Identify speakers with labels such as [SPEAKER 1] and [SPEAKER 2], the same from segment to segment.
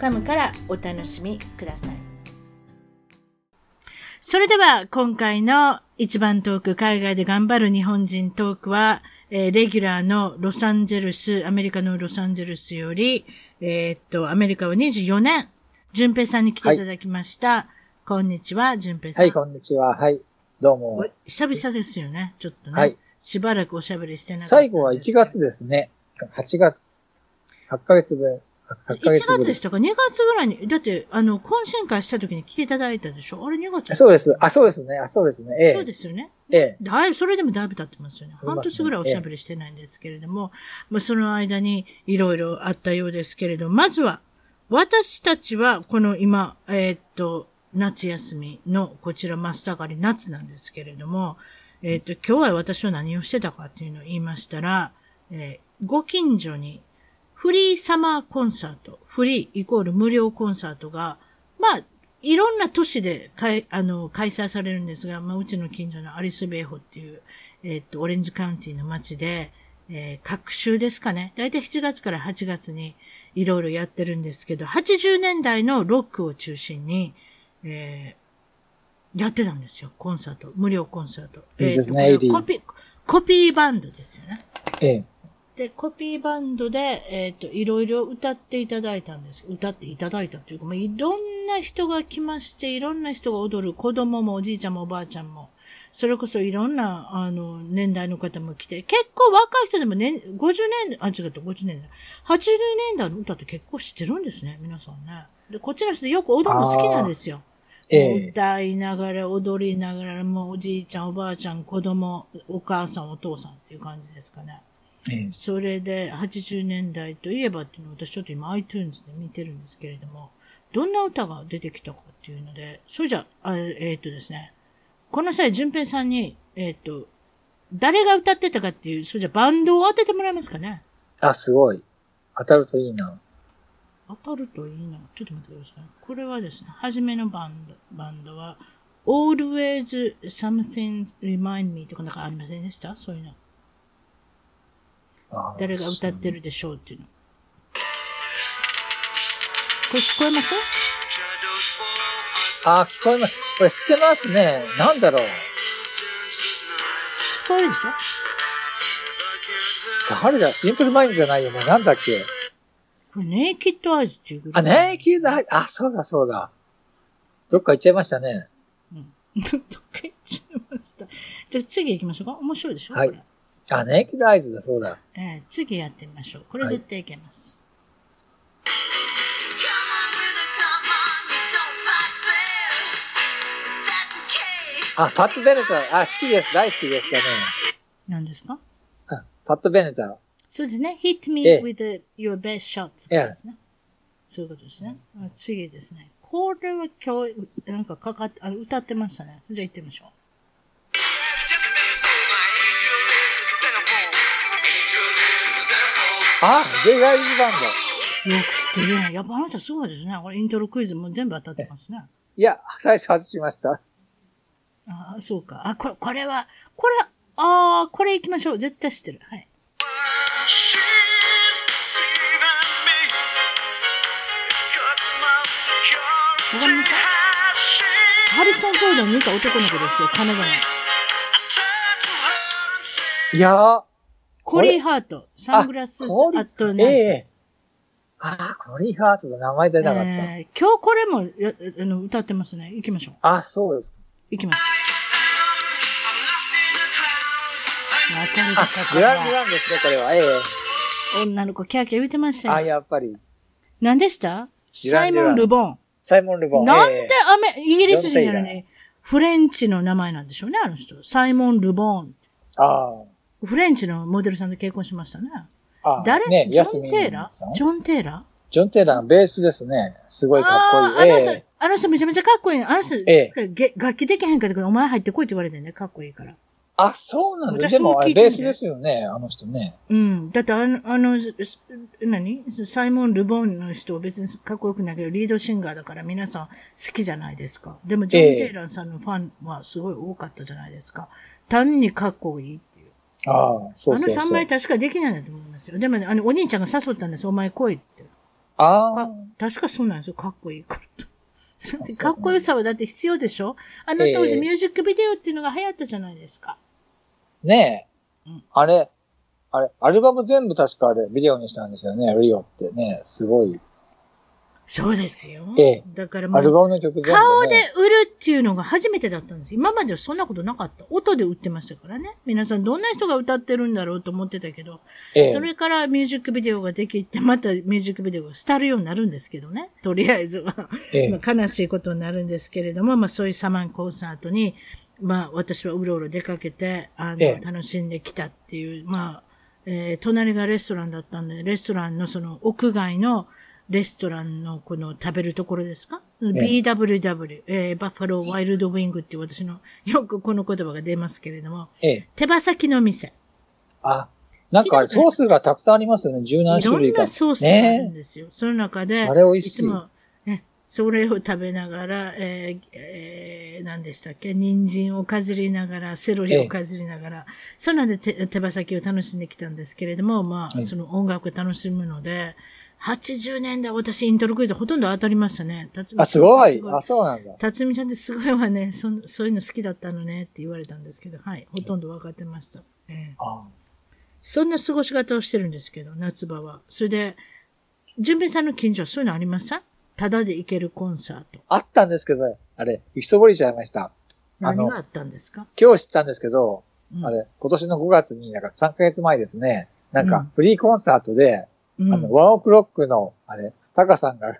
[SPEAKER 1] .com からお楽しみくださいそれでは今回の一番トーク海外で頑張る日本人トークは、えーレギュラーのロサンゼルス、アメリカのロサンゼルスより、えーっと、アメリカは24年、淳平さんに来ていただきました。こんにちは、淳平さん。
[SPEAKER 2] はい、こんにちは。はい。どうも。
[SPEAKER 1] 久々ですよね、ちょっとね。
[SPEAKER 2] はい
[SPEAKER 1] しばらくおしゃべりしてなかったん
[SPEAKER 2] 最後は1月ですね。8月。8ヶ月分。8
[SPEAKER 1] 1
[SPEAKER 2] ヶ月
[SPEAKER 1] 月
[SPEAKER 2] 分
[SPEAKER 1] で。したか ?2 月ぐらいに、だって、あの、懇親会した時に来ていただいたでしょあれ2月
[SPEAKER 2] そうです。あ、そうですね。あ、そうですね。ええ。
[SPEAKER 1] そうですよね。
[SPEAKER 2] ええ。
[SPEAKER 1] だいぶ、それでもだいぶ経ってますよね。
[SPEAKER 2] ります
[SPEAKER 1] 半
[SPEAKER 2] ね
[SPEAKER 1] 年ぐらいおしゃべりしてないんですけれども、まあ、その間にいろいろあったようですけれど、まずは、私たちは、この今、えーっと、夏休みの、こちら真っ盛り夏なんですけれども、えーっと、今日は私は何をしてたかっていうのを言いましたら、えーご近所に、フリーサマーコンサート、フリーイコール無料コンサートが、まあ、いろんな都市でかいあの開催されるんですが、まあ、うちの近所のアリスベーホっていう、えっと、オレンジカウンティの街で、えー各週ですかね。だいたい7月から8月にいろいろやってるんですけど、80年代のロックを中心に、えーやってたんですよ。コンサート。無料コンサート。
[SPEAKER 2] いいですね
[SPEAKER 1] えっとこれは
[SPEAKER 2] 80s
[SPEAKER 1] コピー、コピーバンドですよね。
[SPEAKER 2] ええ。
[SPEAKER 1] で、コピーバンドで、えっ、と、いろいろ歌っていただいたんです。歌っていただいたというか、まあ、いろんな人が来まして、いろんな人が踊る、子供もおじいちゃんもおばあちゃんも、それこそいろんな、あの、年代の方も来て、結構若い人でもね、50年、あ、違った、50年代。80年代の歌って結構知ってるんですね、皆さんね。で、こっちの人よく踊るの好きなんですよ。
[SPEAKER 2] ええ。
[SPEAKER 1] 歌いながら、踊りながら、もうおじいちゃん、おばあちゃん、子供、お母さん、お父さんっていう感じですかね。
[SPEAKER 2] ええ。
[SPEAKER 1] それで80年代といえばっていうのを私ちょっと今 iTunes で見てるんですけれども、どんな歌が出てきたかっていうので、それじゃあ、あえーっとですね、この際、淳平さんに、えーっと、誰が歌ってたかっていう、それじゃバンドを当ててもらえますかね。
[SPEAKER 2] あ、すごい。当たるといいな。
[SPEAKER 1] 当たるといいな。ちょっと待ってください。これはですね、初めのバンド、バンドは、Always Something Remind Me とかなんかありませんでしたそういうの。
[SPEAKER 2] あ
[SPEAKER 1] 誰が歌ってるでしょうっていうの。これ聞こえます
[SPEAKER 2] あ、聞こえます。これ知ってますね。なんだろう。
[SPEAKER 1] 聞こえるでしょ
[SPEAKER 2] 誰だシンプルマインドじゃないよね。なんだっけ。
[SPEAKER 1] これネイキッドアイズっていうグル
[SPEAKER 2] あ、
[SPEAKER 1] ープ。
[SPEAKER 2] ネイキューだ。あ、そうだそうだ。どっか行っちゃいましたね。
[SPEAKER 1] どっか行っちゃいました。じゃあ次行きましょうか。面白いでしょ
[SPEAKER 2] はい
[SPEAKER 1] これ
[SPEAKER 2] あ、ネイキューアイズだ。そうだ。
[SPEAKER 1] えー次やってみましょう。これ絶対いけます。
[SPEAKER 2] あ、パット・ベネター。あ、好きです。大好きでしたね。
[SPEAKER 1] 何ですか
[SPEAKER 2] あパット・ベネター。
[SPEAKER 1] そうですね。hit me
[SPEAKER 2] ええ
[SPEAKER 1] with the- your best shot
[SPEAKER 2] ええ
[SPEAKER 1] ですね。そういうことですね。あ次ですね。これは今日、なんかかかって、あ歌ってましたね。じゃあ行ってみましょう。
[SPEAKER 2] あ、J ガイズバンド。
[SPEAKER 1] よく知ってるね。やっぱあなたすごいですね。これイントロクイズも全部当たってますね。
[SPEAKER 2] いや、最初外しました。
[SPEAKER 1] ああ、そうか。あ、これ、これは、これ、ああ、これ行きましょう。絶対知ってる。はい。ハリソン・フォードを見た男の子ですよ。カナダの。
[SPEAKER 2] いやー、
[SPEAKER 1] コリー・ハート。サングラス・ア
[SPEAKER 2] あコリ
[SPEAKER 1] ット・
[SPEAKER 2] え
[SPEAKER 1] ナイト。
[SPEAKER 2] えあー、コリーハートの名前出なかった。
[SPEAKER 1] えー今日これもやあの歌ってますね。行きましょう。
[SPEAKER 2] あ、そうです。
[SPEAKER 1] 行きます。わかるでしょ
[SPEAKER 2] グラングランですね、これは。ええ
[SPEAKER 1] 女の子、キャーキャー言ってました
[SPEAKER 2] あ、
[SPEAKER 1] よ。
[SPEAKER 2] やっぱり。
[SPEAKER 1] 何でした
[SPEAKER 2] デュラ
[SPEAKER 1] サ
[SPEAKER 2] ン
[SPEAKER 1] イ
[SPEAKER 2] デ
[SPEAKER 1] モ
[SPEAKER 2] ュラ
[SPEAKER 1] ン・
[SPEAKER 2] ン
[SPEAKER 1] ルボン。
[SPEAKER 2] サイモン・ルボン。
[SPEAKER 1] なん
[SPEAKER 2] え
[SPEAKER 1] で
[SPEAKER 2] え
[SPEAKER 1] アメ、イギリス人なの
[SPEAKER 2] ジョンテイ
[SPEAKER 1] に、フレンチの名前なんでしょうね、あの人。サイモン・ルボン。
[SPEAKER 2] あ
[SPEAKER 1] フレンチのモデルさんと結婚しましたね。
[SPEAKER 2] あ。ああ
[SPEAKER 1] 誰、
[SPEAKER 2] ね、
[SPEAKER 1] ジョン・
[SPEAKER 2] ヤスミン
[SPEAKER 1] テイラ
[SPEAKER 2] さん
[SPEAKER 1] ージョン・テイラー
[SPEAKER 2] ジョン・テイラーのベースですね。すごいかっこいい。
[SPEAKER 1] あーあの
[SPEAKER 2] え
[SPEAKER 1] 人、あの人めちゃめちゃかっこいいの。あの人、
[SPEAKER 2] え
[SPEAKER 1] げ楽器できへんかったけど、お前入ってこいって言われてね、かっこいいから。
[SPEAKER 2] あ、そうなんだ。
[SPEAKER 1] 私
[SPEAKER 2] で
[SPEAKER 1] も
[SPEAKER 2] も、あ
[SPEAKER 1] 聞い
[SPEAKER 2] れ
[SPEAKER 1] て
[SPEAKER 2] ベ
[SPEAKER 1] み
[SPEAKER 2] ー
[SPEAKER 1] て
[SPEAKER 2] スですよね、あの人ね。
[SPEAKER 1] うん。だってあの、あの、すす何サイモン・ルボンの人別にかっこよくないけど、リードシンガーだから皆さん好きじゃないですか。でも、ジョン・
[SPEAKER 2] ええ
[SPEAKER 1] テイラーさんのファンはすごい多かったじゃないですか。単にかっこいいっていう。
[SPEAKER 2] ああ、そうそう
[SPEAKER 1] あの人あん
[SPEAKER 2] そ
[SPEAKER 1] ま
[SPEAKER 2] う
[SPEAKER 1] り。確かできないんだと思いますよ。でもね、あの、お兄ちゃんが誘ったんですよ。お前来いって。
[SPEAKER 2] あ
[SPEAKER 1] か
[SPEAKER 2] あ、
[SPEAKER 1] 確かそうなんですよ。かっこいいから。だって
[SPEAKER 2] そう
[SPEAKER 1] かっこよさはだって必要でしょあの当時
[SPEAKER 2] ええ
[SPEAKER 1] ミュージックビデオっていうのが流行ったじゃないですか。
[SPEAKER 2] ねえ
[SPEAKER 1] うん。
[SPEAKER 2] あれ、あれ、アルバム全部確かあれ、ビデオにしたんですよね、リオってね。すごい。
[SPEAKER 1] そうですよ。
[SPEAKER 2] ええ
[SPEAKER 1] だからも
[SPEAKER 2] アル
[SPEAKER 1] う、
[SPEAKER 2] バムの曲全部、ね。
[SPEAKER 1] 顔で売るっていうのが初めてだったんです。今まではそんなことなかった。音で売ってましたからね。皆さんどんな人が歌ってるんだろうと思ってたけど、
[SPEAKER 2] ええ
[SPEAKER 1] それからミュージックビデオができて、またミュージックビデオが廃るようになるんですけどね。とりあえずは。
[SPEAKER 2] ええ
[SPEAKER 1] まあ、悲しいことになるんですけれども、まあ、そういうサマンコンサートに、まあ、私はうろうろ出かけて、あの、
[SPEAKER 2] ええ
[SPEAKER 1] 楽しんできたっていう、まあ、えー隣がレストランだったんで、レストランのその屋外のレストランのこの食べるところですか、?BWW、えーバッファローワイルドウィングっていう私のよくこの言葉が出ますけれども、
[SPEAKER 2] ええ
[SPEAKER 1] 手羽先の店。
[SPEAKER 2] あ、なんかあれ、ソースがたくさんありますよね。十何
[SPEAKER 1] いろ
[SPEAKER 2] 種類
[SPEAKER 1] ん
[SPEAKER 2] か。
[SPEAKER 1] なソースがあるんですよ。その中で、
[SPEAKER 2] あれ美味しい
[SPEAKER 1] つも、ね、それを食べながら、えーえー何でしたっけ、人参をかじりながら、セロリをかじりながら、そんなんで手手羽先を楽しんできたんですけれども、まあ、
[SPEAKER 2] ええ
[SPEAKER 1] その音楽を楽しむので、80年代、私、イントロクイズほとんど当たりましたね。辰巳
[SPEAKER 2] あ、すごい
[SPEAKER 1] さ。ん
[SPEAKER 2] あ、そうなんだ。
[SPEAKER 1] 辰巳ちゃんってすごいわねそん。そういうの好きだったのねって言われたんですけど、はい。ほとんど分かってました。ええ
[SPEAKER 2] あ
[SPEAKER 1] そんな過ごし方をしてるんですけど、夏場は。それで、純平さんの近所はそういうのありませんただで行けるコンサート。
[SPEAKER 2] あったんですけど、あれ、行きそぼりちゃいました。あの
[SPEAKER 1] 何があったんですか、
[SPEAKER 2] 今日知ったんですけど、
[SPEAKER 1] うん
[SPEAKER 2] あれ、今年の5月に、だから3ヶ月前ですね、なん
[SPEAKER 1] うん
[SPEAKER 2] か、フリーコンサートで、
[SPEAKER 1] うん
[SPEAKER 2] あの、ワンオクロックの、あれ、タカさんが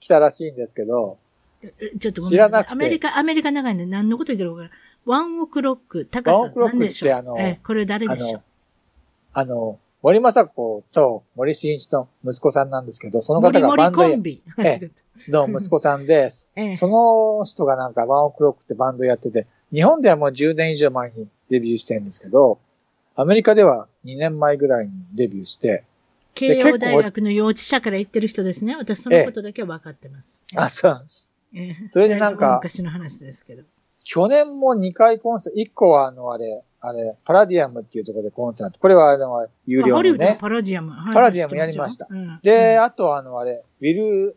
[SPEAKER 2] 来たらしいんですけど、
[SPEAKER 1] えちょっとごめん
[SPEAKER 2] 知らなくて
[SPEAKER 1] アメリカ、アメリカ長いんで何のこと言ってるか分からんワンオクロック、高
[SPEAKER 2] ワン
[SPEAKER 1] さ
[SPEAKER 2] オ
[SPEAKER 1] ん、
[SPEAKER 2] クロッ
[SPEAKER 1] 何
[SPEAKER 2] ク
[SPEAKER 1] で
[SPEAKER 2] っ
[SPEAKER 1] しょう
[SPEAKER 2] てあの
[SPEAKER 1] えこれ誰
[SPEAKER 2] あ
[SPEAKER 1] でしょう
[SPEAKER 2] の、あの、森正子と森進一の息子さんなんですけど、その
[SPEAKER 1] モ
[SPEAKER 2] 方
[SPEAKER 1] リ
[SPEAKER 2] が
[SPEAKER 1] モ
[SPEAKER 2] バ
[SPEAKER 1] リ
[SPEAKER 2] ンド
[SPEAKER 1] コ
[SPEAKER 2] や
[SPEAKER 1] ンビ。
[SPEAKER 2] ええの息子さんで、
[SPEAKER 1] ええ
[SPEAKER 2] その人がなんかワンオクロックってバンドやってて、日本ではもう10年以上前にデビューしてるんですけど、アメリカでは2年前ぐらいにデビューして、
[SPEAKER 1] 慶
[SPEAKER 2] 結
[SPEAKER 1] 応
[SPEAKER 2] 構
[SPEAKER 1] 大学の幼稚舎から行ってる人ですね。私そのことだけは分かってます。
[SPEAKER 2] あ、そうなんです。
[SPEAKER 1] ええ
[SPEAKER 2] それでなんか
[SPEAKER 1] だいぶ昔の話ですけど。
[SPEAKER 2] 去年も2回コンサート、1個はあの、あれ、あれ、パラディアムっていうところでコンサート。これはあの、有
[SPEAKER 1] まあ
[SPEAKER 2] 料
[SPEAKER 1] ハリウッ
[SPEAKER 2] の
[SPEAKER 1] ドの
[SPEAKER 2] ね。
[SPEAKER 1] パラディアム。はい
[SPEAKER 2] パラディアムやりました
[SPEAKER 1] 知ってますようん
[SPEAKER 2] で、
[SPEAKER 1] うん
[SPEAKER 2] あとあの、あれ、ウィル、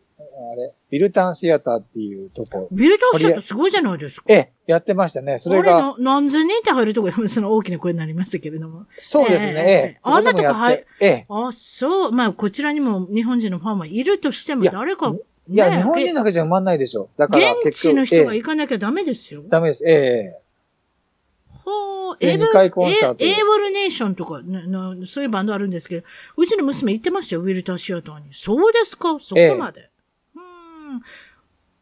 [SPEAKER 2] あれ、ウィルタンシアターっていうとこ。
[SPEAKER 1] ビルドアシャットすごいじゃないですか。
[SPEAKER 2] ええ、やってましたね。それ
[SPEAKER 1] あ
[SPEAKER 2] が、
[SPEAKER 1] れな何千人って入るとこ、その大きな声になりましたけれども。
[SPEAKER 2] そうですね。
[SPEAKER 1] え
[SPEAKER 2] え
[SPEAKER 1] え
[SPEAKER 2] え。
[SPEAKER 1] あんな
[SPEAKER 2] そこでもやっ
[SPEAKER 1] とこ入
[SPEAKER 2] てええ。
[SPEAKER 1] あ、そう。まあ、こちらにも日本人のファンはいるとしても、
[SPEAKER 2] いや
[SPEAKER 1] 誰か、ね、
[SPEAKER 2] いや、日本人だけじゃ埋まんないでしょ。だから
[SPEAKER 1] 現
[SPEAKER 2] 結
[SPEAKER 1] 地
[SPEAKER 2] 局、
[SPEAKER 1] の人が
[SPEAKER 2] ええ
[SPEAKER 1] 行かなきゃダメですよ。
[SPEAKER 2] ダメです。ええ。
[SPEAKER 1] ほう、
[SPEAKER 2] それ
[SPEAKER 1] エーブ
[SPEAKER 2] 二回コンサート
[SPEAKER 1] エーエーブルネーションとかの、のそういうバンドあるんですけど、うちの娘行ってましたよ、ウィルターシアターに。そうですか、そこまで。うーん。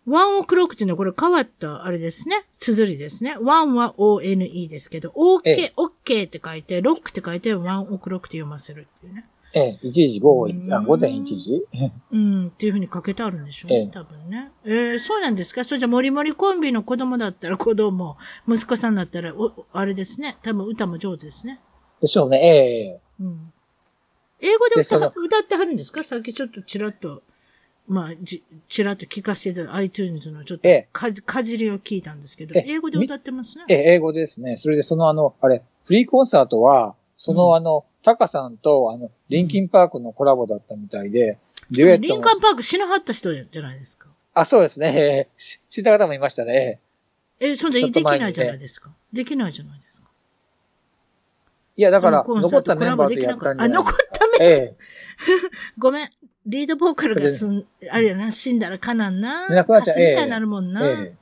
[SPEAKER 1] ワンオクロックっていうのはこれ変わった、あれですね。綴りですね。ワンは ONE ですけど、
[SPEAKER 2] え
[SPEAKER 1] OK
[SPEAKER 2] え、
[SPEAKER 1] OK って書いて、ロックって書いて、ワンオクロックって読ませるっていうね。
[SPEAKER 2] ええ、1時、午後1、
[SPEAKER 1] う
[SPEAKER 2] あ、
[SPEAKER 1] ん
[SPEAKER 2] 午前1時
[SPEAKER 1] うん、っていうふうに書けてあるんでしょう
[SPEAKER 2] え
[SPEAKER 1] ね
[SPEAKER 2] え、
[SPEAKER 1] 多分ね。えーそうなんですかそれじゃ、もりもりコンビの子供だったら子供、息子さんだったら、お、あれですね。多分歌も上手ですね。
[SPEAKER 2] でしょうね。ええ。
[SPEAKER 1] うん英語で
[SPEAKER 2] で
[SPEAKER 1] 歌
[SPEAKER 2] そ
[SPEAKER 1] は
[SPEAKER 2] の
[SPEAKER 1] 歌ってはるんですかさっきちょっとちらっと、まあ、じちらっと聞かせていた iTunes のちょっと
[SPEAKER 2] ええ
[SPEAKER 1] かじかじりを聞いたんですけど、
[SPEAKER 2] ええ
[SPEAKER 1] 英語で歌ってますね。
[SPEAKER 2] ええ、英語ですね。それでそのあの、あれ、フリーコンサートは、その、
[SPEAKER 1] うん
[SPEAKER 2] あの、タカさんとあの、リンキンパークのコラボだったみたいで、デュエッ
[SPEAKER 1] リ
[SPEAKER 2] ト
[SPEAKER 1] ン
[SPEAKER 2] も
[SPEAKER 1] カンパーク死なはった人じゃないですか。
[SPEAKER 2] あ、そうですね。ええし知った方もいましたね。
[SPEAKER 1] え、そん
[SPEAKER 2] ち
[SPEAKER 1] で
[SPEAKER 2] ょっ
[SPEAKER 1] で
[SPEAKER 2] と
[SPEAKER 1] き
[SPEAKER 2] 前に
[SPEAKER 1] な
[SPEAKER 2] ね
[SPEAKER 1] いじゃないですか。できないじゃないですか。
[SPEAKER 2] いや、だから、
[SPEAKER 1] そのコン
[SPEAKER 2] 残
[SPEAKER 1] サー
[SPEAKER 2] っ
[SPEAKER 1] ト
[SPEAKER 2] たメンバーと
[SPEAKER 1] コ
[SPEAKER 2] や
[SPEAKER 1] ラ
[SPEAKER 2] っ
[SPEAKER 1] ボできなか
[SPEAKER 2] たんじゃ
[SPEAKER 1] っ
[SPEAKER 2] ない
[SPEAKER 1] たあ、残っため、
[SPEAKER 2] え
[SPEAKER 1] ごめん。リードボーカルがすん、あれやな、死んだらかなんな。
[SPEAKER 2] なくなっちゃ
[SPEAKER 1] カスみ
[SPEAKER 2] う
[SPEAKER 1] たい
[SPEAKER 2] ええ
[SPEAKER 1] になるもん
[SPEAKER 2] え、
[SPEAKER 1] な。
[SPEAKER 2] え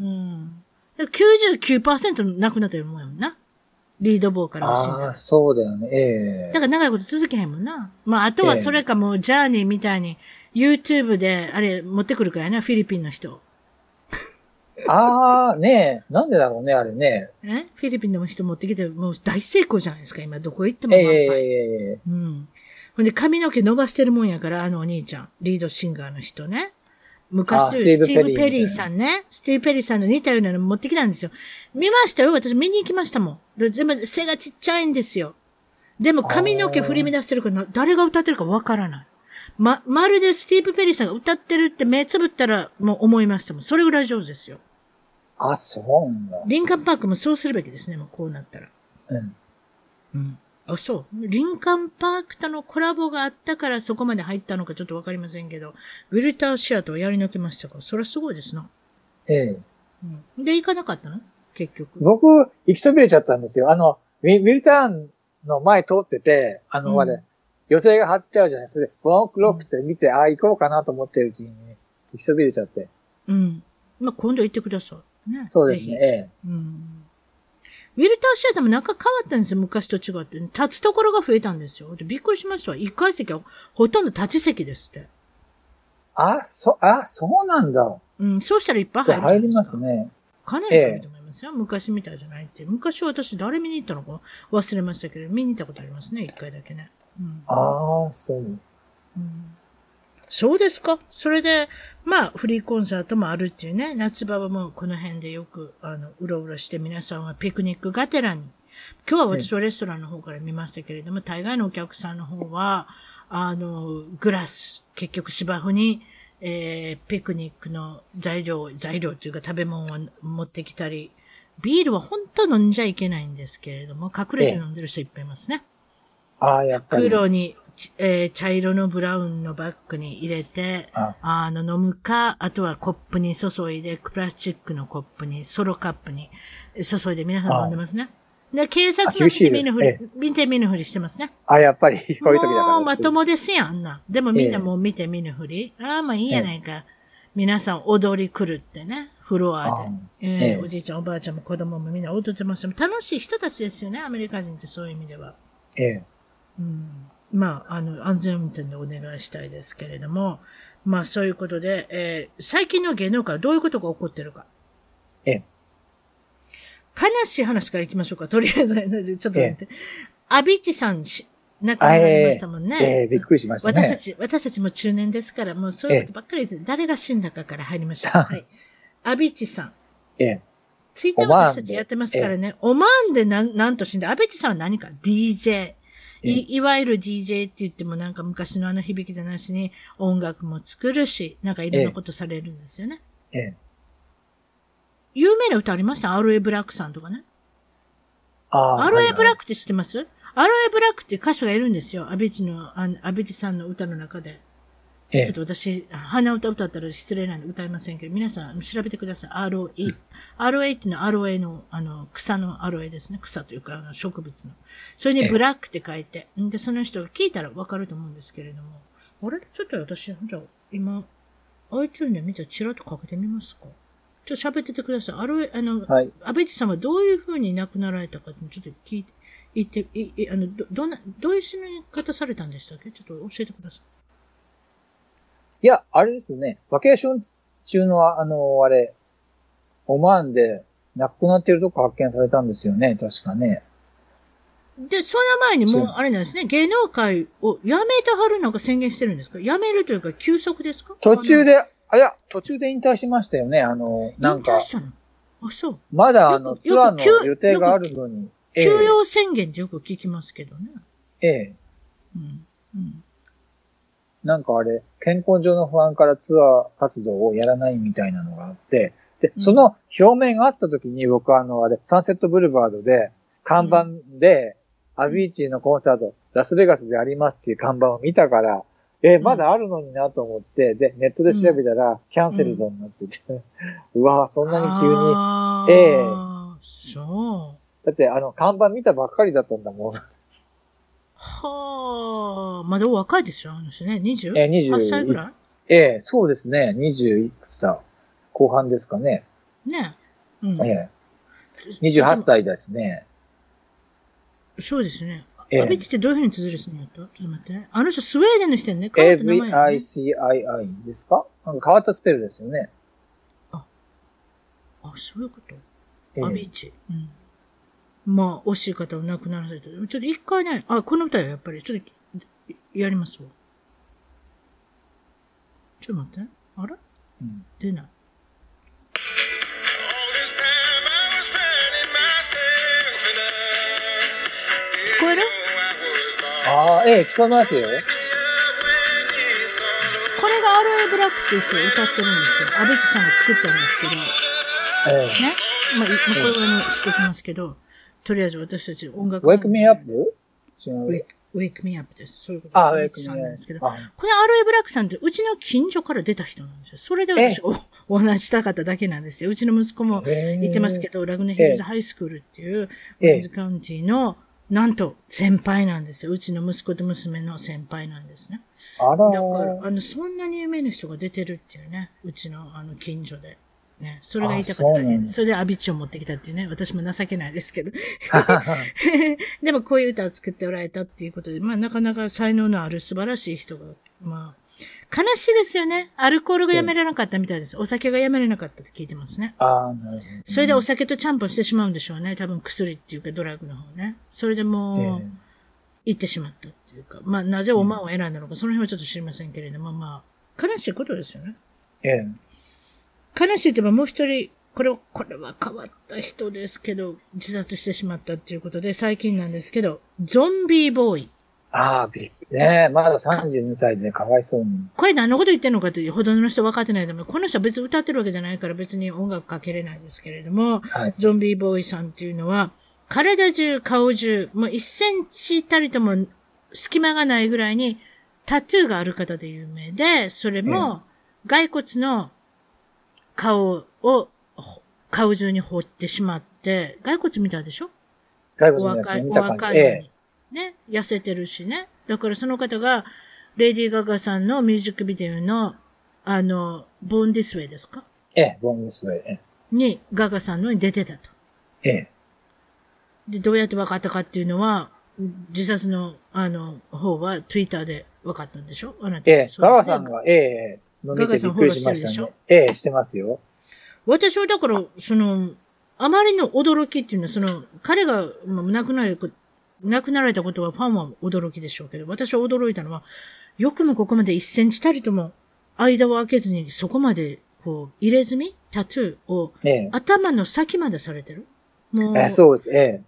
[SPEAKER 1] うん。で99%なくなったようなもんやもんな。リードボーカ
[SPEAKER 2] え。
[SPEAKER 1] ルが死んだ
[SPEAKER 2] あ
[SPEAKER 1] ら
[SPEAKER 2] あ、。そうだよね。え
[SPEAKER 1] だから長いこと続けへんもんな。まあ、あとは
[SPEAKER 2] ええ
[SPEAKER 1] それかもう、ジャーニーみたいに、YouTube で、あれ、持ってくるからやな、フィリピンの人。
[SPEAKER 2] え。ああ、ねえ。なんでだろうね、あれね。
[SPEAKER 1] えフィリピンの人持ってきて、もう大成功じゃないですか、今、どこ行っても
[SPEAKER 2] え
[SPEAKER 1] ワ
[SPEAKER 2] え
[SPEAKER 1] ンパイ。
[SPEAKER 2] ええ、ええ。
[SPEAKER 1] うん。ほんで髪の毛伸ばしてるもんやから、あのお兄ちゃん、リードシンガーの人ね。昔
[SPEAKER 2] あ
[SPEAKER 1] というス
[SPEAKER 2] ス
[SPEAKER 1] テ
[SPEAKER 2] テ
[SPEAKER 1] ィ
[SPEAKER 2] ィ
[SPEAKER 1] ー
[SPEAKER 2] ー
[SPEAKER 1] ブ・
[SPEAKER 2] ブ
[SPEAKER 1] ペ
[SPEAKER 2] ペ
[SPEAKER 1] リ
[SPEAKER 2] リ
[SPEAKER 1] ー
[SPEAKER 2] ー
[SPEAKER 1] さんね。スティーブ・ペリーさんの似たようなの持ってきたんですよ。見ましたよ。私見に行きましたもん。ででも背がちっちゃいんですよ。でも髪の毛振り乱してるから、誰が歌ってるかわからない。ま、まるでスティーブ・ペリーさんが歌ってるって目つぶったらもう思いましたもん。それぐらい上手ですよ。
[SPEAKER 2] あ、そうなんだ。
[SPEAKER 1] リンカンパークもそうするべきですね。もうこうなったら。
[SPEAKER 2] うん。
[SPEAKER 1] うん。あ、そう。リンカンパークとのコラボがあったからそこまで入ったのかちょっとわかりませんけど、ウィルターシアとやり抜けましたから、それはすごいですな。
[SPEAKER 2] ええ。
[SPEAKER 1] うん。で、行かなかったの結局。
[SPEAKER 2] 僕、行きそびれちゃったんですよ。あの、ウィウィルターンの前通ってて、あ
[SPEAKER 1] うん
[SPEAKER 2] の、あれ、予定が張ってあるじゃないですか。ワンオクロックって見て、ああ、行こうかなと思ってるうちに、行きそびれちゃって。
[SPEAKER 1] うん。まあ、今度行ってください。ね。
[SPEAKER 2] そうです
[SPEAKER 1] ぜひ
[SPEAKER 2] ね。え
[SPEAKER 1] うん。ウィルターシアターも中変わったんですよ、昔と違って。立つところが増えたんですよ。びっくりしましたわ。一階席はほとんど立ち席ですって。
[SPEAKER 2] え。あ、そ、あ、そうなんだ。
[SPEAKER 1] うん、そうしたらいっぱい
[SPEAKER 2] じゃ
[SPEAKER 1] 入
[SPEAKER 2] あ
[SPEAKER 1] るじゃないで
[SPEAKER 2] 入り
[SPEAKER 1] すか。
[SPEAKER 2] ますね。
[SPEAKER 1] かなりあると思いますよ。昔みたいじゃないって。昔は私誰見に行ったのか忘れましたけど、見に行ったことありますね、一回だけね。うん
[SPEAKER 2] ああ、そう。
[SPEAKER 1] うんそうですか。それで、まあ、フリーコンサートもあるっていうね、夏場はもうこの辺でよく、あの、うろうろして皆さんはピクニックがてらに。今日は私はレストランの方から見ましたけれども、大概のお客さんの方は、あの、グラス、結局芝生に、えー、ピクニックの材料、材料というか食べ物を持ってきたり、ビールは本当飲んじゃいけないんですけれども、隠れて飲んでる人いっぱいいますね。
[SPEAKER 2] ああ、やっぱり。
[SPEAKER 1] 袋に、ちえー茶色のブラウンのバッグに入れて、
[SPEAKER 2] あ
[SPEAKER 1] あの、飲むか、あとはコップに注いで、プラスチックのコップに、ソロカップにえー注いで皆さん飲んでますね。で、警察
[SPEAKER 2] あ
[SPEAKER 1] も
[SPEAKER 2] 厳
[SPEAKER 1] 見
[SPEAKER 2] し
[SPEAKER 1] て
[SPEAKER 2] いです
[SPEAKER 1] 見ぬふり、見て見ぬふりしてますね。
[SPEAKER 2] あ、やっぱり、こういう時だから。
[SPEAKER 1] もうまともですやん、あんな。でもみんなもう見て見ぬふり。ああ、まあいいやないか。皆さん踊り来るってね、フロアで。えー
[SPEAKER 2] ええ
[SPEAKER 1] おじいちゃん、おばあちゃんも子供もみんな踊ってますよ。楽しい人たちですよね、アメリカ人ってそういう意味では。
[SPEAKER 2] ええ。
[SPEAKER 1] うんまあ、あの、安全運転でお願いしたいですけれども、まあ、そういうことで、えー最近の芸能界はどういうことが起こってるか。
[SPEAKER 2] ええ
[SPEAKER 1] 悲しい話から行きましょうか。とりあえず、ちょっと待って。アビチさんし、亡く
[SPEAKER 2] あ
[SPEAKER 1] な
[SPEAKER 2] え
[SPEAKER 1] り
[SPEAKER 2] え
[SPEAKER 1] ましたもんね。
[SPEAKER 2] ええ、びっくりしましたね。
[SPEAKER 1] 私たち、私たちも中年ですから、もうそういうことばっかりで、誰が死んだかから入りまし ょう。はい。アビチさん。
[SPEAKER 2] ええ。
[SPEAKER 1] ツイッター
[SPEAKER 2] オマーン
[SPEAKER 1] 私
[SPEAKER 2] で
[SPEAKER 1] たちやってますからね。オマーンでなんなんと死んだ。安倍地さんは何か ?DJ。
[SPEAKER 2] ええ
[SPEAKER 1] いいわゆる DJ って言ってもなんか昔のあの響きじゃなしに音楽も作るし、なんかいろんなことされるんですよね。
[SPEAKER 2] ええ。
[SPEAKER 1] 有名な歌ありました ?RA ブラックさんとかね。
[SPEAKER 2] ああ。
[SPEAKER 1] RA ブラッ
[SPEAKER 2] ク。
[SPEAKER 1] クって知ってます ?RA ブラックって歌手がいるんですよ。安倍地の、あの安倍地さんの歌の中で。
[SPEAKER 2] え
[SPEAKER 1] ちょ
[SPEAKER 2] え
[SPEAKER 1] っ。と私、鼻歌歌ったら失礼なんで歌いませんけど、皆さん調べてください。ROE。ROE っていうのは ROE の、あの、草の ROE ですね。草というか、あの植物の。それ
[SPEAKER 2] え
[SPEAKER 1] に
[SPEAKER 2] え
[SPEAKER 1] ブラックって書いて。んで、その人が聞いたらわかると思うんですけれども。あれちょっと私、じゃあ、今、iTunes で見たらチラッとかけてみますか。ちょっと喋っててください。ROE、あの、
[SPEAKER 2] はい。
[SPEAKER 1] 安倍地さんはどういうふうに亡くなられたかってちょっと聞いて、言って、いいあの、ど、どんな、どういう死に方されたんでしたっけちょっと教えてください。
[SPEAKER 2] いや、あれですね。バケーション中の、あの、あれ、オマーンで亡くなってるとこ発見されたんですよね。確かね。
[SPEAKER 1] で、その前にもう
[SPEAKER 2] そう、
[SPEAKER 1] あれなんですね、芸能界を辞めてはるなんか宣言してるんですか辞めるというか、休息ですか
[SPEAKER 2] 途中、で、あ、いや、途中で引退しましたよね。あの、
[SPEAKER 1] な
[SPEAKER 2] なんん
[SPEAKER 1] か。
[SPEAKER 2] か
[SPEAKER 1] 引退し、たのあ、そう。
[SPEAKER 2] まだ
[SPEAKER 1] よ
[SPEAKER 2] あ
[SPEAKER 1] く
[SPEAKER 2] の、
[SPEAKER 1] よく
[SPEAKER 2] ツアーの
[SPEAKER 1] 休
[SPEAKER 2] 予定があるのに。ええ
[SPEAKER 1] 休養宣言ってよく聞きますけどね。
[SPEAKER 2] ええ。
[SPEAKER 1] うん。うん。
[SPEAKER 2] なんかあれ、健康上の不安からツアー活動をやらないみたいなのがあって、で
[SPEAKER 1] う、ん
[SPEAKER 2] その表面があった時に僕あのあれ、サンセットブルバードで、看板で、アビーチーのコンサート、ラスベガスでありますっていう看板を見たから、えーまだあるのになと思って、で、ネットで調べたら、キャンセルドになってて、 うわぁ、そんなに急に、
[SPEAKER 1] あー
[SPEAKER 2] ええ
[SPEAKER 1] そう。
[SPEAKER 2] だってあの、看板見たばっかりだったんだもん。
[SPEAKER 1] はあ、まだお若いですよ、あの人ね。20?
[SPEAKER 2] えー、20
[SPEAKER 1] 8歳ぐら
[SPEAKER 2] ええそうですね、20いくつだ後半ですかね。
[SPEAKER 1] いね。うん。
[SPEAKER 2] ええ28歳ですね。
[SPEAKER 1] そうですね。
[SPEAKER 2] ええ
[SPEAKER 1] アビチってどういうふうに綴る人なんやったちょっと待ってね。あの人、スウェーデンの人やんね。変わった名前やね
[SPEAKER 2] AVICII ですかなんか変わったスペルですよね。
[SPEAKER 1] あ、そういうこと
[SPEAKER 2] ええ
[SPEAKER 1] アビーチ。うん。まあ、惜しい方を亡くならせて。ちょっと一回ね、あ、この歌よ、やっぱり。ちょっと、やりますわ。ちょっと待って。あれ
[SPEAKER 2] うん
[SPEAKER 1] 出ない。
[SPEAKER 3] 聞こえる
[SPEAKER 2] ああ、ええ、聞こえますよ。
[SPEAKER 1] これが RA ブラックっていう人が歌ってるんですよ。安倍地さんが作ったんですけど、ね。ま
[SPEAKER 2] ええ。
[SPEAKER 1] あ、いまあこれぐらいにしておきますけど、とりあえず私たち音楽。
[SPEAKER 2] Wake Me Up? 違
[SPEAKER 1] ウェイ
[SPEAKER 2] う。
[SPEAKER 1] クウェイクミアップです。そういうこと
[SPEAKER 2] あ、
[SPEAKER 1] ウ
[SPEAKER 2] Wake
[SPEAKER 1] ク
[SPEAKER 2] Me
[SPEAKER 1] さ
[SPEAKER 2] Up
[SPEAKER 1] んなんですけど。。
[SPEAKER 2] あ
[SPEAKER 1] この RA ブラックさんって、うちの近所から出た人なんですよ。それで私、お、お話ししたかっただけなんですよ。うちの息子も言ってますけど、ラグネヒルズハイスクールっていう、ウ
[SPEAKER 2] ええ
[SPEAKER 1] ィンズカウンティの、なんと、先輩なんですよ。うちの息子と娘の先輩なんですね。
[SPEAKER 2] あら
[SPEAKER 1] だから
[SPEAKER 2] ー、。
[SPEAKER 1] あの、そんなに有名な人が出てるっていうね、うちの、あの、近所で。ね、それが言いたかっただ
[SPEAKER 2] あそう
[SPEAKER 1] け
[SPEAKER 2] なん
[SPEAKER 1] で
[SPEAKER 2] だ
[SPEAKER 1] それでアビチを持ってきたっていうね、私も情けないですけど。 でもこういう歌を作っておられたっていうことで、まあなかなか才能のある素晴らしい人が、まあ、悲しいですよね。アルコールがやめられなかったみたいです。お酒がやめられなかったって聞いてますね。
[SPEAKER 2] ああ、なるほど。
[SPEAKER 1] それでお酒とちゃんぽんしてしまうんでしょうね。多分薬っていうかドラッグの方ね。それでもう、行ってしまったっていうか、まあなぜおまんを選んだのか、その辺はちょっと知りませんけれども、まあ、悲しいことですよね。
[SPEAKER 2] ええ。え
[SPEAKER 1] 悲しいといえばもう一人、これ、これは変わった人ですけど、自殺してしまったっていうことで、最近なんですけど、ゾンビーボーイ。
[SPEAKER 2] え。ああ、びっくり。ねえ、まだ32歳でかわいそうに。
[SPEAKER 1] これ何のこと言ってんのかというほどの人分かってないと思う。この人は別に歌ってるわけじゃないから別に音楽かけれないですけれども、
[SPEAKER 2] はい。
[SPEAKER 1] ゾンビーボーイさんっていうのは、体中、顔中、もう1センチたりとも隙間がないぐらいにタトゥーがある方で有名で、それも骸骨の顔をほ顔中に彫ってしまって、骸骨みたいでしょ
[SPEAKER 2] 外
[SPEAKER 1] お
[SPEAKER 2] 国人で
[SPEAKER 1] 若
[SPEAKER 2] す
[SPEAKER 1] い、
[SPEAKER 2] ね。
[SPEAKER 1] お
[SPEAKER 2] 見た感
[SPEAKER 1] 若い
[SPEAKER 2] じ。
[SPEAKER 1] のに
[SPEAKER 2] え
[SPEAKER 1] ね、痩せてるしね。だからその方が、レディー・ガガさんのミュージックビデオの、あの、ボーン・ディス・ウェイですか
[SPEAKER 2] え。ええ、ボングスウェイ。え
[SPEAKER 1] に、ガガさんのに出てたと。
[SPEAKER 2] えええ。
[SPEAKER 1] で、どうやって分かったかっていうのは、自殺の、あの、方は、ツイッターで分かったんでしょあなた。
[SPEAKER 2] ええ、
[SPEAKER 1] そうで
[SPEAKER 2] ガガ
[SPEAKER 1] すね
[SPEAKER 2] さんが、ええ、飲みてびっくりしましたね。ええ、してますよ。
[SPEAKER 1] 私はだから、その、あまりの驚きっていうのは、その、彼がまあ亡くなるこ亡くなられたことはファンは驚きでしょうけど、私は驚いたのは、よくもここまで1センチたりとも間を空けずに、そこまで、こう、入れ墨タトゥーを
[SPEAKER 2] ええ。
[SPEAKER 1] 頭の先までされてるも
[SPEAKER 2] ええ、そうです。え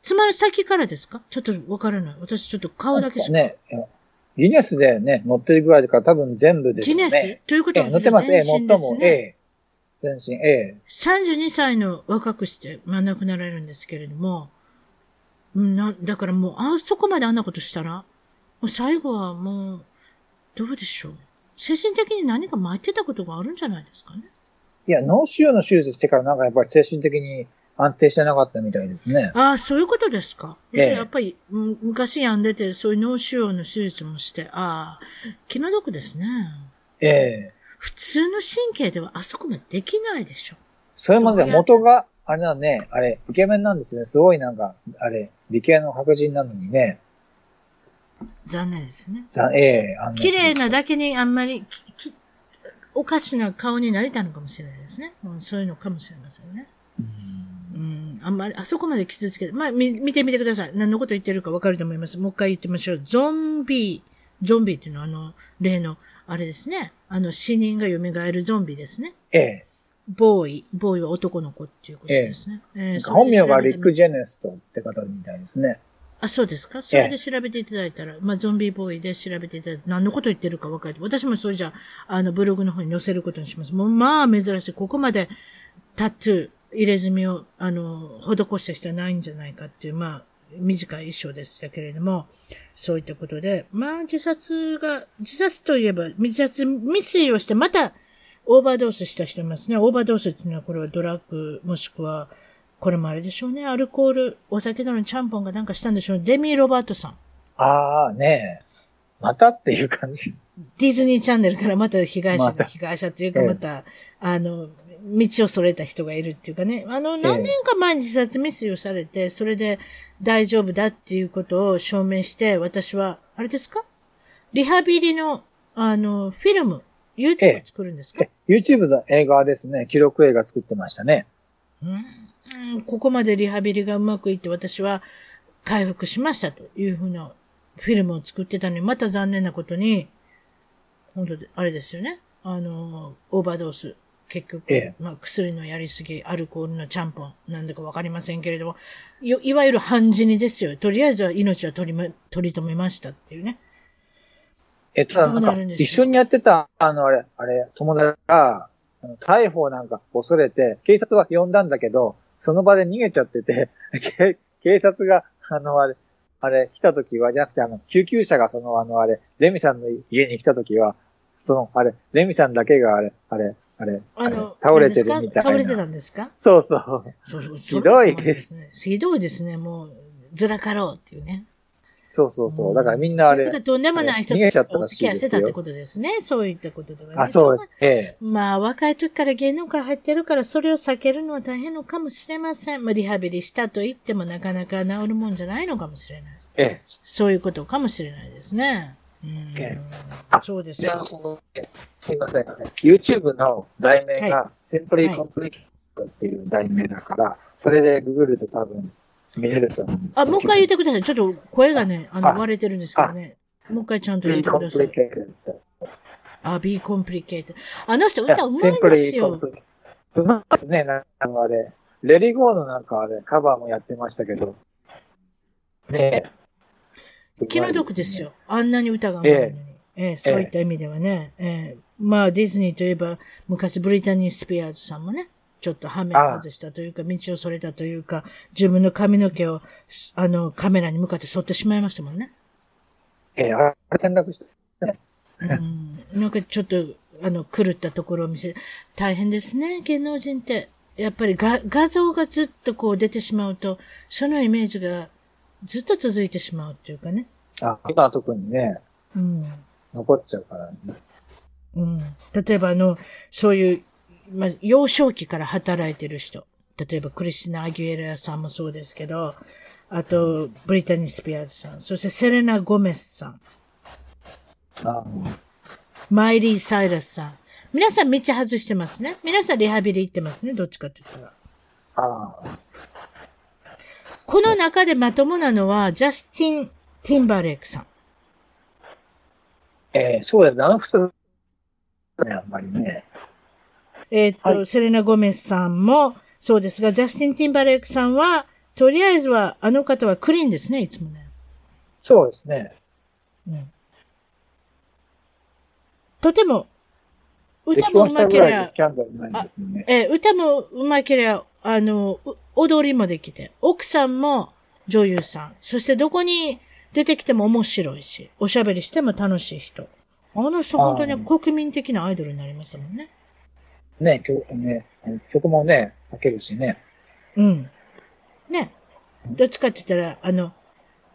[SPEAKER 1] つまり先からですかちょっとわからない。私ちょっと顔だけしか。
[SPEAKER 2] え。ねえ。ギネスでね、乗ってるぐらいだから多分全部です
[SPEAKER 1] ギ
[SPEAKER 2] よね。
[SPEAKER 1] ネスということ
[SPEAKER 2] え
[SPEAKER 1] は、
[SPEAKER 2] え、乗ってます。ええ、
[SPEAKER 1] 全
[SPEAKER 2] 最
[SPEAKER 1] 身です
[SPEAKER 2] も、
[SPEAKER 1] ね
[SPEAKER 2] ええ。全身、ええ。
[SPEAKER 1] 32歳の若くして、まあ、亡くなられるんですけれども、うんな、だからもう、あそこまであんなことしたら、もう最後はもう、どうでしょう。精神的に何か巻いてたことがあるんじゃないですかね。
[SPEAKER 2] いや、脳腫瘍の手術してからなんかやっぱり精神的に安定してなかったみたいですね。
[SPEAKER 1] ああ、そういうことですか。
[SPEAKER 2] ええ
[SPEAKER 1] やっぱり、む昔病んでて、そういう脳腫瘍の手術もして、ああ、気の毒ですね。
[SPEAKER 2] ええ。
[SPEAKER 1] 普通の神経ではあそこまでできないでしょ。
[SPEAKER 2] それもね、
[SPEAKER 1] どうやって
[SPEAKER 2] 元が、あれだね、あれ、イケメンなんですね。すごいなんか、あれ、理系の白人なのにね。
[SPEAKER 1] 残念ですね。
[SPEAKER 2] ざええ、あの
[SPEAKER 1] 綺麗なだけにあんまりききおかしな顔になりたのかもしれないですね。うんそういうのかもしれませんね。
[SPEAKER 2] うん
[SPEAKER 1] うん、あんまり、あそこまで傷つけて、まあ、み見てみてください。何のこと言ってるかわかると思います。もう一回言ってみましょう。ゾンビ、ゾンビっていうのはあの、例の、あれですね。あの、死人が蘇るゾンビですね。
[SPEAKER 2] ええ。
[SPEAKER 1] ボーイ、ボーイは男の子っていうことですね。え
[SPEAKER 2] な
[SPEAKER 1] ー
[SPEAKER 2] んか本名がリック・
[SPEAKER 1] それで調べてみ
[SPEAKER 2] ジェネストって方みたいですね。
[SPEAKER 1] あ、そうですかそれで調べていただいたら、まあ、ゾンビボーイで調べていただいて、何のこと言ってるか分かる。私もそれじゃあ、あの、ブログの方に載せることにします。もう、まあ、珍しい。ここまでタトゥー、入れ墨を、あの、施した人はないんじゃないかっていう、まあ、短い衣装でしたけれども、そういったことで、まあ、自殺が、自殺といえば、自殺未遂をして、また、オーバードースした人いますね。オーバードースっていうのは、これはドラッグ、もしくは、これもあれでしょうね。アルコール、お酒とのちゃんぽんがなんかしたんでしょうね。デミー・ロバートさん。
[SPEAKER 2] ああ、ねえ。またっていう感じ。
[SPEAKER 1] ディズニーチャンネルからまた被害者
[SPEAKER 2] また
[SPEAKER 1] が、被害者っていうか
[SPEAKER 2] ええ
[SPEAKER 1] また、あの、道をそれた人がいるっていうかね。あの、何年か前に自殺未遂をされて、それで大丈夫だっていうことを証明して、私は、あれですかリハビリの、あの、フィルム、
[SPEAKER 2] え
[SPEAKER 1] YouTube
[SPEAKER 2] え
[SPEAKER 1] 作るんですか、
[SPEAKER 2] え YouTube の映画ですね、記録映画作ってましたね。
[SPEAKER 1] うんここまでリハビリがうまくいって私は回復しましたというふうなフィルムを作ってたのに、また残念なことに、本当で、あれですよね。あの、オーバードース。結局、
[SPEAKER 2] え
[SPEAKER 1] まあ、薬のやりすぎ、アルコールのちゃんぽん、なんだかわかりませんけれども、よいわゆる半死にですよ。とりあえずは命は取りめ、取り留めましたっていうね。
[SPEAKER 2] え、ただなん
[SPEAKER 1] どうな
[SPEAKER 2] か
[SPEAKER 1] るんでしょう
[SPEAKER 2] 一緒にやってた、あの、あれ、あれ、友達が、あの逮捕なんか恐れて、警察は呼んだんだけど、その場で逃げちゃって て、け警察が、あの、あれ、あれ、来た時は、じゃなくて、あの、救急車がその、あの、あれ、ゼミさんの家に来た時は、その、あれ、ゼミさんだけが、あれ、あれ、あれ、
[SPEAKER 1] あ
[SPEAKER 2] あれ
[SPEAKER 1] の、
[SPEAKER 2] 倒れてる
[SPEAKER 1] あれ
[SPEAKER 2] み
[SPEAKER 1] ですか
[SPEAKER 2] た
[SPEAKER 1] 倒
[SPEAKER 2] い
[SPEAKER 1] れてた
[SPEAKER 2] な。
[SPEAKER 1] んですか
[SPEAKER 2] そうそう。
[SPEAKER 1] そう
[SPEAKER 2] ひどい
[SPEAKER 1] そうですね。ひどいですね。もう、ずらかろうっていうね。
[SPEAKER 2] そうそうそうう。
[SPEAKER 1] ん
[SPEAKER 2] だからみんなあ
[SPEAKER 1] ということは
[SPEAKER 2] れ、
[SPEAKER 1] とんでもない人
[SPEAKER 2] 逃げちゃった
[SPEAKER 1] お
[SPEAKER 2] ら
[SPEAKER 1] 付
[SPEAKER 2] し
[SPEAKER 1] き
[SPEAKER 2] い
[SPEAKER 1] 合いし
[SPEAKER 2] で
[SPEAKER 1] て
[SPEAKER 2] す
[SPEAKER 1] たって
[SPEAKER 2] よ。
[SPEAKER 1] ことですね。そういったことではね。
[SPEAKER 2] あ、そうです。ええ。
[SPEAKER 1] まあ、若い時から芸能界入ってるから、それを避けるのは大変のかもしれません。まあ、リハビリしたと言ってもなかなか治るもんじゃないのかもしれない。
[SPEAKER 2] ええ。
[SPEAKER 1] そういうことかもしれないですね。うん
[SPEAKER 2] ええ
[SPEAKER 1] そうです
[SPEAKER 2] じゃあ
[SPEAKER 1] よ。
[SPEAKER 2] そのえすいません。YouTube の題名
[SPEAKER 1] は
[SPEAKER 2] が、セントリーコンプリケットっていう題名だから、それでググると多分見れると思う。
[SPEAKER 1] あ、もう一回言ってください。ちょっと声がね、あ
[SPEAKER 2] あ
[SPEAKER 1] の、割れてるんですけどね。もう一回ちゃんと
[SPEAKER 2] セ
[SPEAKER 1] 言
[SPEAKER 2] ン
[SPEAKER 1] って
[SPEAKER 2] ト
[SPEAKER 1] く
[SPEAKER 2] リ
[SPEAKER 1] だ
[SPEAKER 2] ーコ
[SPEAKER 1] さ
[SPEAKER 2] ン
[SPEAKER 1] い
[SPEAKER 2] プ。リケット。
[SPEAKER 1] あ、be complicated。あの人
[SPEAKER 2] いや
[SPEAKER 1] 歌うまいんですよ。
[SPEAKER 2] リケット。うまいですね、なんかあのあれ。レリゴーのなんかあれ、カバーもやってましたけど。ねえ。
[SPEAKER 1] 気の毒ですよ。あんなに歌が上手いのに。ええそういった意味ではね。ええまあ、ディズニーといえば、昔ブリタニー・スピアーズさんもね、ちょっとハメを外したというか、道をそれたというか、自分の髪の毛を、すあの、カメラに向かって剃ってしまいましたもんね。
[SPEAKER 2] ええ、あれ転落した。
[SPEAKER 1] うん、なんかちょっと、あの、狂ったところを見せ、大変ですね、芸能人って。やっぱりが画像がずっとこう出てしまうと、そのイメージがずっと続いてしまうっていうかね。
[SPEAKER 2] あ、今は特にね、
[SPEAKER 1] うん。
[SPEAKER 2] 残っちゃうからね。
[SPEAKER 1] うん。例えばあの、そういう、まあ、幼少期から働いてる人。例えばクリスティナ・アギュエラさんもそうですけど、あと、ブリタニー・スピアーズさん、そしてセレナ・ゴメスさん、
[SPEAKER 2] あ
[SPEAKER 1] マイリー・サイラスさん。皆さん道外してますね。皆さんリハビリ行ってますね。どっちかって言ったら。
[SPEAKER 2] あ、
[SPEAKER 1] この中でまともなのは、ジャスティン・ティンバーレイクさん。
[SPEAKER 2] ええ、そうです。あの普通ね、あんまりね。
[SPEAKER 1] えーっと、
[SPEAKER 2] は
[SPEAKER 1] セレナ・ゴメスさんも、そうですが、ジャスティン・ティンバーレイクさんは、とりあえずは、あの方はクリーンですね、いつもね。
[SPEAKER 2] そうですね。
[SPEAKER 1] うんとても、歌
[SPEAKER 2] 結
[SPEAKER 1] もう
[SPEAKER 2] 婚し
[SPEAKER 1] ま
[SPEAKER 2] たぐ
[SPEAKER 1] けり
[SPEAKER 2] らい
[SPEAKER 1] ゃ
[SPEAKER 2] で、キャンドルないんですよね。
[SPEAKER 1] えー歌もうまけりゃ、あの、う踊りもできて、奥さんも女優さん、そしてどこに出てきても面白いし、おしゃべりしても楽しい人。あの人、
[SPEAKER 2] あー
[SPEAKER 1] 本当に国民的なアイドルになりましたもんね。
[SPEAKER 2] ね、曲ね、曲もね、書けるしね。
[SPEAKER 1] うん。ね。どっちかって言ったら、あの、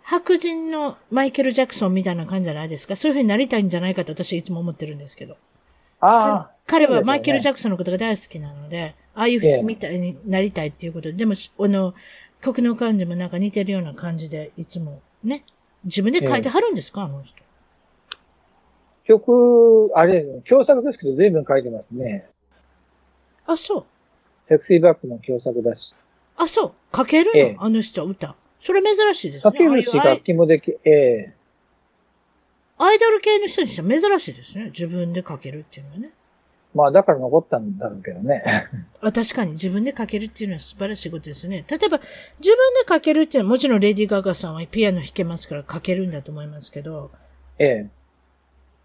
[SPEAKER 1] 白人のマイケル・ジャクソンみたいな感じじゃないですか。そういう風になりたいんじゃないかと私はいつも思ってるんですけど。
[SPEAKER 2] ああ、
[SPEAKER 1] 彼はマイケル・ジ
[SPEAKER 2] ャ
[SPEAKER 1] ャクソンのことが大好きなので、ああいう
[SPEAKER 2] ええ
[SPEAKER 1] 人みたいになりたいっていうことで、でも、しあの、曲の感じもなんか似てるような感じで、いつもね、自分で書いてはるんですか、あの人。
[SPEAKER 2] 曲、あれ、共作ですけど、随分書いてますね。
[SPEAKER 1] あ、そう。
[SPEAKER 2] セクシーバックも共作だし。
[SPEAKER 1] あ、そう。書けるの、
[SPEAKER 2] ええ
[SPEAKER 1] あの人、歌。それ珍しいです
[SPEAKER 2] 書
[SPEAKER 1] ね。
[SPEAKER 2] け
[SPEAKER 1] ああい
[SPEAKER 2] るし、
[SPEAKER 1] うア
[SPEAKER 2] 楽
[SPEAKER 1] イ
[SPEAKER 2] 器もでき、ええ
[SPEAKER 1] アイドル系の人にしては珍しいですね。自分で書けるっていうのはね。
[SPEAKER 2] まあ、だから残ったんだろうけどね。
[SPEAKER 1] あ確かに自分で書けるっていうのは素晴らしいことですよね。例えば、自分で書けるっていうのは、もちろんレディー・ガガさんはピアノ弾けますから書けるんだと思いますけど、
[SPEAKER 2] ええ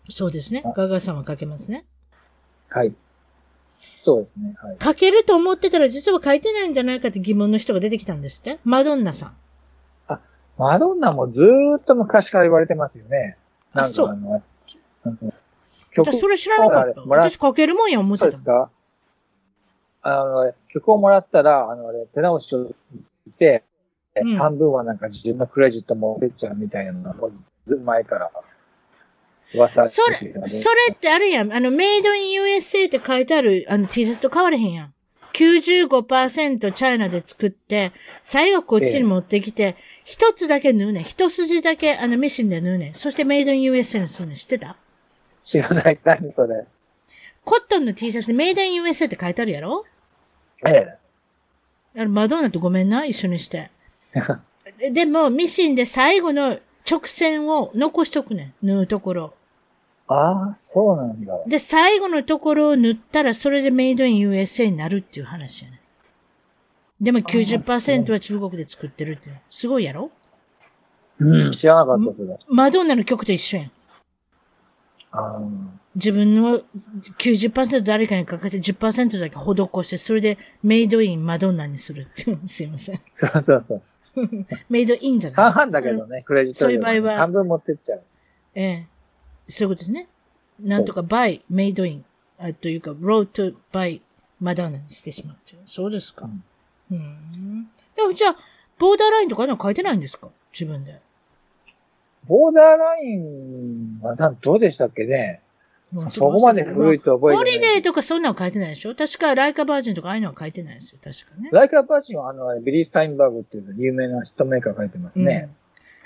[SPEAKER 1] そうですね
[SPEAKER 2] あ。
[SPEAKER 1] ガガさんは書けますね。
[SPEAKER 2] はい。そうですね、はい。
[SPEAKER 1] 書けると思ってたら実は書いてないんじゃないかって疑問の人が出てきたんですって。マドンナさん。
[SPEAKER 2] マドンナもずーっと昔から言われてますよね。
[SPEAKER 1] あ、
[SPEAKER 2] なん
[SPEAKER 1] そ
[SPEAKER 2] か
[SPEAKER 1] う。
[SPEAKER 2] あの、うん
[SPEAKER 1] だからそれ知らなかっ
[SPEAKER 2] 曲
[SPEAKER 1] た。
[SPEAKER 2] をもらう
[SPEAKER 1] 私書けるもんや思っ
[SPEAKER 2] そう
[SPEAKER 1] て
[SPEAKER 2] で
[SPEAKER 1] た
[SPEAKER 2] す
[SPEAKER 1] もん。
[SPEAKER 2] かあの、あれ曲をもらったら、あの、あれ、手直しをして、
[SPEAKER 1] うん
[SPEAKER 2] 半分はなんか自分のクレジットも出ちゃうみたいなのも、ずっと前から噂
[SPEAKER 1] それ、それってあれやん。あの、メイドイン USA って書いてあるあの T シャツと変われへんやん。95%チャイナで作って、最後こっちに持ってきて、一、つだけ縫うねん。一筋だけあのミシンで縫うねん。そしてメイドイン USA にするねん。知ってた
[SPEAKER 2] 知らない。何それ。
[SPEAKER 1] コットンの T シャツ、メイドイン USA って書いてあるやろ
[SPEAKER 2] ええ。
[SPEAKER 1] あの、マドンナとごめんな、一緒にして。でも、ミシンで最後の直線を残しとくねん。縫うところ。
[SPEAKER 2] ああ、そうなんだ。
[SPEAKER 1] で、最後のところを塗ったら、それでメイドイン USA になるっていう話やねん。でも90%は中国で作ってるっていう。すごいやろ
[SPEAKER 2] うん、知らなかったそれ。
[SPEAKER 1] マドンナの曲と一緒やん。
[SPEAKER 2] あ
[SPEAKER 1] 自分の90%誰かにかけて10%だけ施して、それでメイドインマドンナにするっていう。すいません。
[SPEAKER 2] あ、そうそうそう。
[SPEAKER 1] メイドインじゃない
[SPEAKER 2] 半々だけどね、クレジット料が
[SPEAKER 1] そういう場合は
[SPEAKER 2] 半分持ってっちゃう。
[SPEAKER 1] ええ。そういうことですね。なんとか by メイドイン、あというか road to by マダーナにしてしまって。そうですか。うーん。でもじゃあ、ボーダーラインとかなんか書いてないんですか自分で。
[SPEAKER 2] ボーダーラインはなんどうでしたっけね
[SPEAKER 1] もう
[SPEAKER 2] そこまで古いと覚え
[SPEAKER 1] ホ
[SPEAKER 2] てな
[SPEAKER 1] リ
[SPEAKER 2] い。
[SPEAKER 1] デーとかそんなの書いてないでしょ確か、ライカバージンとかああいうのは書いてないですよ。確かね。
[SPEAKER 2] ライカーパーチンはあの、ビリー・スタインバーグっていう有名なヒットメーカーが書いてますね。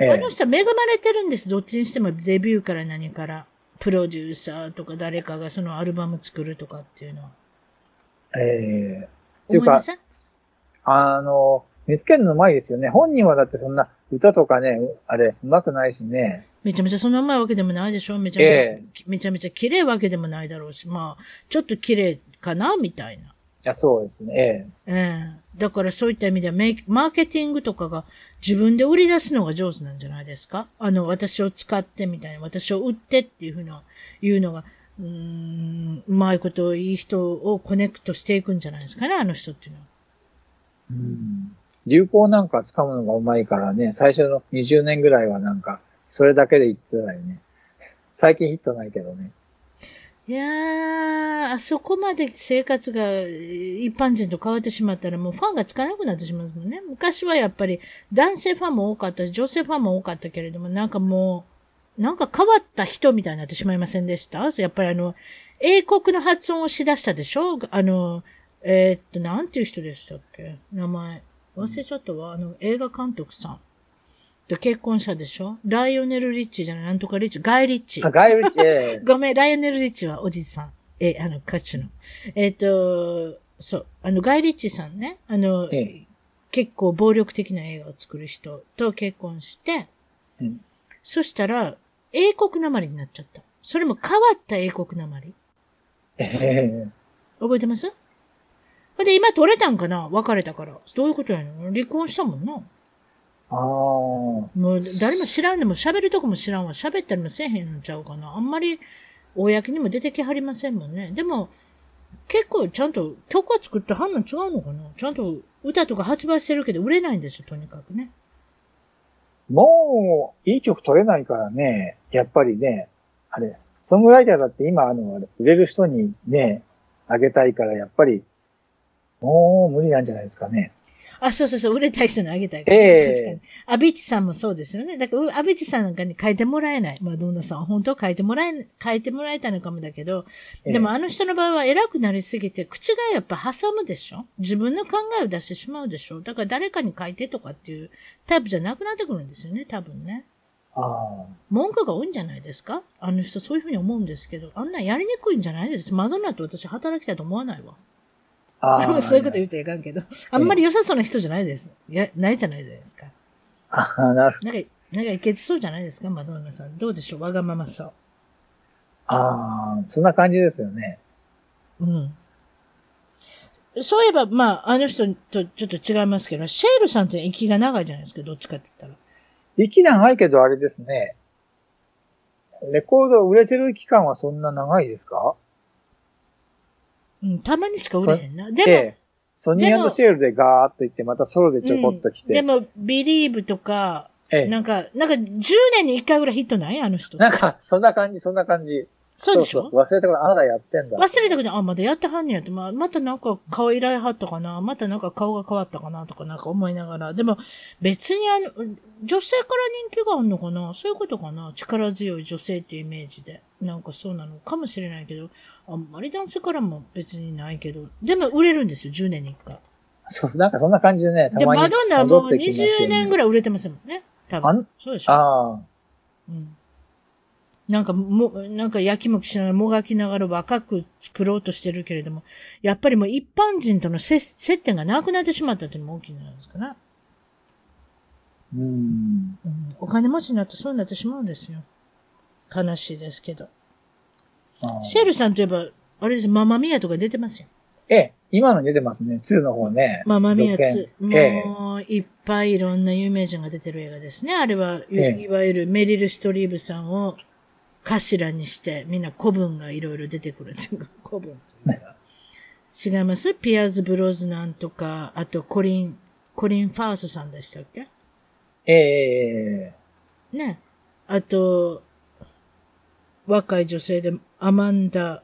[SPEAKER 1] うん。
[SPEAKER 2] え
[SPEAKER 1] あ
[SPEAKER 2] え
[SPEAKER 1] の人は恵まれてるんです。どっちにしてもデビューから何から。プロデューサーとか誰かがそのアルバム作るとかっていうのは。
[SPEAKER 2] ええってい
[SPEAKER 1] 思い
[SPEAKER 2] うか
[SPEAKER 1] ません
[SPEAKER 2] あの、見つけるのうまいですよね。本人はだってそんな歌とかね、あれ、うまくないしね。
[SPEAKER 1] めちゃめちゃそんなうまいわけでもないでしょめちゃめちゃ、
[SPEAKER 2] え
[SPEAKER 1] めちゃめちゃ綺麗わけでもないだろうし、まあ、ちょっと綺麗かなみたいな。
[SPEAKER 2] いや、そうですね。
[SPEAKER 1] ええだからそういった意味ではメイク、マーケティングとかが自分で売り出すのが上手なんじゃないですかあの、私を使ってみたいな、私を売ってっていうふうな、いうのが、うーん、うまいこといい人をコネクトしていくんじゃないですかね、あの人っていうのは。
[SPEAKER 2] えうん。流行なんか掴むのがうまいからね、最初の20年ぐらいはなんか、それだけで言ってたよね。最近ヒットないけどね。
[SPEAKER 1] いやー、あそこまで生活がえー一般人と変わってしまったらもうファンがつかなくなってしまうもんね。昔はやっぱり男性ファンも多かったし、女性ファンも多かったけれども、なんかもう、なんか変わった人みたいになってしまいませんでしたやっぱりあの、英国の発音をしだしたでしょあの、えーっと、なんていう人でしたっけ名前。忘れちゃったわ。あの、映画監督さん。と結婚したでしょライオネル・リッチーじゃない、なんとかリッチー、ガイ・リッチー
[SPEAKER 2] あ、。ガイルチェ
[SPEAKER 1] ごめん、ライオネル・リッチはおじさん。え、あの、歌手の。えっ、と、そう、あの、ガイ・リッチさんね、あの、
[SPEAKER 2] ええ
[SPEAKER 1] 結構暴力的な映画を作る人と結婚して、
[SPEAKER 2] うん
[SPEAKER 1] そしたら、英国なまりになっちゃった。それも変わった英国なまり。
[SPEAKER 2] え
[SPEAKER 1] 覚えてますほんで、今取れたんかな別れたから。どういうことやの離婚したもんな。
[SPEAKER 2] ー、ああ。
[SPEAKER 1] もう誰も知らんでも喋るとこも知らんわ。喋ったりもせえへんのちゃうかな。あんまり公にも出てきはりませんもんね。でも、結構ちゃんと曲は作ってはんの違うのかなちゃんと歌とか発売してるけど売れないんですよ、とにかくね。
[SPEAKER 2] もう、いい曲取れないからね、やっぱりね、あれ、ソングライターだって今、あの、あれ売れる人にね、あげたいから、やっぱり、もう無理なんじゃないですかね。
[SPEAKER 1] あ、そうそうそう、売れたい人にあげたいから。
[SPEAKER 2] ええ
[SPEAKER 1] 確かに。アビチさんもそうですよね。だからう、アビチさんなんかに書いてもらえない。まあ、どんなさんは本当は書いてもらえ、書いてもらえたのかもだけど、
[SPEAKER 2] ええ
[SPEAKER 1] でもあの人の場合は偉くなりすぎて、口がやっぱ挟むでしょ自分の考えを出してしまうでしょだから誰かに書いてとかっていうタイプじゃなくなってくるんですよね、多分ね。
[SPEAKER 2] あ
[SPEAKER 1] 文句が多いんじゃないですかあの人そういうふうに思うんですけど、あんなんやりにくいんじゃないですマドンナと私働きたいと思わないわ。
[SPEAKER 2] あ。あ あ。
[SPEAKER 1] そういうこと言っていかんけど、あんまり良さそうな人じゃないです。いや、ないじゃないですか。
[SPEAKER 2] ああ、なるほど。
[SPEAKER 1] なんか、なんかいけそうじゃないですか、マドンナさん。どうでしょうわがままさ。
[SPEAKER 2] ああ、そんな感じですよね。
[SPEAKER 1] うん。そういえば、まあ、あの人とちょっと違いますけど、シェールさんって息が長いじゃないですか、どっちかって言ったら。
[SPEAKER 2] 息長いけど、あれですね。レコード売れてる期間はそんな長いですか
[SPEAKER 1] うん、たまにしか売れへんな。でも、
[SPEAKER 2] ええソニーシェールでガーっと行って、またソロでちょこっと来て。
[SPEAKER 1] うんでも、ビリーブとか、
[SPEAKER 2] ええ
[SPEAKER 1] なんか、なんか10年に1回ぐらいヒットないあの人。
[SPEAKER 2] なんか、そんな感じ、そんな感じ。
[SPEAKER 1] そうでしょ
[SPEAKER 2] 忘れたこと、あなたやってんだ。
[SPEAKER 1] 忘れたけど、あ、まだやってはんねやって、まあ、またなんか顔依頼はったかな、またなんか顔が変わったかなとかなんか思いながら、でも別にあの、女性から人気があるのかなそういうことかな力強い女性っていうイメージで。なんかそうなのかもしれないけど、あんまり男性からも別にないけど、でも売れるんですよ、10年に1回。
[SPEAKER 2] そう、なんかそんな感じでね、た
[SPEAKER 1] で、
[SPEAKER 2] まに
[SPEAKER 1] マドンナはもう
[SPEAKER 2] 戻ってきますよね
[SPEAKER 1] 20年ぐらい売れてませんもんね。多
[SPEAKER 2] あ
[SPEAKER 1] 分
[SPEAKER 2] ん。
[SPEAKER 1] そうでしょ
[SPEAKER 2] あ
[SPEAKER 1] うんなんかも、なんかやきもきしながら、もがきながら若く作ろうとしてるけれども、やっぱりもう一般人との接接点がなくなってしまったっていうのも大きいんじゃないですかね。
[SPEAKER 2] うん。
[SPEAKER 1] うんお金持ちになってそうになってしまうんですよ。悲しいですけど。
[SPEAKER 2] あー
[SPEAKER 1] シェルさんといえば、あれですよママミヤとか出てますよ。
[SPEAKER 2] ええ、今の出てますね。2の方ね。
[SPEAKER 1] ママミヤ
[SPEAKER 2] 続
[SPEAKER 1] つ、
[SPEAKER 2] 編ええ。
[SPEAKER 1] もう、いっぱいいろんな有名人が出てる映画ですね。あれは、い
[SPEAKER 2] ええ
[SPEAKER 1] いわゆるメリル・ストリーブさんを頭にして、みんな古文がいろいろ出てくるっていう か、古文というか。違いますピアーズ・ブロズナンとか、あとコリン、コリン・ファースさんでしたっけ
[SPEAKER 2] ええ、
[SPEAKER 1] ね。あと、若い女性で、アマンダ、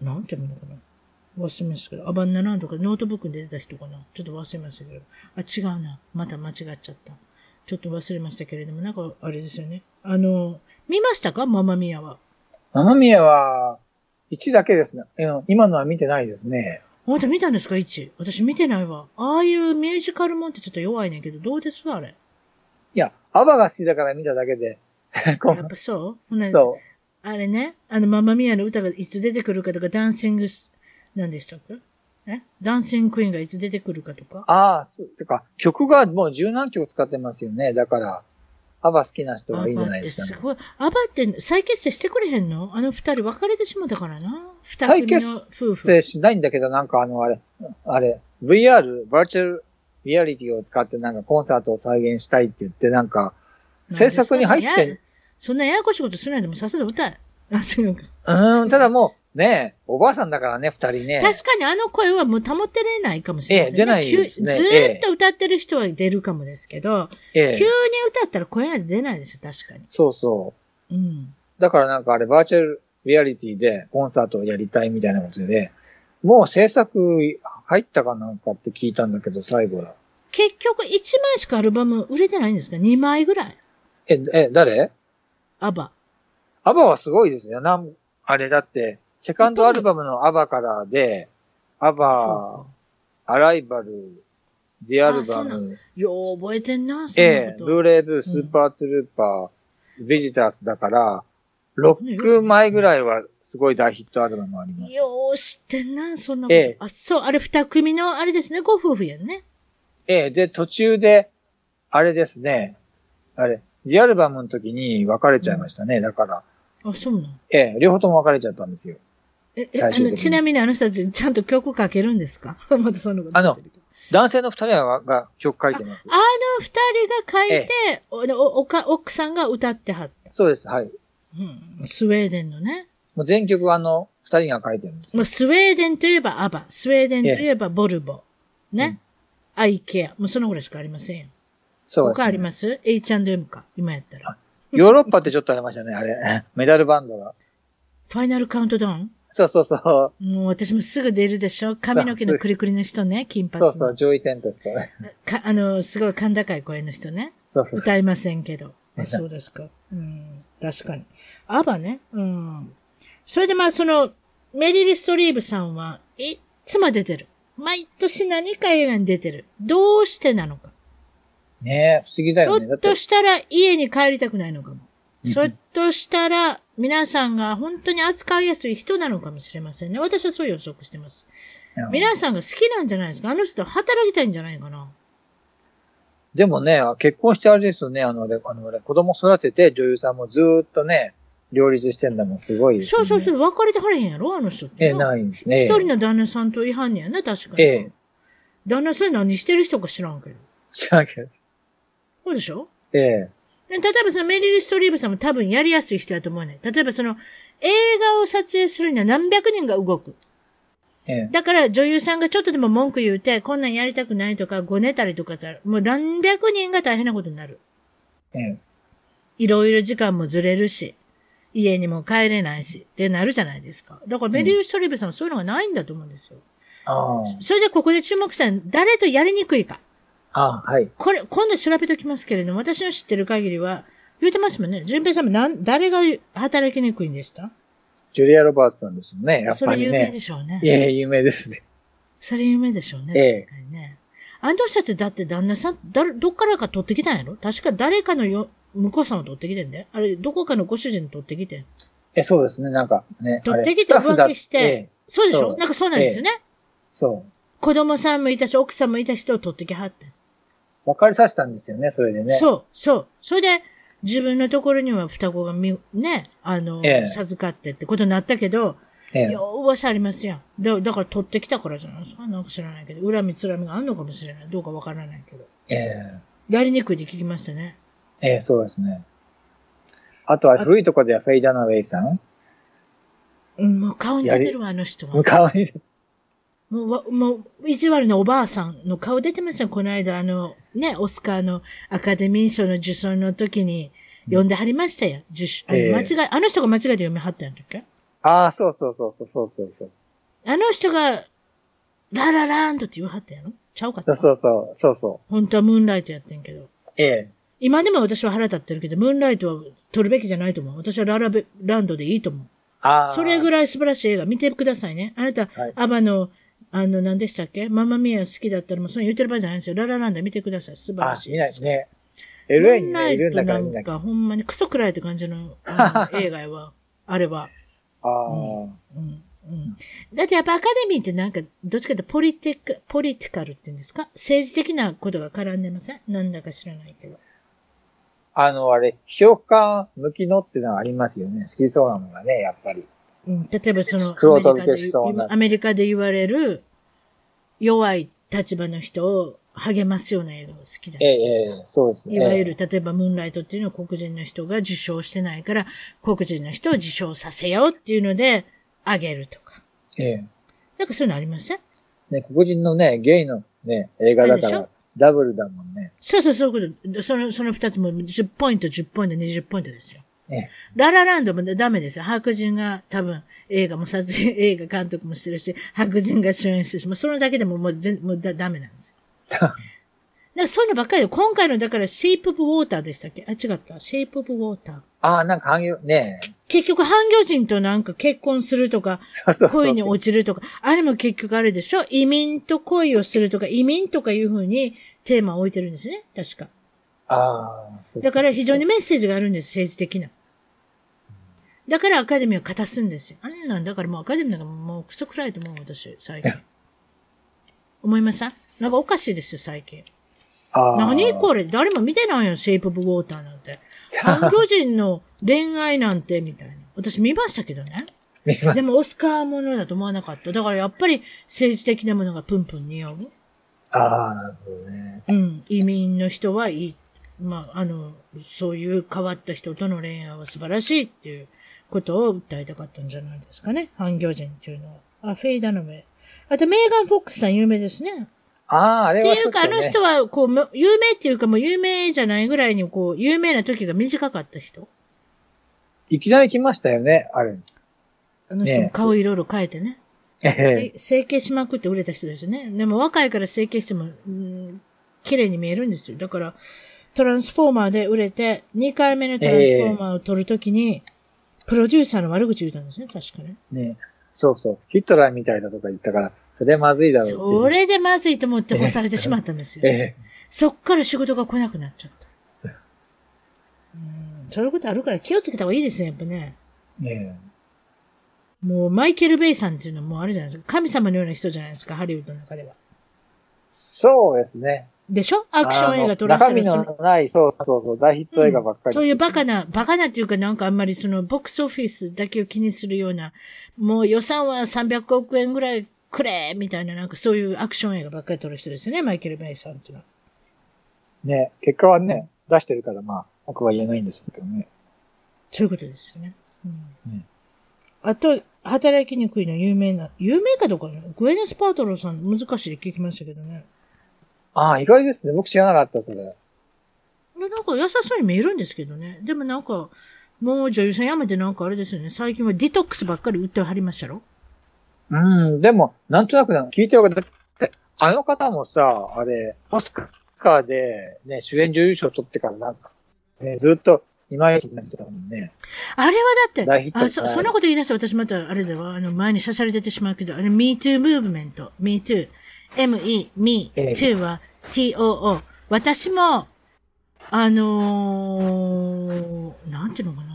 [SPEAKER 1] なんていうのかな忘れましたけど、アバンナなんとかノートブックに出てた人かなちょっと忘れましたけど。あ、違うな。また間違っちゃった。ちょっと忘れましたけれども、なんかあれですよね。あの、見ましたかママミヤは。
[SPEAKER 2] ママミヤは、1だけですね。うん今のは見てないですね。
[SPEAKER 1] あなた見たんですか ?1。私見てないわ。ああいうミュージカルもんってちょっと弱いねんけど、どうですあれ。
[SPEAKER 2] いや、アバが好きだから見ただけで。 こ
[SPEAKER 1] やっぱそうほな
[SPEAKER 2] うそ
[SPEAKER 1] あれね、あの、ママミヤの歌がいつ出てくるかとか、ダンシングス、何でしたっけえダンシングクイーンがいつ出てくるかと
[SPEAKER 2] う。
[SPEAKER 1] か。
[SPEAKER 2] ああ、そう。てか、曲がもう十何曲使ってますよね。だから、アバ好きな人
[SPEAKER 1] ア
[SPEAKER 2] はいいんじゃ
[SPEAKER 1] バ
[SPEAKER 2] な
[SPEAKER 1] っ
[SPEAKER 2] い
[SPEAKER 1] て
[SPEAKER 2] です
[SPEAKER 1] す
[SPEAKER 2] か、ね。
[SPEAKER 1] ごい。アバって再結成してくれへんのあの二人別れてしまったからな。二
[SPEAKER 2] 再
[SPEAKER 1] 組の夫
[SPEAKER 2] 結
[SPEAKER 1] 婦。
[SPEAKER 2] 成しないんだけど、なんかあの、あれ、あれ、VR、バーチャルリアリティを使ってなんかコンサートを再現したいって言って、なんか、制作に入って
[SPEAKER 1] なんでそんなやそんなややこしいことするなんでもうさすが歌え。あそういうのか
[SPEAKER 2] うーん、ただもう、ねえ、おばあさんだからね、二人ね。
[SPEAKER 1] 確かにあの声はもう保てれないかもしれません、
[SPEAKER 2] ええ出ないですね
[SPEAKER 1] 急ずーっと歌ってる人は出るかもですけど、
[SPEAKER 2] え
[SPEAKER 1] 急に
[SPEAKER 2] え、
[SPEAKER 1] 歌ったら声なんて出ないですよ、確かに。
[SPEAKER 2] そうそ
[SPEAKER 1] うん。
[SPEAKER 2] う。だからなんかあれ、バーチャルリアリティでコンサートをやりたいみたいなことで、もう制作入ったかなんかって聞いたんだけど、最後だ。
[SPEAKER 1] 結局1枚しかアルバム売れてないんですか ?2 枚ぐらい。
[SPEAKER 2] え、え、誰
[SPEAKER 1] アバ。
[SPEAKER 2] アバはすごいですね。なん、あれだって、セカンドアルバムのアバからで、ア
[SPEAKER 1] そう
[SPEAKER 2] バ
[SPEAKER 1] か、
[SPEAKER 2] アライバル、ディアル
[SPEAKER 1] あそ
[SPEAKER 2] バ
[SPEAKER 1] うな
[SPEAKER 2] ム、
[SPEAKER 1] よう覚えてんな、そんな
[SPEAKER 2] ええ、
[SPEAKER 1] こと。
[SPEAKER 2] ブーレイブ、スーパートゥルーパー、ビジターズだから、6枚ぐらいはすごい大ヒットアルバムあります。
[SPEAKER 1] よう知ってんな、そんなこと。
[SPEAKER 2] ええ
[SPEAKER 1] あ、そう、あれ二組の、あれですね、ご夫婦やんね。
[SPEAKER 2] ええ、で、途中で、あれですね、あれ、ディアルバムの時に別れちゃいましたね。だから、
[SPEAKER 1] あ、そうなん。
[SPEAKER 2] ええ、両方とも別れちゃったんですよ。
[SPEAKER 1] え、え、あ
[SPEAKER 2] 最終的に
[SPEAKER 1] の、ちなみにあの人たち、ちゃんと曲かけるんですか またそんなこと言ってるけど。
[SPEAKER 2] 男性の二人がが曲書いてます
[SPEAKER 1] あ。の二人が書いて、おおおか、奥さんが歌ってはった。
[SPEAKER 2] そうです、はい。
[SPEAKER 1] うん。スウェーデンのね。
[SPEAKER 2] もう全曲はあの、二人が書いてるんです
[SPEAKER 1] も
[SPEAKER 2] よ。
[SPEAKER 1] うスウェーデンといえばアバ、スウェーデンといえばボルボ、ね、アイケア、もうそのぐらいしかありませんよ。
[SPEAKER 2] そうです、
[SPEAKER 1] 他
[SPEAKER 2] ね。
[SPEAKER 1] あります ?H&M か、今やったら。
[SPEAKER 2] ヨーロッパってちょっとありましたね、あれ。 メダルバンドが。
[SPEAKER 1] ファイナルカウントダウン
[SPEAKER 2] そうそうそう。
[SPEAKER 1] もう私もすぐ出るでしょ髪の毛のクリクリの人ね、金髪
[SPEAKER 2] そ
[SPEAKER 1] の。
[SPEAKER 2] うそう、上位テントストね。
[SPEAKER 1] かあの、すごい甲高い声の人ね。
[SPEAKER 2] そうそうそう。
[SPEAKER 1] 歌いませんけど。あそうですか。うん、確かに。アバね。うん。それでまあその、メリル・ストリーブさんはいっつも出てる。毎年何か映画に出てる。どうしてなのか。
[SPEAKER 2] ねえ、不思議だ
[SPEAKER 1] ひ
[SPEAKER 2] よ
[SPEAKER 1] ょ
[SPEAKER 2] ね。だっ
[SPEAKER 1] ってと、したら家に帰りたくないのかも。
[SPEAKER 2] うん
[SPEAKER 1] ひょっとしたら皆さんが本当に扱いやすい人なのかもしれませんね。私はそう予測してます。
[SPEAKER 2] うん
[SPEAKER 1] 皆さんが好きなんじゃないですかあの人働きたいんじゃないかな
[SPEAKER 2] でもね、結婚してあれですよね、あの、あれあのあれ子供育てて女優さんもずーっとね、両立してんだもん、すごいです、ね。。
[SPEAKER 1] そうそうそうう、別れてはれへんやろあの人って。
[SPEAKER 2] ええ、ないんですね。
[SPEAKER 1] 一人の旦那さんと違反ねやな、確かに。
[SPEAKER 2] ええ、
[SPEAKER 1] 旦那さん何してる人か知らんけど。
[SPEAKER 2] 知らんけど。
[SPEAKER 1] そうでしょ
[SPEAKER 2] ええ、
[SPEAKER 1] で例えばそのメリル・ストリーブさんも多分やりやすい人やと思うね。例えばその映画を撮影するには何百人が動く。
[SPEAKER 2] ええ、
[SPEAKER 1] だから女優さんがちょっとでも文句言うて、こんなんやりたくないとか、ごねたりとかさ、もう何百人が大変なことになる。
[SPEAKER 2] ええ。
[SPEAKER 1] いろいろ時間もずれるし、家にも帰れないし、ってなるじゃないですか。だからメリル・ストリーブさんはそういうのがないんだと思うんですよ。
[SPEAKER 2] あ
[SPEAKER 1] それでここで注目したのは、誰とやりにくいか。
[SPEAKER 2] あ、ああ、はい。
[SPEAKER 1] これ、今度調べておきますけれども、私の知ってる限りは、言うてますもんね。順平さんもなん、誰が働きにくいんでした
[SPEAKER 2] ジュリア・ロバーツさんですよね、やっ
[SPEAKER 1] そ
[SPEAKER 2] ぱ
[SPEAKER 1] れ
[SPEAKER 2] り
[SPEAKER 1] 有名
[SPEAKER 2] ね
[SPEAKER 1] で。しょうね。
[SPEAKER 2] ええ、有名ですね。
[SPEAKER 1] それ有名でしょうね。
[SPEAKER 2] ええ
[SPEAKER 1] 確かにね。あの人ってだって旦那さん、だどっからか取ってきたんやろ確か誰かのよ、向こうさんを取ってきてんで。あれ、どこかのご主人取ってきてん。
[SPEAKER 2] え、そうですね、なんかね。あ
[SPEAKER 1] 取
[SPEAKER 2] れ
[SPEAKER 1] ってき
[SPEAKER 2] ス
[SPEAKER 1] て
[SPEAKER 2] タッフだ
[SPEAKER 1] 浮気して、
[SPEAKER 2] ええ
[SPEAKER 1] そうでし
[SPEAKER 2] そ
[SPEAKER 1] ょ
[SPEAKER 2] う
[SPEAKER 1] なんかそうなんですよね。
[SPEAKER 2] そう。
[SPEAKER 1] 子供さんもいたし、奥さんもいた人を取ってきはってん。
[SPEAKER 2] 分かりさせたんですよね、それでね。
[SPEAKER 1] そう、そう。それで、自分のところには双子がみ、ね、あの、
[SPEAKER 2] ええ
[SPEAKER 1] 授かってってことになったけど、
[SPEAKER 2] ええ
[SPEAKER 1] よう噂ありますやん。だだから取ってきたからじゃないですか。なんか知らないけど。恨みつらみがあるのかもしれない。どうかわからないけど。
[SPEAKER 2] ええ
[SPEAKER 1] やりにくいで聞きましたね。
[SPEAKER 2] ええそうですね。あとは古いとこではフェイ・ダナウェイさん
[SPEAKER 1] うん、もう顔に出てるわ、あの人は。
[SPEAKER 2] かわいい。
[SPEAKER 1] もうわ、もう、意地悪なおばあさんの顔出てません。この間、あの、ね、オスカーのアカデミー賞の受賞の時に、呼んではりましたよ。受賞。あの、
[SPEAKER 2] ええ
[SPEAKER 1] 間違い、あの人が間違えて読みはったんだっけ
[SPEAKER 2] ああ、そうそうそうそうそうそうそう。
[SPEAKER 1] あの人が、ラララーンドって言わはったやろちゃうかっ
[SPEAKER 2] そう
[SPEAKER 1] た。
[SPEAKER 2] そうそうそうそ
[SPEAKER 1] 本当はムーンライトやってんけど。
[SPEAKER 2] う。え
[SPEAKER 1] 今でも私は腹立ってるけど、ムーンライトは撮るべきじゃないと思う。私はララベランドでいいと思う。
[SPEAKER 2] えああ。
[SPEAKER 1] それぐ
[SPEAKER 2] らい。
[SPEAKER 1] らい素晴らしい映画見てくださいね。あなた、
[SPEAKER 2] はい
[SPEAKER 1] アバの、あの、何でしたっけママミア好きだったらもうそれ言ってる場合じゃないんですよ。ララランド見てください。素晴
[SPEAKER 2] あ
[SPEAKER 1] らしい
[SPEAKER 2] 見
[SPEAKER 1] で
[SPEAKER 2] な
[SPEAKER 1] す
[SPEAKER 2] い。ね。LA に
[SPEAKER 1] ムーンラ
[SPEAKER 2] ね、いるんだから
[SPEAKER 1] イト
[SPEAKER 2] 見
[SPEAKER 1] な
[SPEAKER 2] なんきゃ。
[SPEAKER 1] かほんまにクソくらいって感じ のあの映画やわ。あれは。
[SPEAKER 2] ああ、
[SPEAKER 1] うんうんだってやっぱアカデミーってなんか、どっちかってポリティク、ポリティカルって言うんですか政治的なことが絡んでませんなんだか知らないけど。
[SPEAKER 2] あの、あれ、評価向きのってのがありますよね。好きそうなのがね、やっぱり。
[SPEAKER 1] うん、例えばその、
[SPEAKER 2] 黒
[SPEAKER 1] ア
[SPEAKER 2] 飛
[SPEAKER 1] メリカ
[SPEAKER 2] び消
[SPEAKER 1] で
[SPEAKER 2] しそうな
[SPEAKER 1] アメリカで言われる弱い立場の人を励ますような映画が好きじゃ
[SPEAKER 2] え
[SPEAKER 1] な
[SPEAKER 2] え
[SPEAKER 1] いですか。
[SPEAKER 2] ええそうですね。
[SPEAKER 1] いわゆ
[SPEAKER 2] え
[SPEAKER 1] る、例えば、ムーンライトっていうのは黒人の人が受賞してないから、黒人の人を受賞させようっていうので、あげるとか。
[SPEAKER 2] ええ
[SPEAKER 1] なんかそういうのありません
[SPEAKER 2] えね、黒人のね、ゲイのね、映画だか
[SPEAKER 1] あれ
[SPEAKER 2] ら
[SPEAKER 1] で、
[SPEAKER 2] ダブルだもんね。
[SPEAKER 1] そうそう、そういうこと。その、その二つも10ポイント、10ポイント、20ポイントですよ。
[SPEAKER 2] ええ
[SPEAKER 1] ララランドもダメですよ。白人が多分映画も撮影、映画監督もしてるし、白人が主演してるし、もうそれだけでももう全もうだダメなんですよ。なんかそういうのばっかりで、今回のだからシェイプオブウォーターでしたっけあ、違った。シェイプオブウォーター。
[SPEAKER 2] ああ、なんか、ね
[SPEAKER 1] 結局、半魚人となんか結婚するとか、
[SPEAKER 2] え。そうそう
[SPEAKER 1] 恋に
[SPEAKER 2] そう。
[SPEAKER 1] 落ちるとか、あれも結局あれでしょ移民と恋をするとか、移民とかいう風にテーマを置いてるんですね。確か。
[SPEAKER 2] ああ、そう
[SPEAKER 1] だから非常に。メッセージがあるんです、政治的な。だからアカデミーを勝たすんですよ。あんなん、だからもうアカデミーなんかもうクソくらいと思う、私、最近。思いませんなんかおかしいですよ、最近。
[SPEAKER 2] ああ。
[SPEAKER 1] 何これ誰も見てないよ、シェイプオブウォーターなん て。韓国人の恋愛なんて、みたいな。私見ましたけどね。
[SPEAKER 2] 見ま
[SPEAKER 1] でもオスカーものだと思わなかった。だからやっぱり政治的なものがプンプン似合う。
[SPEAKER 2] ああ、なるほどね。
[SPEAKER 1] うん、移民の人はいい。まあ、あの、そういう変わった人との恋愛は素晴らしいっていうことを訴えたかったんじゃないですかね。反行人っていうのは。あ、フェイダの目。あと、メーガン・フォックスさん有名ですね。
[SPEAKER 2] ああ、あ
[SPEAKER 1] っ
[SPEAKER 2] れ
[SPEAKER 1] て
[SPEAKER 2] は
[SPEAKER 1] いう
[SPEAKER 2] ちょっと
[SPEAKER 1] か、あ
[SPEAKER 2] ね、
[SPEAKER 1] の人は、こう、む有名っていうか、もう有名じゃないぐらいに、こう、有名な時が短かった人。
[SPEAKER 2] いきなり来ましたよね、あれ。
[SPEAKER 1] あの人
[SPEAKER 2] ね
[SPEAKER 1] も
[SPEAKER 2] え
[SPEAKER 1] 顔いろいろ変えてね。
[SPEAKER 2] え
[SPEAKER 1] せ
[SPEAKER 2] え。
[SPEAKER 1] 整形しまくって売れた人ですね。でも若いから整形しても、うん綺麗に見えるんですよ。だから、トランスフォーマーで売れて、2回目のトランスフォーマーを撮るときに、プロデューサーの悪口言ったんですね、確かね。
[SPEAKER 2] ねそうそう。ヒトラーみたいだとか言ったから、それまずいだろうっていう。
[SPEAKER 1] それでまずいと思って干されてしまったんです
[SPEAKER 2] え
[SPEAKER 1] よ。
[SPEAKER 2] え。
[SPEAKER 1] そっから仕事が来なくなっちゃった。うんそういうことあるから気をつけた方がいいですね、やっぱね。
[SPEAKER 2] ね
[SPEAKER 1] もうマイケル・ベイさんっていうのはもうあるじゃないですか。神様のような人じゃないですか、ハリウッドの中では。
[SPEAKER 2] そうですね。
[SPEAKER 1] でしょアクション映画撮ら
[SPEAKER 2] 中
[SPEAKER 1] せる
[SPEAKER 2] 身のない、そうそうそう、大ヒット映画ばっかり。
[SPEAKER 1] そういうバカな、バカなっていうかなんかあんまりそのボックスオフィスだけを気にするような、もう予算は300億円ぐらいくれみたいななんかそういうアクション映画ばっかり撮る人ですよね、マイケル・ベイさんっていうのは。
[SPEAKER 2] ね結果はね、出してるから、まあ、僕は言えないんでしょうけどね。
[SPEAKER 1] そういうことですよね。うん
[SPEAKER 2] うん
[SPEAKER 1] あと、働きにくいの有名な、有名かどうかね、グエネス・パートローさん難しいって聞きましたけどね。
[SPEAKER 2] ああ、意外ですね。僕知らなかった、それ。
[SPEAKER 1] でなんか優しそうに見えるんですけどね。でもなんか、もう女優さんやめてなんかあれですよね。最近はディトックスばっかり売ってはりましたろ
[SPEAKER 2] うん、でも、なんとなくな聞いてるけど、だってあの方もさ、あれ、オスカーで、ね、主演女優賞取ってからなんか、ね、ずっと、今やきになってたもんね。
[SPEAKER 1] あれはだ
[SPEAKER 2] 大
[SPEAKER 1] っ
[SPEAKER 2] ヒッ
[SPEAKER 1] て、
[SPEAKER 2] ト
[SPEAKER 1] あそ
[SPEAKER 2] はい
[SPEAKER 1] そんなこと言い出すと私またあれだわ、あの前に刺されててしまうけど、あれ MeToo ムーブメント、MeToo、ME、
[SPEAKER 2] え
[SPEAKER 1] MeToo は TOO。私も、あのー、なんていうのかな。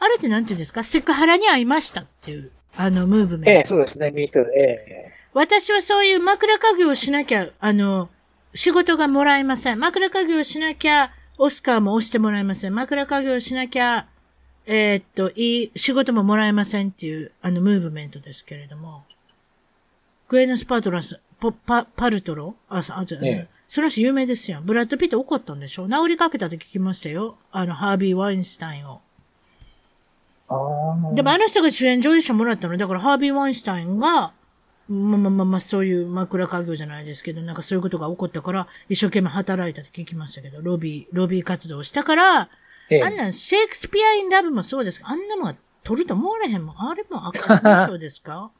[SPEAKER 1] あれってなんていうんですかセクハラに会いましたっていう、あのムーブメント。
[SPEAKER 2] そうですね、ミート、え
[SPEAKER 1] 私はそういう枕家業をしなきゃ、あの、仕事がもらえません。枕家業しなきゃ、オスカーも押してもらえません。枕家業しなきゃ、えーっと、いい、仕事ももらえませんっていう、あの、ムーブメントですけれども、グエノス・パトラス、ポパ、パルトロあ、あ、じゃ、
[SPEAKER 2] ええ
[SPEAKER 1] その人有名ですやん。ブラッド・ピット怒ったんでしょ治りかけたと聞きましたよ。あの、ハービー・ワインスタインを。
[SPEAKER 2] ああ。
[SPEAKER 1] でもあの人が主演女優賞もらったの。だからハービー・ワインスタインが、まあまあまあまあ、そういう枕家業じゃないですけど、なんかそういうことが起こったから、一生懸命働いたと聞きましたけど、ロビー、ロビー活動をしたから、
[SPEAKER 2] ええ
[SPEAKER 1] あんなん、シェイクスピア・イン・ラブもそうですが、あんなもんは取ると思われへんもん。あれもアカデミー賞です か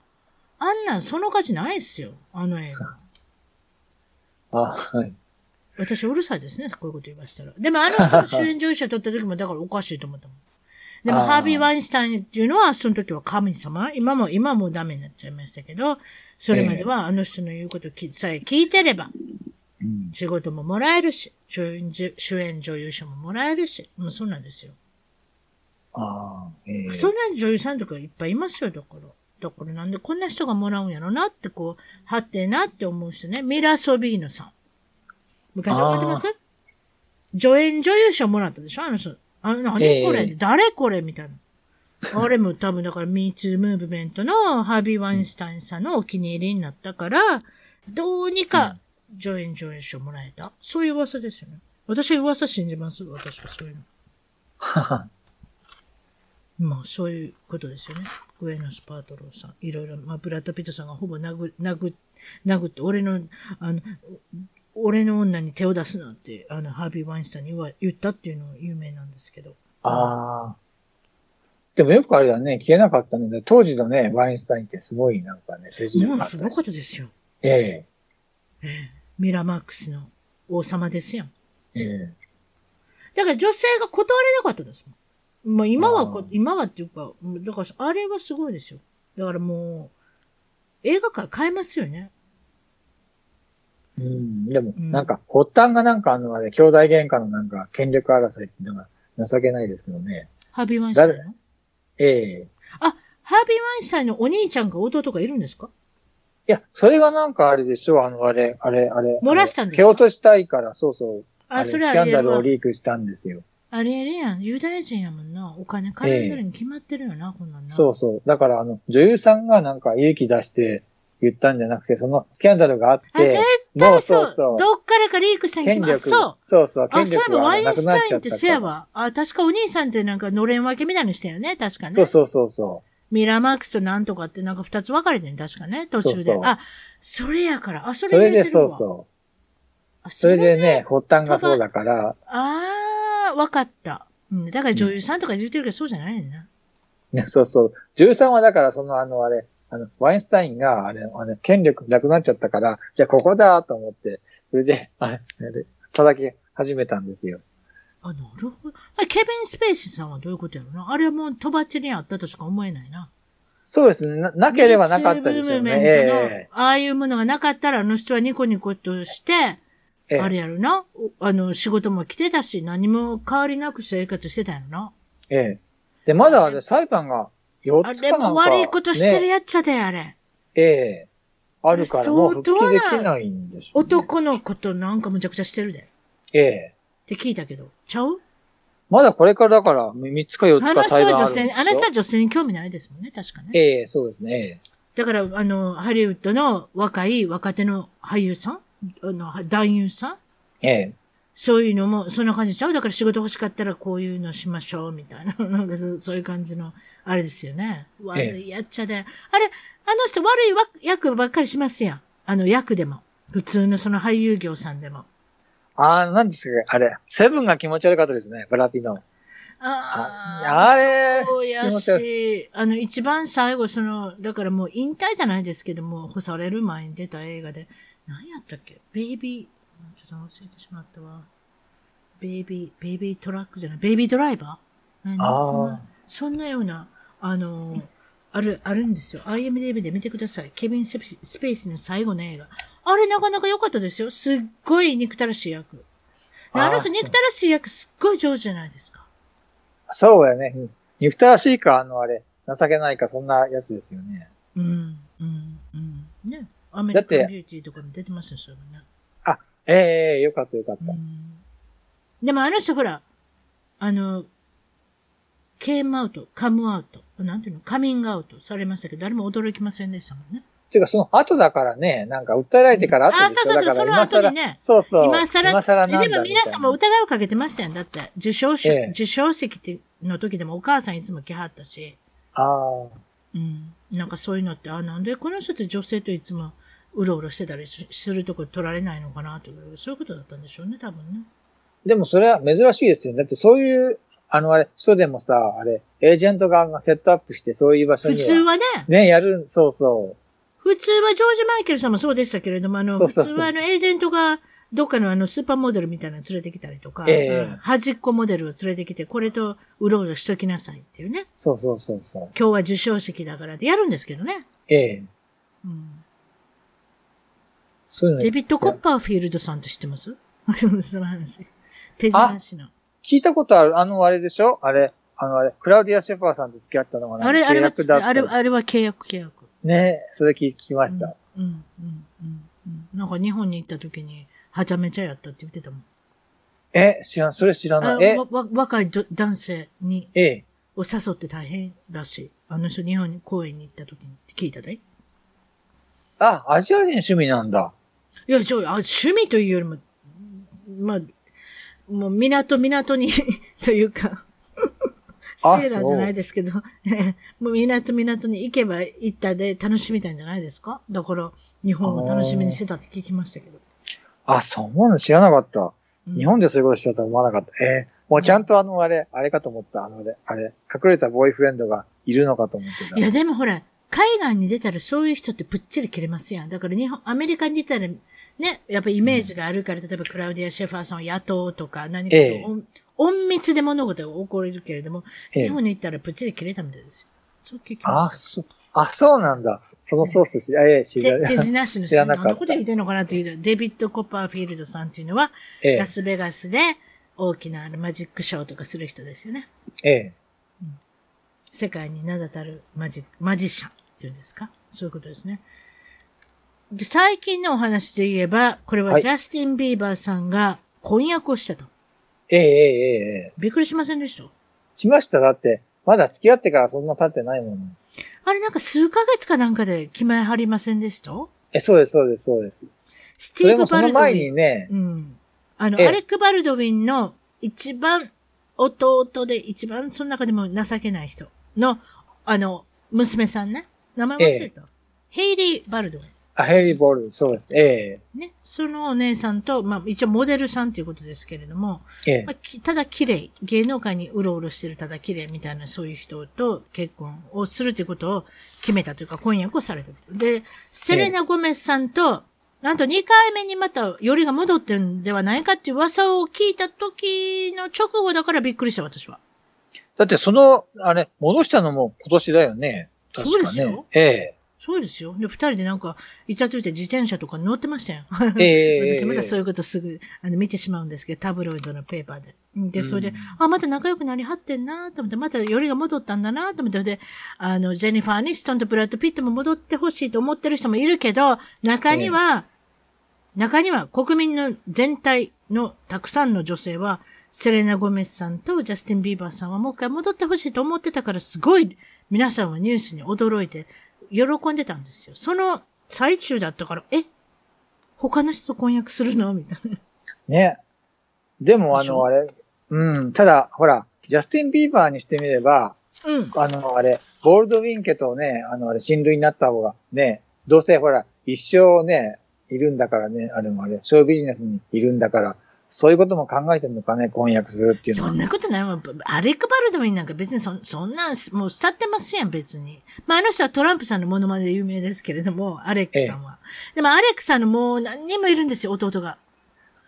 [SPEAKER 1] あんなん、その価値ないっすよ。あの映画。
[SPEAKER 2] あはい。
[SPEAKER 1] 私うるさいですね、こういうこと言いましたら。でもあの人の主演女優賞取った時もだからおかしいと思ったもん。でも
[SPEAKER 2] あー
[SPEAKER 1] ハービー・ワインスタインっていうのはその時は神様今も、今もダメになっちゃいましたけど、それまではあの人の言うこときさえ聞いてれば、
[SPEAKER 2] うん。
[SPEAKER 1] 仕事ももらえるし、主演女主演女優賞ももらえるし、もうそうなんですよ。
[SPEAKER 2] ああ、ええ
[SPEAKER 1] そんな女優さんとかいっぱいいますよ、だから。だからなんでこんな人がもらうんやろなってこう、はってえなって思う人ね。ミラソビーノさん。昔覚えてます助演女優賞もらったでしょあの人。あの、
[SPEAKER 2] え
[SPEAKER 1] 何
[SPEAKER 2] え
[SPEAKER 1] これ、誰これみたいな。あれも多分だから Me Too ムーブメントのハービー・ワインスタインさんのお気に入りになったから、どうにか助演女優賞もらえた。そういう噂ですよね。私は噂信じます。私はそういうの。まあ、そういうことですよね。グエノス・パートローさん。いろいろ、まあ、ブラッド・ピットさんがほぼ殴、殴、殴って、俺の、あの、俺の女に手を出すなって、あの、ハービー・ワインスタインに言わ言ったっていうのが有名なんですけど。
[SPEAKER 2] ああ。でもよくあれだね、消えなかったね。当時のね、ワインスタインってすごいなんかね、政治
[SPEAKER 1] も
[SPEAKER 2] 力
[SPEAKER 1] う
[SPEAKER 2] があっ
[SPEAKER 1] すご
[SPEAKER 2] た
[SPEAKER 1] かっ
[SPEAKER 2] し。
[SPEAKER 1] たですよ。
[SPEAKER 2] え
[SPEAKER 1] ミラマックスの王様ですやん。
[SPEAKER 2] え、え
[SPEAKER 1] だから女性が断れなかったですもん。まあ今はこ
[SPEAKER 2] あー
[SPEAKER 1] 今はっていうか、だからあれはすごいですよ。だからもう、映画館変えますよね。
[SPEAKER 2] え。うん、でも、
[SPEAKER 1] うん
[SPEAKER 2] なんか、発端がなんかあの、あれ、兄弟喧嘩のなんか、権力争いっていうのが情けないですけどね。
[SPEAKER 1] ハービー・ワインスタインの
[SPEAKER 2] 誰ええ。
[SPEAKER 1] ハービー・ワインスタインのお兄ちゃんか弟がいるんですか
[SPEAKER 2] いや、それがなんかあれでしょ、あの、あれ、あれ、あれ。
[SPEAKER 1] 漏らしたんですか
[SPEAKER 2] 蹴落としたいから、そうそう。
[SPEAKER 1] あ、それ
[SPEAKER 2] ス
[SPEAKER 1] あ
[SPEAKER 2] キャン
[SPEAKER 1] れ
[SPEAKER 2] ダ
[SPEAKER 1] やる
[SPEAKER 2] ルを
[SPEAKER 1] わ。
[SPEAKER 2] リークしたんですよ。
[SPEAKER 1] あれやるやん。ユダヤ人やもんな。お金絡んでるに決まってるよな、こんなんな。
[SPEAKER 2] そうそう。だから、あの、女優さんがなんか勇気出して言ったんじゃなくて、そのスキャンダルがあっ
[SPEAKER 1] あ、絶
[SPEAKER 2] て、
[SPEAKER 1] 対そう。
[SPEAKER 2] もうそうそう。
[SPEAKER 1] どっからかリークしたに決
[SPEAKER 2] 権
[SPEAKER 1] まる。
[SPEAKER 2] 力。
[SPEAKER 1] そう。
[SPEAKER 2] そうそう。
[SPEAKER 1] あ、
[SPEAKER 2] 権
[SPEAKER 1] そういえ
[SPEAKER 2] 力
[SPEAKER 1] ば
[SPEAKER 2] が
[SPEAKER 1] ワイ
[SPEAKER 2] な
[SPEAKER 1] ン
[SPEAKER 2] く
[SPEAKER 1] ス
[SPEAKER 2] なっ
[SPEAKER 1] タイ
[SPEAKER 2] ち
[SPEAKER 1] ン
[SPEAKER 2] ゃ
[SPEAKER 1] っ
[SPEAKER 2] ってた
[SPEAKER 1] そうや
[SPEAKER 2] から。
[SPEAKER 1] わ。あ、確かお兄さんってなんかのれん分けみたいにしたよね。確かね。
[SPEAKER 2] そうそうそうそ
[SPEAKER 1] ミラーマックスとなんとかってなんか二つ分かれてる確かね。途中で。
[SPEAKER 2] そうそう。
[SPEAKER 1] あ、それやから。あ、そうれ
[SPEAKER 2] それ
[SPEAKER 1] 入
[SPEAKER 2] で、
[SPEAKER 1] れてる
[SPEAKER 2] そ
[SPEAKER 1] わ。
[SPEAKER 2] うそう。
[SPEAKER 1] あ、
[SPEAKER 2] それでね、発端がそうだから、
[SPEAKER 1] あー、分かった。うん。だから女優さんとか言うてるけど、そうじゃないねんな。
[SPEAKER 2] ね そうそう。女優さんはだから、その、あの、あれ、あの、ワインスタインが、あれ、あれ、権力なくなっちゃったから、じゃあここだと思って、それで、あれ、あれ叩き始めたんですよ。
[SPEAKER 1] あ、なるほど。あケビン・スペイシーさんはどういうことやろなあれはもうとばっちりにあったとしか思えないな。
[SPEAKER 2] そうですね。な、なければなかったでしょうね。
[SPEAKER 1] ミーツームーブメントの
[SPEAKER 2] え
[SPEAKER 1] ああいうものがなかったら、あの人はニコニコとして、
[SPEAKER 2] えええ
[SPEAKER 1] あれやろな。おあの、仕事も来てたし、何も変わりなく生活してたやろな。
[SPEAKER 2] ええ。で、まだあれ、裁判が4
[SPEAKER 1] あ
[SPEAKER 2] つ
[SPEAKER 1] れ
[SPEAKER 2] かな
[SPEAKER 1] も
[SPEAKER 2] んか、ね、
[SPEAKER 1] 悪いことしてるやっちゃで、あれ。
[SPEAKER 2] ええ。あるから、もう復帰できないんでしょう、ね。。
[SPEAKER 1] 男のことなんかむちゃくちゃしてるで。っ
[SPEAKER 2] ええ。
[SPEAKER 1] て聞いたけど。ちゃう
[SPEAKER 2] まだこれからだから、3つか4
[SPEAKER 1] あ
[SPEAKER 2] つ
[SPEAKER 1] の
[SPEAKER 2] か
[SPEAKER 1] 人
[SPEAKER 2] 裁
[SPEAKER 1] は
[SPEAKER 2] 判
[SPEAKER 1] 女
[SPEAKER 2] あるんで
[SPEAKER 1] 性
[SPEAKER 2] し
[SPEAKER 1] に、
[SPEAKER 2] ょ
[SPEAKER 1] あの人は女性に興味ないですもんね、確かね。
[SPEAKER 2] ええ、そうですね。
[SPEAKER 1] だから、あの、ハリウッドの若い若手の俳優さんあの、男優さん
[SPEAKER 2] ええ。
[SPEAKER 1] そういうのも、そんな感じちゃうだから仕事欲しかったらこういうのしましょう、みたいな。 なんかそそういう感じの、あれですよね。悪いやっちゃで。あれ、あの人悪いわ役ばっかりしますやん。あの役でも。普通のその俳優業さんでも。
[SPEAKER 2] ああ、なんですか、あれ。セブンが気持ち悪かったですね、ブラピの。
[SPEAKER 1] あ
[SPEAKER 2] ああ
[SPEAKER 1] ー
[SPEAKER 2] れ
[SPEAKER 1] そうや
[SPEAKER 2] 気持ち悪
[SPEAKER 1] し、あの、一番最後、その、だからもう引退じゃないですけども、干される前に出た映画で、何やったっけベイビー、ちょっと忘れてしまったわ。ベイビー、ベイビートラックじゃない、ベイビードライバー何
[SPEAKER 2] あー
[SPEAKER 1] そんな、そんなような、あの、ある、あるんですよ。IMDB で見てください。ケビン・スペスペースの最後の映画。あれなかなか良かったですよ。すっごい憎たらしい役。
[SPEAKER 2] あー
[SPEAKER 1] あの人憎たらしい役すっごい上手じゃないですか。
[SPEAKER 2] そうやね。うん憎たらしいか、あの、あれ、情けないか、そんなやつですよね。
[SPEAKER 1] うんうんうんね。アメリカンビューティーとかに出てますよ、それもね。
[SPEAKER 2] ええよかったよかっ
[SPEAKER 1] う
[SPEAKER 2] た。
[SPEAKER 1] んでもあの人ほら、あの、ケームアウト、カムアウト、なんていうの、カミングアウトされましたけど、誰も驚きませんでしたもんね。
[SPEAKER 2] ていうか、その後だからね、なんか訴えられてから後で
[SPEAKER 1] あ、
[SPEAKER 2] しょ
[SPEAKER 1] そうそうそう、その
[SPEAKER 2] だか
[SPEAKER 1] 後
[SPEAKER 2] ら
[SPEAKER 1] にね、
[SPEAKER 2] そうそう。
[SPEAKER 1] 今更、
[SPEAKER 2] 今更なんだ
[SPEAKER 1] でも皆さんも
[SPEAKER 2] み
[SPEAKER 1] 疑いをかけてましたやん。だって、受賞し、
[SPEAKER 2] ええ
[SPEAKER 1] 受賞席っての時でもお母さんいつも来はったし、
[SPEAKER 2] たいなあ
[SPEAKER 1] うん。なんかそういうのって、あ、なんでこの人って女性といつもうろうろしてたりしするとこ取られないのかなという、そういうことだったんでしょうね、多分ね。
[SPEAKER 2] あ。でもそれは珍しいですよね。だってそういう、あのあれ、人でもさ、あれ、エージェント側がセットアップして、そういう場所
[SPEAKER 1] 普
[SPEAKER 2] には。
[SPEAKER 1] 通はね、
[SPEAKER 2] ね、やる、そうそ
[SPEAKER 1] 普通はジョージ・マイケルさんもそうでしたけれども、あの、
[SPEAKER 2] そう
[SPEAKER 1] 普通
[SPEAKER 2] そうそう
[SPEAKER 1] はあの、エージェントが、どっかのあの、スーパーモデルみたいなの連れてきたりとか、
[SPEAKER 2] ええ
[SPEAKER 1] うん端っこモデルを連れてきて、これとうろうろしときなさいっていうね
[SPEAKER 2] う。。そうそうそうそう。
[SPEAKER 1] 今日は授賞式だからってやるんですけどね。
[SPEAKER 2] ええ
[SPEAKER 1] うん
[SPEAKER 2] そういうの
[SPEAKER 1] デビッド・コッパーフィールドさんって知ってます その話。手品師の。
[SPEAKER 2] 聞いたことある。あの、あれでしょあれ、あの、あれ、クラウディア・シェファーさんと付き合ったのが
[SPEAKER 1] あれ、あ
[SPEAKER 2] 契
[SPEAKER 1] れは
[SPEAKER 2] 約だっ、た。
[SPEAKER 1] あれ、あれは契約、契約。
[SPEAKER 2] ね、それ聞聞きました。
[SPEAKER 1] うん、うん、うん、うん。なんか日本に行った時に、はちゃめちゃやったって言ってたもん。
[SPEAKER 2] え、知らん、それ知ら
[SPEAKER 1] あ
[SPEAKER 2] ない。え
[SPEAKER 1] わ、わ若いど男性に、
[SPEAKER 2] ええ。
[SPEAKER 1] を誘って大変らしい。あの人、日本に公園に行った時にって聞いたで。い
[SPEAKER 2] あ、アジア人趣味なんだ。
[SPEAKER 1] や、ちょ、あ趣味というよりも、まあ、もう港、港に、 というか、
[SPEAKER 2] あ
[SPEAKER 1] セーラーじゃないですけど、 もう港、港に行けば行ったで楽しみたいんじゃないですかだから、日本を楽しみにしてたって聞きましたけど。
[SPEAKER 2] あ、そうなの知らなかった。
[SPEAKER 1] うん
[SPEAKER 2] 日本でそういうことしてたと思わなかった。ええもうちゃんとあの、あれ、あれかと思った。あの、あれ、あれ、隠れたボーイフレンドがいるのかと思ってた
[SPEAKER 1] い。や、でもほら、海外に出たらそういう人ってぷっちり切れますやん。だから日本、アメリカに出たら、ね、やっぱイメージがあるから、例えばクラウディア・シェファーさんを雇うとか、何かそう、
[SPEAKER 2] ええ
[SPEAKER 1] おん隠密で物事が起こるけれども、
[SPEAKER 2] ええ
[SPEAKER 1] 日本に行ったらぷっちり切れたみたいですよ。そう聞き
[SPEAKER 2] あ、
[SPEAKER 1] まし
[SPEAKER 2] そう、あ、そうなんだ。そのソース知ら、ええ、知
[SPEAKER 1] た。
[SPEAKER 2] ら
[SPEAKER 1] 手手品師の
[SPEAKER 2] 知らな
[SPEAKER 1] 人
[SPEAKER 2] か
[SPEAKER 1] あ
[SPEAKER 2] った
[SPEAKER 1] のこと言ってんのかなっていうと、デビッド・コッパーフィールドさんっていうのは、
[SPEAKER 2] ええ
[SPEAKER 1] ラ、スベガスで大きなあのマジックショーとかする人ですよね。
[SPEAKER 2] ええ。
[SPEAKER 1] 世界に名だたるマジ、マジシャンっていうんですかそういうことですね。で、最近のお話で言えば、これは
[SPEAKER 2] はい
[SPEAKER 1] ジャスティン・ビーバーさんが婚約をしたと。
[SPEAKER 2] ええ、ええ、ええ。
[SPEAKER 1] びっくりしませんでした
[SPEAKER 2] しました。だって、まだ付き合ってからそんな経ってないもの。
[SPEAKER 1] あれなんか数ヶ月かなんかで決めはりませんでした
[SPEAKER 2] え、そうです、そうです、そうです。
[SPEAKER 1] ス
[SPEAKER 2] そ
[SPEAKER 1] ティ
[SPEAKER 2] れ
[SPEAKER 1] ーブ・
[SPEAKER 2] もそ
[SPEAKER 1] バ
[SPEAKER 2] の
[SPEAKER 1] ルドウ
[SPEAKER 2] 前
[SPEAKER 1] ィ
[SPEAKER 2] に
[SPEAKER 1] ン。
[SPEAKER 2] ね、
[SPEAKER 1] うん。あの、
[SPEAKER 2] ええ
[SPEAKER 1] アレック・バルドウィンの一番弟で一番その中でも情けない人の、あの、娘さんね。名前忘れた。ヘイリー・バルドウィン。
[SPEAKER 2] あ、ヘリーボール、そうです。え
[SPEAKER 1] ね、そのお姉さんと、まあ一応モデルさんということですけれども、
[SPEAKER 2] え、ええ
[SPEAKER 1] まあ、きただ綺麗、芸能界にうろうろしてるただ綺麗みたいなそういう人と結婚をするということを決めたというか婚約をされた。で、セレナ・ゴメスさんと、なんと2回目にまたよりが戻ってるんではないかっていう噂を聞いた時の直後だからびっくりした私は。
[SPEAKER 2] だってその、あれ、戻したのも今年だよね。確かね。
[SPEAKER 1] そうですよ
[SPEAKER 2] え え。
[SPEAKER 1] そうですよ。で、二人でなんか、イチャついて自転車とか乗ってましたよ。
[SPEAKER 2] ええええ
[SPEAKER 1] 私まだそういうことすぐ、あの、見てしまうんですけど、タブロイドのペーパーで。で、それで、
[SPEAKER 2] うん
[SPEAKER 1] あ、また仲良くなりはってんなと思って、またよりが戻ったんだなと思って、で、あの、ジェニファー・アニストンとブラッド・ピットも戻ってほしいと思ってる人もいるけど、中には、中には国民の全体のたくさんの女性は、セレナ・ゴメスさんとジャスティン・ビーバーさんはもう一回戻ってほしいと思ってたから、すごい皆さんはニュースに驚いて、喜んでたんですよ。その最中だったから、え他の人と婚約するのみたいな。
[SPEAKER 2] ね。でも、あ
[SPEAKER 1] でしょ
[SPEAKER 2] の、あれ、うん、ただ、ほら、ジャスティン・ビーバーにしてみれば、
[SPEAKER 1] うん。
[SPEAKER 2] あの、あれ、ボールドウィン家とね、あの、あれ、親類になった方が、ね、どうせほら、一生ね、いるんだからね、あれもあれ、ショービジネスにいるんだから、そういうことも考えてるのかね、婚約するっていうの
[SPEAKER 1] そ
[SPEAKER 2] は
[SPEAKER 1] ん。なことないわ。アレック・バルドウィンなんか別にそんそんな、もう慕ってますやん、別に。まあ、あの人はトランプさんのモノマネで有名ですけれども、アレックさんは。でも、アレックさんのもう何人もいるんですよ、弟が。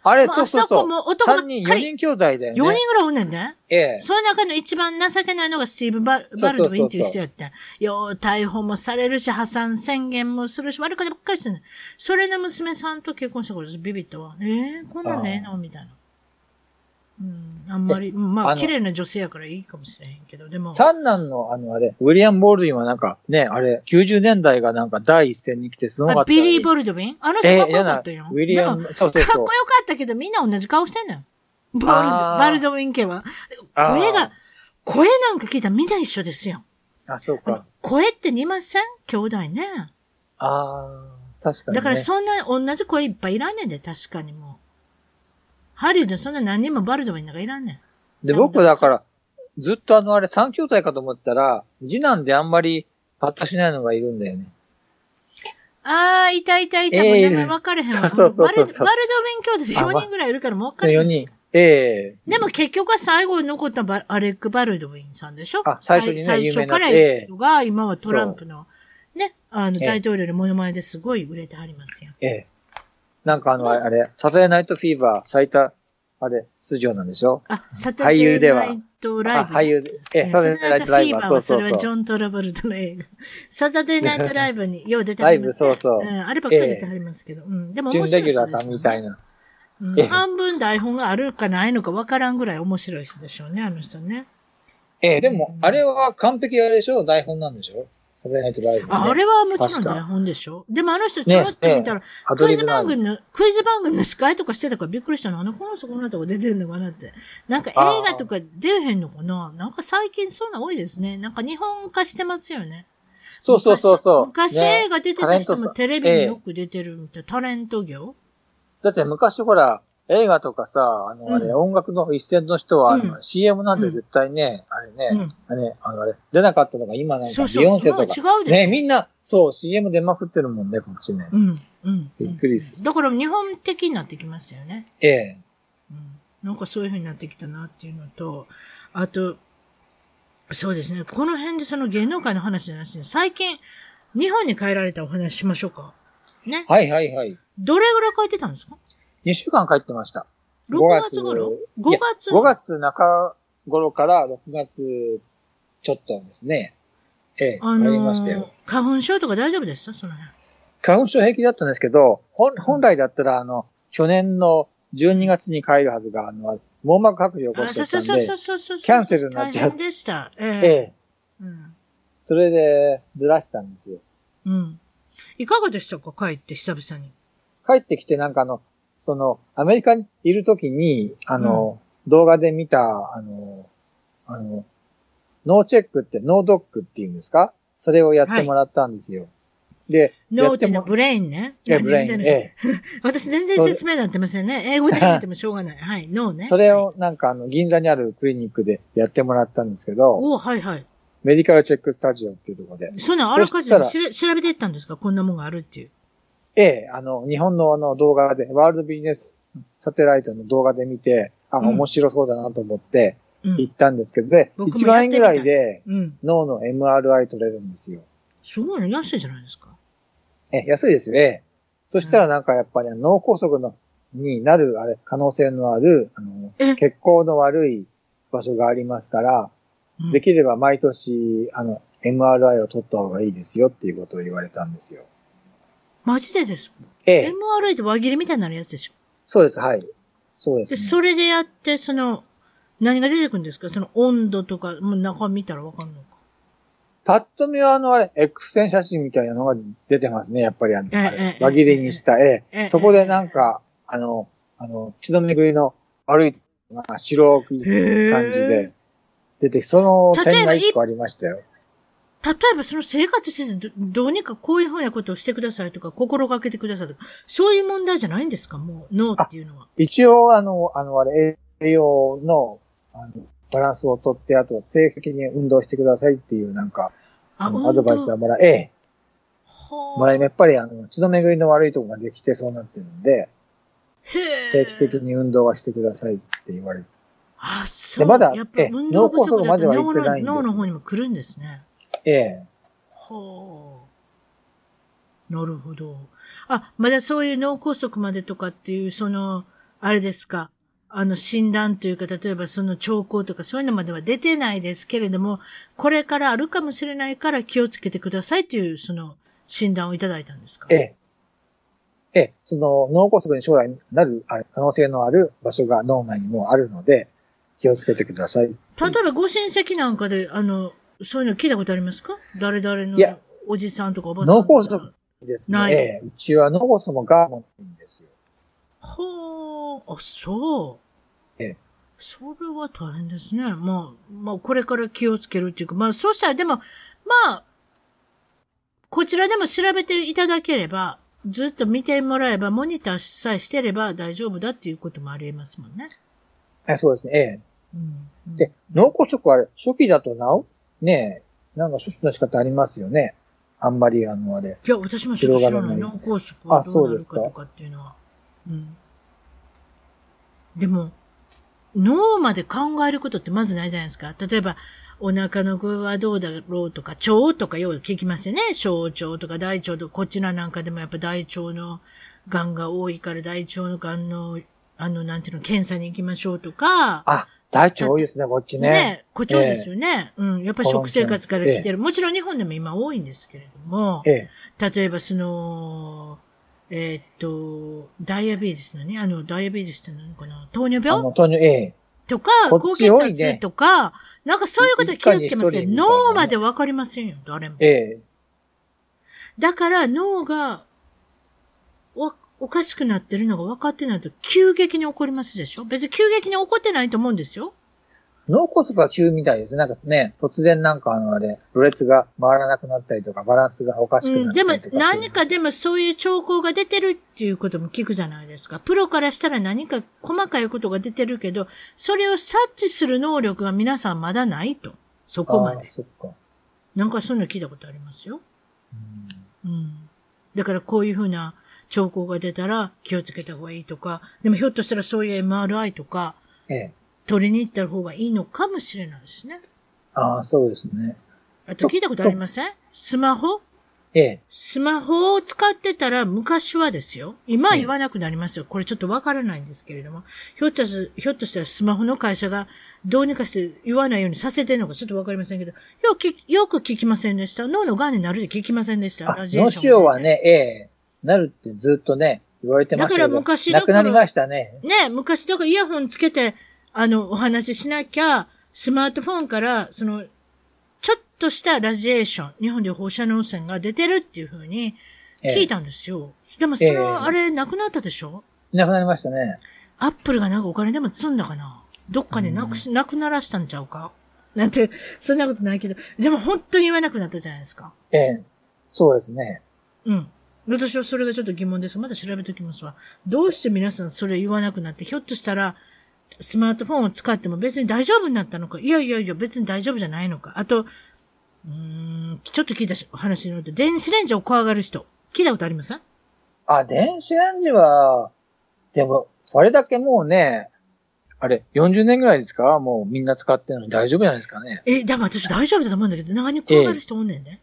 [SPEAKER 2] あれ、
[SPEAKER 1] もう
[SPEAKER 2] そうそう
[SPEAKER 1] あそこ
[SPEAKER 2] そう。
[SPEAKER 1] も男ばっか
[SPEAKER 2] 3
[SPEAKER 1] り
[SPEAKER 2] 人、4人兄弟だよね。
[SPEAKER 1] 4人ぐらいおんねんね。
[SPEAKER 2] ええ。
[SPEAKER 1] その中の一番情けないのがスティーブ・ババルドウィンっていう人やったん。よう逮捕もされるし、破産宣言もするし、悪いことばっかりしてる。それの娘さんと結婚したから私ビビったわ。ええこんなんねえのみたいな。うん、あんまり、うんま
[SPEAKER 2] あ
[SPEAKER 1] あ、
[SPEAKER 2] の
[SPEAKER 1] 綺麗な女性やからいいかもしれへんけど、でも、
[SPEAKER 2] 三男のあのあれ、ウィリアム・ボールドウィンはなんかね、あれ、90年代がなんか第一線に来てすごか
[SPEAKER 1] あ
[SPEAKER 2] った。
[SPEAKER 1] ビリー・ボルドウィンあの人
[SPEAKER 2] え
[SPEAKER 1] か
[SPEAKER 2] ー
[SPEAKER 1] っこよかったよ。
[SPEAKER 2] ウィリア
[SPEAKER 1] なんか
[SPEAKER 2] ム、そうそ
[SPEAKER 1] かっ
[SPEAKER 2] う
[SPEAKER 1] こ
[SPEAKER 2] そう
[SPEAKER 1] よか。ったけど、みんな同じ顔してんのよ。ボルド、
[SPEAKER 2] あー
[SPEAKER 1] バルドウィン家は。
[SPEAKER 2] あー
[SPEAKER 1] 声が、声なんか聞いたらみんな一緒ですよ。
[SPEAKER 2] あ、そう
[SPEAKER 1] あの
[SPEAKER 2] か。
[SPEAKER 1] 声って似ません兄弟ね。
[SPEAKER 2] ああ、確かに、ね。
[SPEAKER 1] だからそんな同じ声いっぱいいらんねんで、確かにもう。ハリウッドそんな何人もバルドウィンなんかいらんねん。
[SPEAKER 2] で、
[SPEAKER 1] なんだ
[SPEAKER 2] 僕だから、ずっとあのあれ、三兄弟かと思ったら、次男であんまりパッとしないのがいるんだよね。
[SPEAKER 1] ああ、いたいたいた。
[SPEAKER 2] え
[SPEAKER 1] もう
[SPEAKER 2] え
[SPEAKER 1] 名前分かれへんわ。
[SPEAKER 2] そうそうそうそう
[SPEAKER 1] バルドバルドウィン兄弟
[SPEAKER 2] あ
[SPEAKER 1] 4
[SPEAKER 2] ま
[SPEAKER 1] 人ぐらいいるからもう分かれへ
[SPEAKER 2] 4
[SPEAKER 1] ん。
[SPEAKER 2] 人。ええ
[SPEAKER 1] でも結局は最後に残ったバアレック・バルドウィンさんでしょ
[SPEAKER 2] あ最初にね
[SPEAKER 1] 最
[SPEAKER 2] 有
[SPEAKER 1] 最
[SPEAKER 2] 名
[SPEAKER 1] 初
[SPEAKER 2] な
[SPEAKER 1] から
[SPEAKER 2] ええ
[SPEAKER 1] いるのが、今はトランプの、ね、あの、
[SPEAKER 2] ええ
[SPEAKER 1] 大統領のモノマネですごい売れてはりますよ。
[SPEAKER 2] ええなんかあの、あれ、サタデーナイトフィーバー最多、あれ、出場なんでしょ
[SPEAKER 1] あ、サタ
[SPEAKER 2] 俳
[SPEAKER 1] デ
[SPEAKER 2] 優で
[SPEAKER 1] ー
[SPEAKER 2] は
[SPEAKER 1] ナイトライ
[SPEAKER 2] あ、
[SPEAKER 1] ブ。
[SPEAKER 2] 俳優で、え
[SPEAKER 1] え
[SPEAKER 2] え、
[SPEAKER 1] ー
[SPEAKER 2] サ
[SPEAKER 1] サタデーナイ
[SPEAKER 2] タデーナイト
[SPEAKER 1] ト
[SPEAKER 2] ラ
[SPEAKER 1] ラ
[SPEAKER 2] イ
[SPEAKER 1] イ
[SPEAKER 2] バ
[SPEAKER 1] バー
[SPEAKER 2] ー、そう
[SPEAKER 1] は
[SPEAKER 2] そ
[SPEAKER 1] そうれはジ
[SPEAKER 2] そう。
[SPEAKER 1] ョン・トラボルトの映画。サタデーナイトライブによう出ては
[SPEAKER 2] ライ
[SPEAKER 1] りま
[SPEAKER 2] ブ、
[SPEAKER 1] すね。
[SPEAKER 2] そうそう
[SPEAKER 1] う。ん、あればっかり出てはりますけど。うん、でも面
[SPEAKER 2] 準
[SPEAKER 1] 白い
[SPEAKER 2] レ
[SPEAKER 1] 人
[SPEAKER 2] ギ
[SPEAKER 1] で
[SPEAKER 2] ュ
[SPEAKER 1] すよね
[SPEAKER 2] ラーかみたいな。
[SPEAKER 1] うん
[SPEAKER 2] ええ
[SPEAKER 1] 半分台本があるかないのかわからんぐらい面白い人でしょうね、あの人ね。
[SPEAKER 2] ええでも、あれは完璧あれでしょ台本なんでしょサタデーナイトライブ、ね。
[SPEAKER 1] ああれはもちろん
[SPEAKER 2] 確か
[SPEAKER 1] 台本でしょ。でもあの人ちょろっと見たら、
[SPEAKER 2] ア
[SPEAKER 1] ク
[SPEAKER 2] ド
[SPEAKER 1] イ
[SPEAKER 2] リ
[SPEAKER 1] ズ
[SPEAKER 2] ブな
[SPEAKER 1] 番
[SPEAKER 2] の。
[SPEAKER 1] 組の、クイズ番組の司会とかしてたからびっくりしたの。あの、この人こんなとこ出てんのかなって。なんか映画とか出えへんのかななんか最近そんなん多いですね。なんか日本化してますよね。
[SPEAKER 2] そうそうそうそう。
[SPEAKER 1] 昔昔
[SPEAKER 2] ね
[SPEAKER 1] 映画出てた人
[SPEAKER 2] タレント
[SPEAKER 1] も
[SPEAKER 2] さん
[SPEAKER 1] テレビによく出てるみたいな。タレント業
[SPEAKER 2] だって昔ほら、映画とかさ、あの、あれ、
[SPEAKER 1] うん
[SPEAKER 2] 音楽の一線の人は、あの
[SPEAKER 1] うん
[SPEAKER 2] CM なんて絶対ね、あれ
[SPEAKER 1] う
[SPEAKER 2] ね、
[SPEAKER 1] ん。
[SPEAKER 2] あれ、あの、あれ、出なかったのが今なん
[SPEAKER 1] そ
[SPEAKER 2] か、
[SPEAKER 1] う
[SPEAKER 2] ビ
[SPEAKER 1] そう。
[SPEAKER 2] ヨンセ
[SPEAKER 1] 今
[SPEAKER 2] と
[SPEAKER 1] は違う
[SPEAKER 2] か。
[SPEAKER 1] でしょ。
[SPEAKER 2] ね、みんな、そう、CM 出まくってるもんね、こっちね。
[SPEAKER 1] うん。うん。
[SPEAKER 2] びっくりす
[SPEAKER 1] だから日本的になってきましたよね。
[SPEAKER 2] ええ。
[SPEAKER 1] うんなんかそういう風になってきたなっていうのと、あと、そうですね、この辺でその芸能界の話じゃなしに、最近、日本に帰られたお話しましょうか。ね。
[SPEAKER 2] はいはいはい。
[SPEAKER 1] どれぐらい帰ってたんですか
[SPEAKER 2] 2週間帰ってました。
[SPEAKER 1] ?6 月頃
[SPEAKER 2] い
[SPEAKER 1] ?5
[SPEAKER 2] や
[SPEAKER 1] 月
[SPEAKER 2] 5月中頃から6月ちょっとですね。ええ、
[SPEAKER 1] あ
[SPEAKER 2] 帰り
[SPEAKER 1] の
[SPEAKER 2] ましたよ
[SPEAKER 1] ー。花粉症とか大丈夫でしたその辺。
[SPEAKER 2] 花粉症平気だったんですけど、本本来だったら、あの、去年の12月に帰るはずが、あの、網膜剥離を起こ
[SPEAKER 1] あ、
[SPEAKER 2] し
[SPEAKER 1] そう
[SPEAKER 2] て
[SPEAKER 1] そうそう
[SPEAKER 2] たんで
[SPEAKER 1] そう、そうそう。
[SPEAKER 2] キャンセルになっちゃ
[SPEAKER 1] 大
[SPEAKER 2] う
[SPEAKER 1] 変でした。え
[SPEAKER 2] え
[SPEAKER 1] え
[SPEAKER 2] え、
[SPEAKER 1] うん。
[SPEAKER 2] それでずらしたんですよ。
[SPEAKER 1] うん。いかがでしたか帰って久々に。
[SPEAKER 2] 帰ってきてなんかあの、その、アメリカにいる時に、あの、動画で見た、あの、あの、ノーチェックって、ノードックっていうんですかそれをやってもらったんですよ。で、や
[SPEAKER 1] ノ
[SPEAKER 2] っ
[SPEAKER 1] ーテ
[SPEAKER 2] て
[SPEAKER 1] ィの
[SPEAKER 2] も、
[SPEAKER 1] ブレインね。
[SPEAKER 2] ええブレイン、ええ。
[SPEAKER 1] 私全然説明になってませんね。英語で書いてもしょうがない。はい、ノーね。
[SPEAKER 2] それをなんかあの、銀座にあるクリニックでやってもらったんですけど、
[SPEAKER 1] おはいはい。
[SPEAKER 2] メディカルチェックスタジオっていうところで。
[SPEAKER 1] そんなんあらかじめしら調べていったんですかこんなもんがあるっていう。
[SPEAKER 2] ええ、あの、日本のあの動画で、ワールドビジネスサテライトの動画で見て、あ、
[SPEAKER 1] うん
[SPEAKER 2] 面白そうだなと思って
[SPEAKER 1] う
[SPEAKER 2] 行
[SPEAKER 1] ん
[SPEAKER 2] っ。たんですけど、で、
[SPEAKER 1] 僕も
[SPEAKER 2] 1万円ぐらいで
[SPEAKER 1] うん。
[SPEAKER 2] 脳の MRI 取れるんですよ。
[SPEAKER 1] すごいの安いじゃないですか。
[SPEAKER 2] え、安いですよ。ええ。そしたらなんかやっぱりあの脳梗塞のになる、あれ、可能性のある、あの、
[SPEAKER 1] え
[SPEAKER 2] 血行の悪い場所がありますから、
[SPEAKER 1] うん
[SPEAKER 2] できれば毎年、あの、MRI を取った方がいいですよっていうことを言われたんですよ。
[SPEAKER 1] マジでです。
[SPEAKER 2] ええ、
[SPEAKER 1] MRI って輪切りみたいになるやつでしょ。
[SPEAKER 2] そうです、はい。そうです、
[SPEAKER 1] で、
[SPEAKER 2] ね。
[SPEAKER 1] それでやって、その、何が出てくるんですかその温度とか、もう中見たらわかんのか。
[SPEAKER 2] パッと見はあの、あれ、X 線写真みたいなのが出てますね、やっぱりあの、
[SPEAKER 1] ええ
[SPEAKER 2] あ
[SPEAKER 1] え
[SPEAKER 2] れ
[SPEAKER 1] え
[SPEAKER 2] 輪切りにした絵
[SPEAKER 1] ええ。
[SPEAKER 2] そこでなんか、あの、あの、血の巡りの悪い、まあ、白く
[SPEAKER 1] へ
[SPEAKER 2] 感じ
[SPEAKER 1] え
[SPEAKER 2] で。出てきその点が
[SPEAKER 1] 例えば
[SPEAKER 2] 一個ありましたよ。
[SPEAKER 1] 例えばその生活しててど、どうにかこういうふうなことをしてくださいとか、心がけてくださいとか、そういう問題じゃないんですかもう、脳っていうのは。
[SPEAKER 2] 一応、あの、あの、あれ、栄養の、あの、バランスをとって、あと、定期的に運動してくださいっていう、なんか、あの、アドバイスはもらえ、ええ、もらえ、やっぱり、あの、血の巡りの悪いところができてそうなってるんで、定
[SPEAKER 1] 定
[SPEAKER 2] 期的。に運動はしてくださいって言われて。
[SPEAKER 1] あ、そう。
[SPEAKER 2] でまだ
[SPEAKER 1] やっぱ
[SPEAKER 2] ええ
[SPEAKER 1] 運動不足
[SPEAKER 2] 脳梗塞
[SPEAKER 1] だ
[SPEAKER 2] まで
[SPEAKER 1] と
[SPEAKER 2] は行
[SPEAKER 1] 脳
[SPEAKER 2] ってない
[SPEAKER 1] の
[SPEAKER 2] んです
[SPEAKER 1] 脳の方にも来るんですね。
[SPEAKER 2] ええ。
[SPEAKER 1] ほう。なるほど。あ、まだそういう脳梗塞までとかっていう、その、あれですか。あの、診断というか、例えばその兆候とかそういうのまでは出てないですけれども、これからあるかもしれないから気をつけてくださいっていう、その、診断をいただいたんですか
[SPEAKER 2] ええ。え、その脳梗塞に将来なるあれ可能性のある場所が脳内にもあるので、気をつけてください。
[SPEAKER 1] 例えばご親戚なんかで、あの、そういうの聞いたことありますか誰々の
[SPEAKER 2] いや
[SPEAKER 1] おじさんとかおばさんとか。
[SPEAKER 2] 脳梗塞です
[SPEAKER 1] ない
[SPEAKER 2] ね。ええうちは脳梗塞もガーもないんですよ。
[SPEAKER 1] ほー、あ、そう。
[SPEAKER 2] ええ
[SPEAKER 1] それは大変ですね。まあ、まあ、これから気をつけるっていうか、まあ、そうしたらでも、まあ、こちらでも調べていただければ、ずっと見てもらえば、モニターさえしてれば大丈夫だっていうこともあり得ますもんね。
[SPEAKER 2] えそうですね。ええ
[SPEAKER 1] うん。
[SPEAKER 2] で、脳梗塞は初期だと治ねえ、なんか処置の仕方ありますよね。あんまりあの、あれ。
[SPEAKER 1] いや、私もちょっと知らない。
[SPEAKER 2] 広がらない
[SPEAKER 1] 脳梗塞は
[SPEAKER 2] あそ
[SPEAKER 1] どう
[SPEAKER 2] う
[SPEAKER 1] な
[SPEAKER 2] で
[SPEAKER 1] る
[SPEAKER 2] す
[SPEAKER 1] か
[SPEAKER 2] か
[SPEAKER 1] とかっていうのは。うん。でも、脳まで考えることってまずないじゃないですか。例えば、お腹の具合はどうだろうとか、腸とかよく聞きますよね。小腸とか大腸とか、こちらなんかでもやっぱ大腸のがんが多いから大腸のがんの、あの、なんていうの、検査に行きましょうとか。
[SPEAKER 2] あ、大腸多いですね、こっち
[SPEAKER 1] ね
[SPEAKER 2] ね。
[SPEAKER 1] 誇張ですよね。うん。やっぱり食生活から来てる。もちろん日本でも今多いんですけれども。
[SPEAKER 2] ええ。
[SPEAKER 1] 例えばその、えーっと、ダイアベーティスのね、あの、ダイアベーティスって何かな、糖尿
[SPEAKER 2] あ
[SPEAKER 1] 病
[SPEAKER 2] の、糖尿、ええ。
[SPEAKER 1] とか、
[SPEAKER 2] こ
[SPEAKER 1] 高
[SPEAKER 2] っ
[SPEAKER 1] 血
[SPEAKER 2] ち多いね
[SPEAKER 1] 圧とか、なんかそういうことは気をつけますけ
[SPEAKER 2] 一家に一人
[SPEAKER 1] ど、
[SPEAKER 2] みたいなね
[SPEAKER 1] 脳までわかりませんよ、誰も。
[SPEAKER 2] ええ。
[SPEAKER 1] だから脳が、お、おかしくなってるのが分かってないと、急激に起こりますでしょ別に急激に起こってないと思うんですよ。
[SPEAKER 2] 脳梗塞は急みたいですね。なんかね、突然なんかあのあれ、ろれつが回らなくなったりとか、バランスがおかしく
[SPEAKER 1] う、
[SPEAKER 2] なんっ
[SPEAKER 1] で
[SPEAKER 2] た
[SPEAKER 1] も
[SPEAKER 2] りとか。
[SPEAKER 1] 何。かでもそういう兆候が出てるっていうことも聞くじゃないですか。プロからしたら何か細かいことが出てるけど、それを察知する能力が皆さんまだないと。そこま
[SPEAKER 2] ああ、
[SPEAKER 1] で。
[SPEAKER 2] そっか。
[SPEAKER 1] なんかそういうの聞いたことありますよ。
[SPEAKER 2] うん
[SPEAKER 1] うん。だからこういうふうな兆候が出たら気をつけた方がいいとか、でもひょっとしたらそういう MRI とか
[SPEAKER 2] ええ。
[SPEAKER 1] 取りに行った方がいいのかもしれないですね。
[SPEAKER 2] ああ、そうですね。
[SPEAKER 1] あと聞いたことありませんスマホ
[SPEAKER 2] ええ。
[SPEAKER 1] スマホを使ってたら昔はですよ。今は言わなくなりますよ。これちょっとわからないんですけれども。ひょっとしひょっとしたらスマホの会社がどうにかして言わないようにさせてるのかちょっとわかりませんけど、よく聞きよく聞きませんでした。脳の癌になるって聞きませんでした。
[SPEAKER 2] あ、
[SPEAKER 1] ラジエー
[SPEAKER 2] 脳
[SPEAKER 1] ション
[SPEAKER 2] 腫瘍
[SPEAKER 1] が
[SPEAKER 2] は。ね、ええ、なるってずっとね、言われてましたけど。
[SPEAKER 1] だから昔だ
[SPEAKER 2] な
[SPEAKER 1] か
[SPEAKER 2] く
[SPEAKER 1] ら
[SPEAKER 2] なりましたね。
[SPEAKER 1] ね昔とかイヤホンつけて、あの、お話ししなきゃ、スマートフォンから、その、ちょっとしたラジエーション、日本で放射能線が出てるっていうふうに
[SPEAKER 2] ええ
[SPEAKER 1] 聞いたんですよ。でもそれ
[SPEAKER 2] え
[SPEAKER 1] は
[SPEAKER 2] え
[SPEAKER 1] あれなくなったでしょ
[SPEAKER 2] なくなりましたね。
[SPEAKER 1] アップルがなんかお金でも積んだかなどっかでなくし、なくならしたんちゃうかなんて、そんなことないけど、でも本当に言わなくなったじゃないですか。
[SPEAKER 2] ええ。そうですね。
[SPEAKER 1] うん。私はそれがちょっと疑問です。また調べておきますわ。どうして皆さんそれ言わなくなって、ひょっとしたら、スマートフォンを使っても別に大丈夫になったのかいやいやいや、別に大丈夫じゃないのかあと、うーん、ちょっと聞いたし話によると、電子レンジを怖がる人、聞いたことありません
[SPEAKER 2] あ、電子レンジは、でも、それだけもうね、あれ、40年ぐらいですかもうみんな使ってるのに大丈夫じゃないですかね。
[SPEAKER 1] え、でも私大丈夫だと思うんだけど、中に怖がる人おんねんね。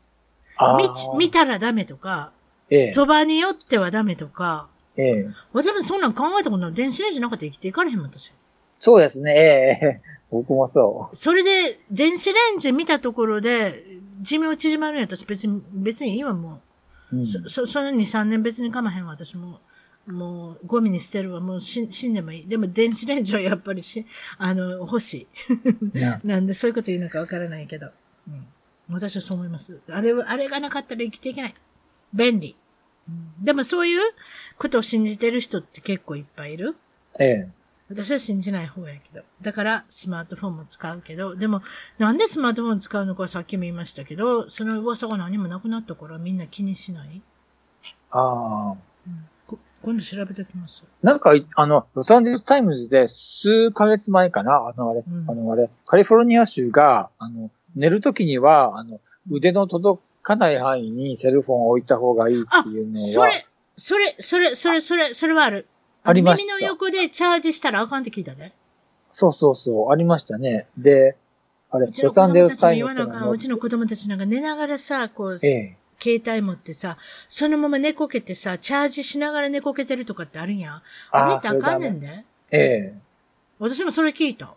[SPEAKER 2] ああ
[SPEAKER 1] 見ち見たらダメとか、
[SPEAKER 2] ええ、
[SPEAKER 1] そばによってはダメとか。
[SPEAKER 2] ええ。
[SPEAKER 1] 私もそんなん考えたことない。電子レンジなかったら生きていかれへんもん、私。
[SPEAKER 2] そうですね、ええええ。僕もそ
[SPEAKER 1] それで、電子レンジ見たところで、寿命縮まるんやったら私別に、別にいいわ、も
[SPEAKER 2] う。うん
[SPEAKER 1] う。そ、そ、その2、3年別にかまへんわ、私も。もう、ゴミに捨てるわ、もう死ん死んでもいい。でも、電子レンジはやっぱりし、あの、欲し
[SPEAKER 2] ね
[SPEAKER 1] い。なんで、そういうこと言うのかわからないけど。うん。私はそう思います。あれは、あれがなかったら生きていけない。便利。うんでも、そういうことを信じてる人って結構いっぱいいる。
[SPEAKER 2] ええ。
[SPEAKER 1] 私は信じない方やけど。だから、スマートフォンも使うけど、でも、なんでスマートフォン使うのかはさっきも言いましたけど、その噂が何もなくなったからみんな気にしない、
[SPEAKER 2] ああ。
[SPEAKER 1] こ今度調べておきます。
[SPEAKER 2] なんか、いあの、ロサンゼルスタイムズで数ヶ月前かな、あのあれ、
[SPEAKER 1] うん
[SPEAKER 2] あのあれ、カリフォルニア州が、あの、寝るときには、あの、腕の届かない範囲にセルフォンを置いた方がいいっていうの
[SPEAKER 1] そ
[SPEAKER 2] は、
[SPEAKER 1] れ、それ、それ、それ、それ、それはある。の
[SPEAKER 2] ありました
[SPEAKER 1] 耳の横でチャージしたらあかんって聞いたね。
[SPEAKER 2] そうそうそう、ありましたね。で、あれ、
[SPEAKER 1] うちの
[SPEAKER 2] ロ
[SPEAKER 1] 子
[SPEAKER 2] サンゼ
[SPEAKER 1] 供た
[SPEAKER 2] ルス
[SPEAKER 1] ちも
[SPEAKER 2] タイ
[SPEAKER 1] 言
[SPEAKER 2] ム
[SPEAKER 1] わ
[SPEAKER 2] ズ
[SPEAKER 1] なあ
[SPEAKER 2] の
[SPEAKER 1] かん。うちの子供たちなんか寝ながらさ、こう、
[SPEAKER 2] え
[SPEAKER 1] 携
[SPEAKER 2] え、
[SPEAKER 1] 帯持ってさ、そのまま寝こけてさ、チャージしながら寝こけてるとかってあるんやん。あれっ
[SPEAKER 2] ああ、
[SPEAKER 1] て
[SPEAKER 2] そ
[SPEAKER 1] あ
[SPEAKER 2] れ
[SPEAKER 1] か
[SPEAKER 2] ダ
[SPEAKER 1] んねん
[SPEAKER 2] メ。
[SPEAKER 1] で。
[SPEAKER 2] ええ、
[SPEAKER 1] 私もそれ聞いた。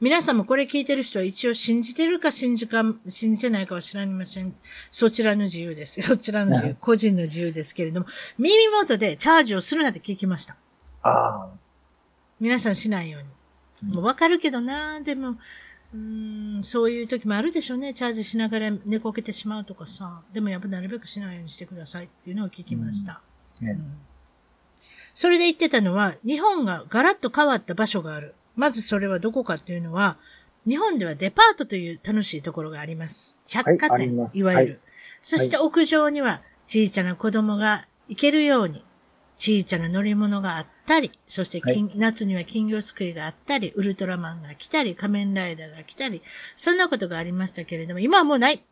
[SPEAKER 1] 皆さんもこれ聞いてる人は一応信じてるか信じか、信じてないかは知らりません。そちらの自由です。 そちらの自由。個人の自由ですけれども、耳元でチャージをするなって聞きました。
[SPEAKER 2] ああ。
[SPEAKER 1] 皆さんしないように。
[SPEAKER 2] うん
[SPEAKER 1] もうわかるけどな、でも、うーん、そういう時もあるでしょうね。チャージしながら寝こけてしまうとかさ。でもやっぱなるべくしないようにしてくださいっていうのを聞きました。
[SPEAKER 2] うんね
[SPEAKER 1] うんそれで言ってたのは、日本がガラッと変わった場所がある。まずそれはどこかっていうのは、日本ではデパートという楽しいところがあります。百貨
[SPEAKER 2] はいあり
[SPEAKER 1] 店、
[SPEAKER 2] ます
[SPEAKER 1] いわゆる。
[SPEAKER 2] は
[SPEAKER 1] そして屋上には小さな子供が行けるように、小さな乗り物があったり、そして金、夏には金魚すくいがあったり、ウルトラマンが来たり、仮面ライダーが来たり、そんなことがありましたけれども、今はもうない。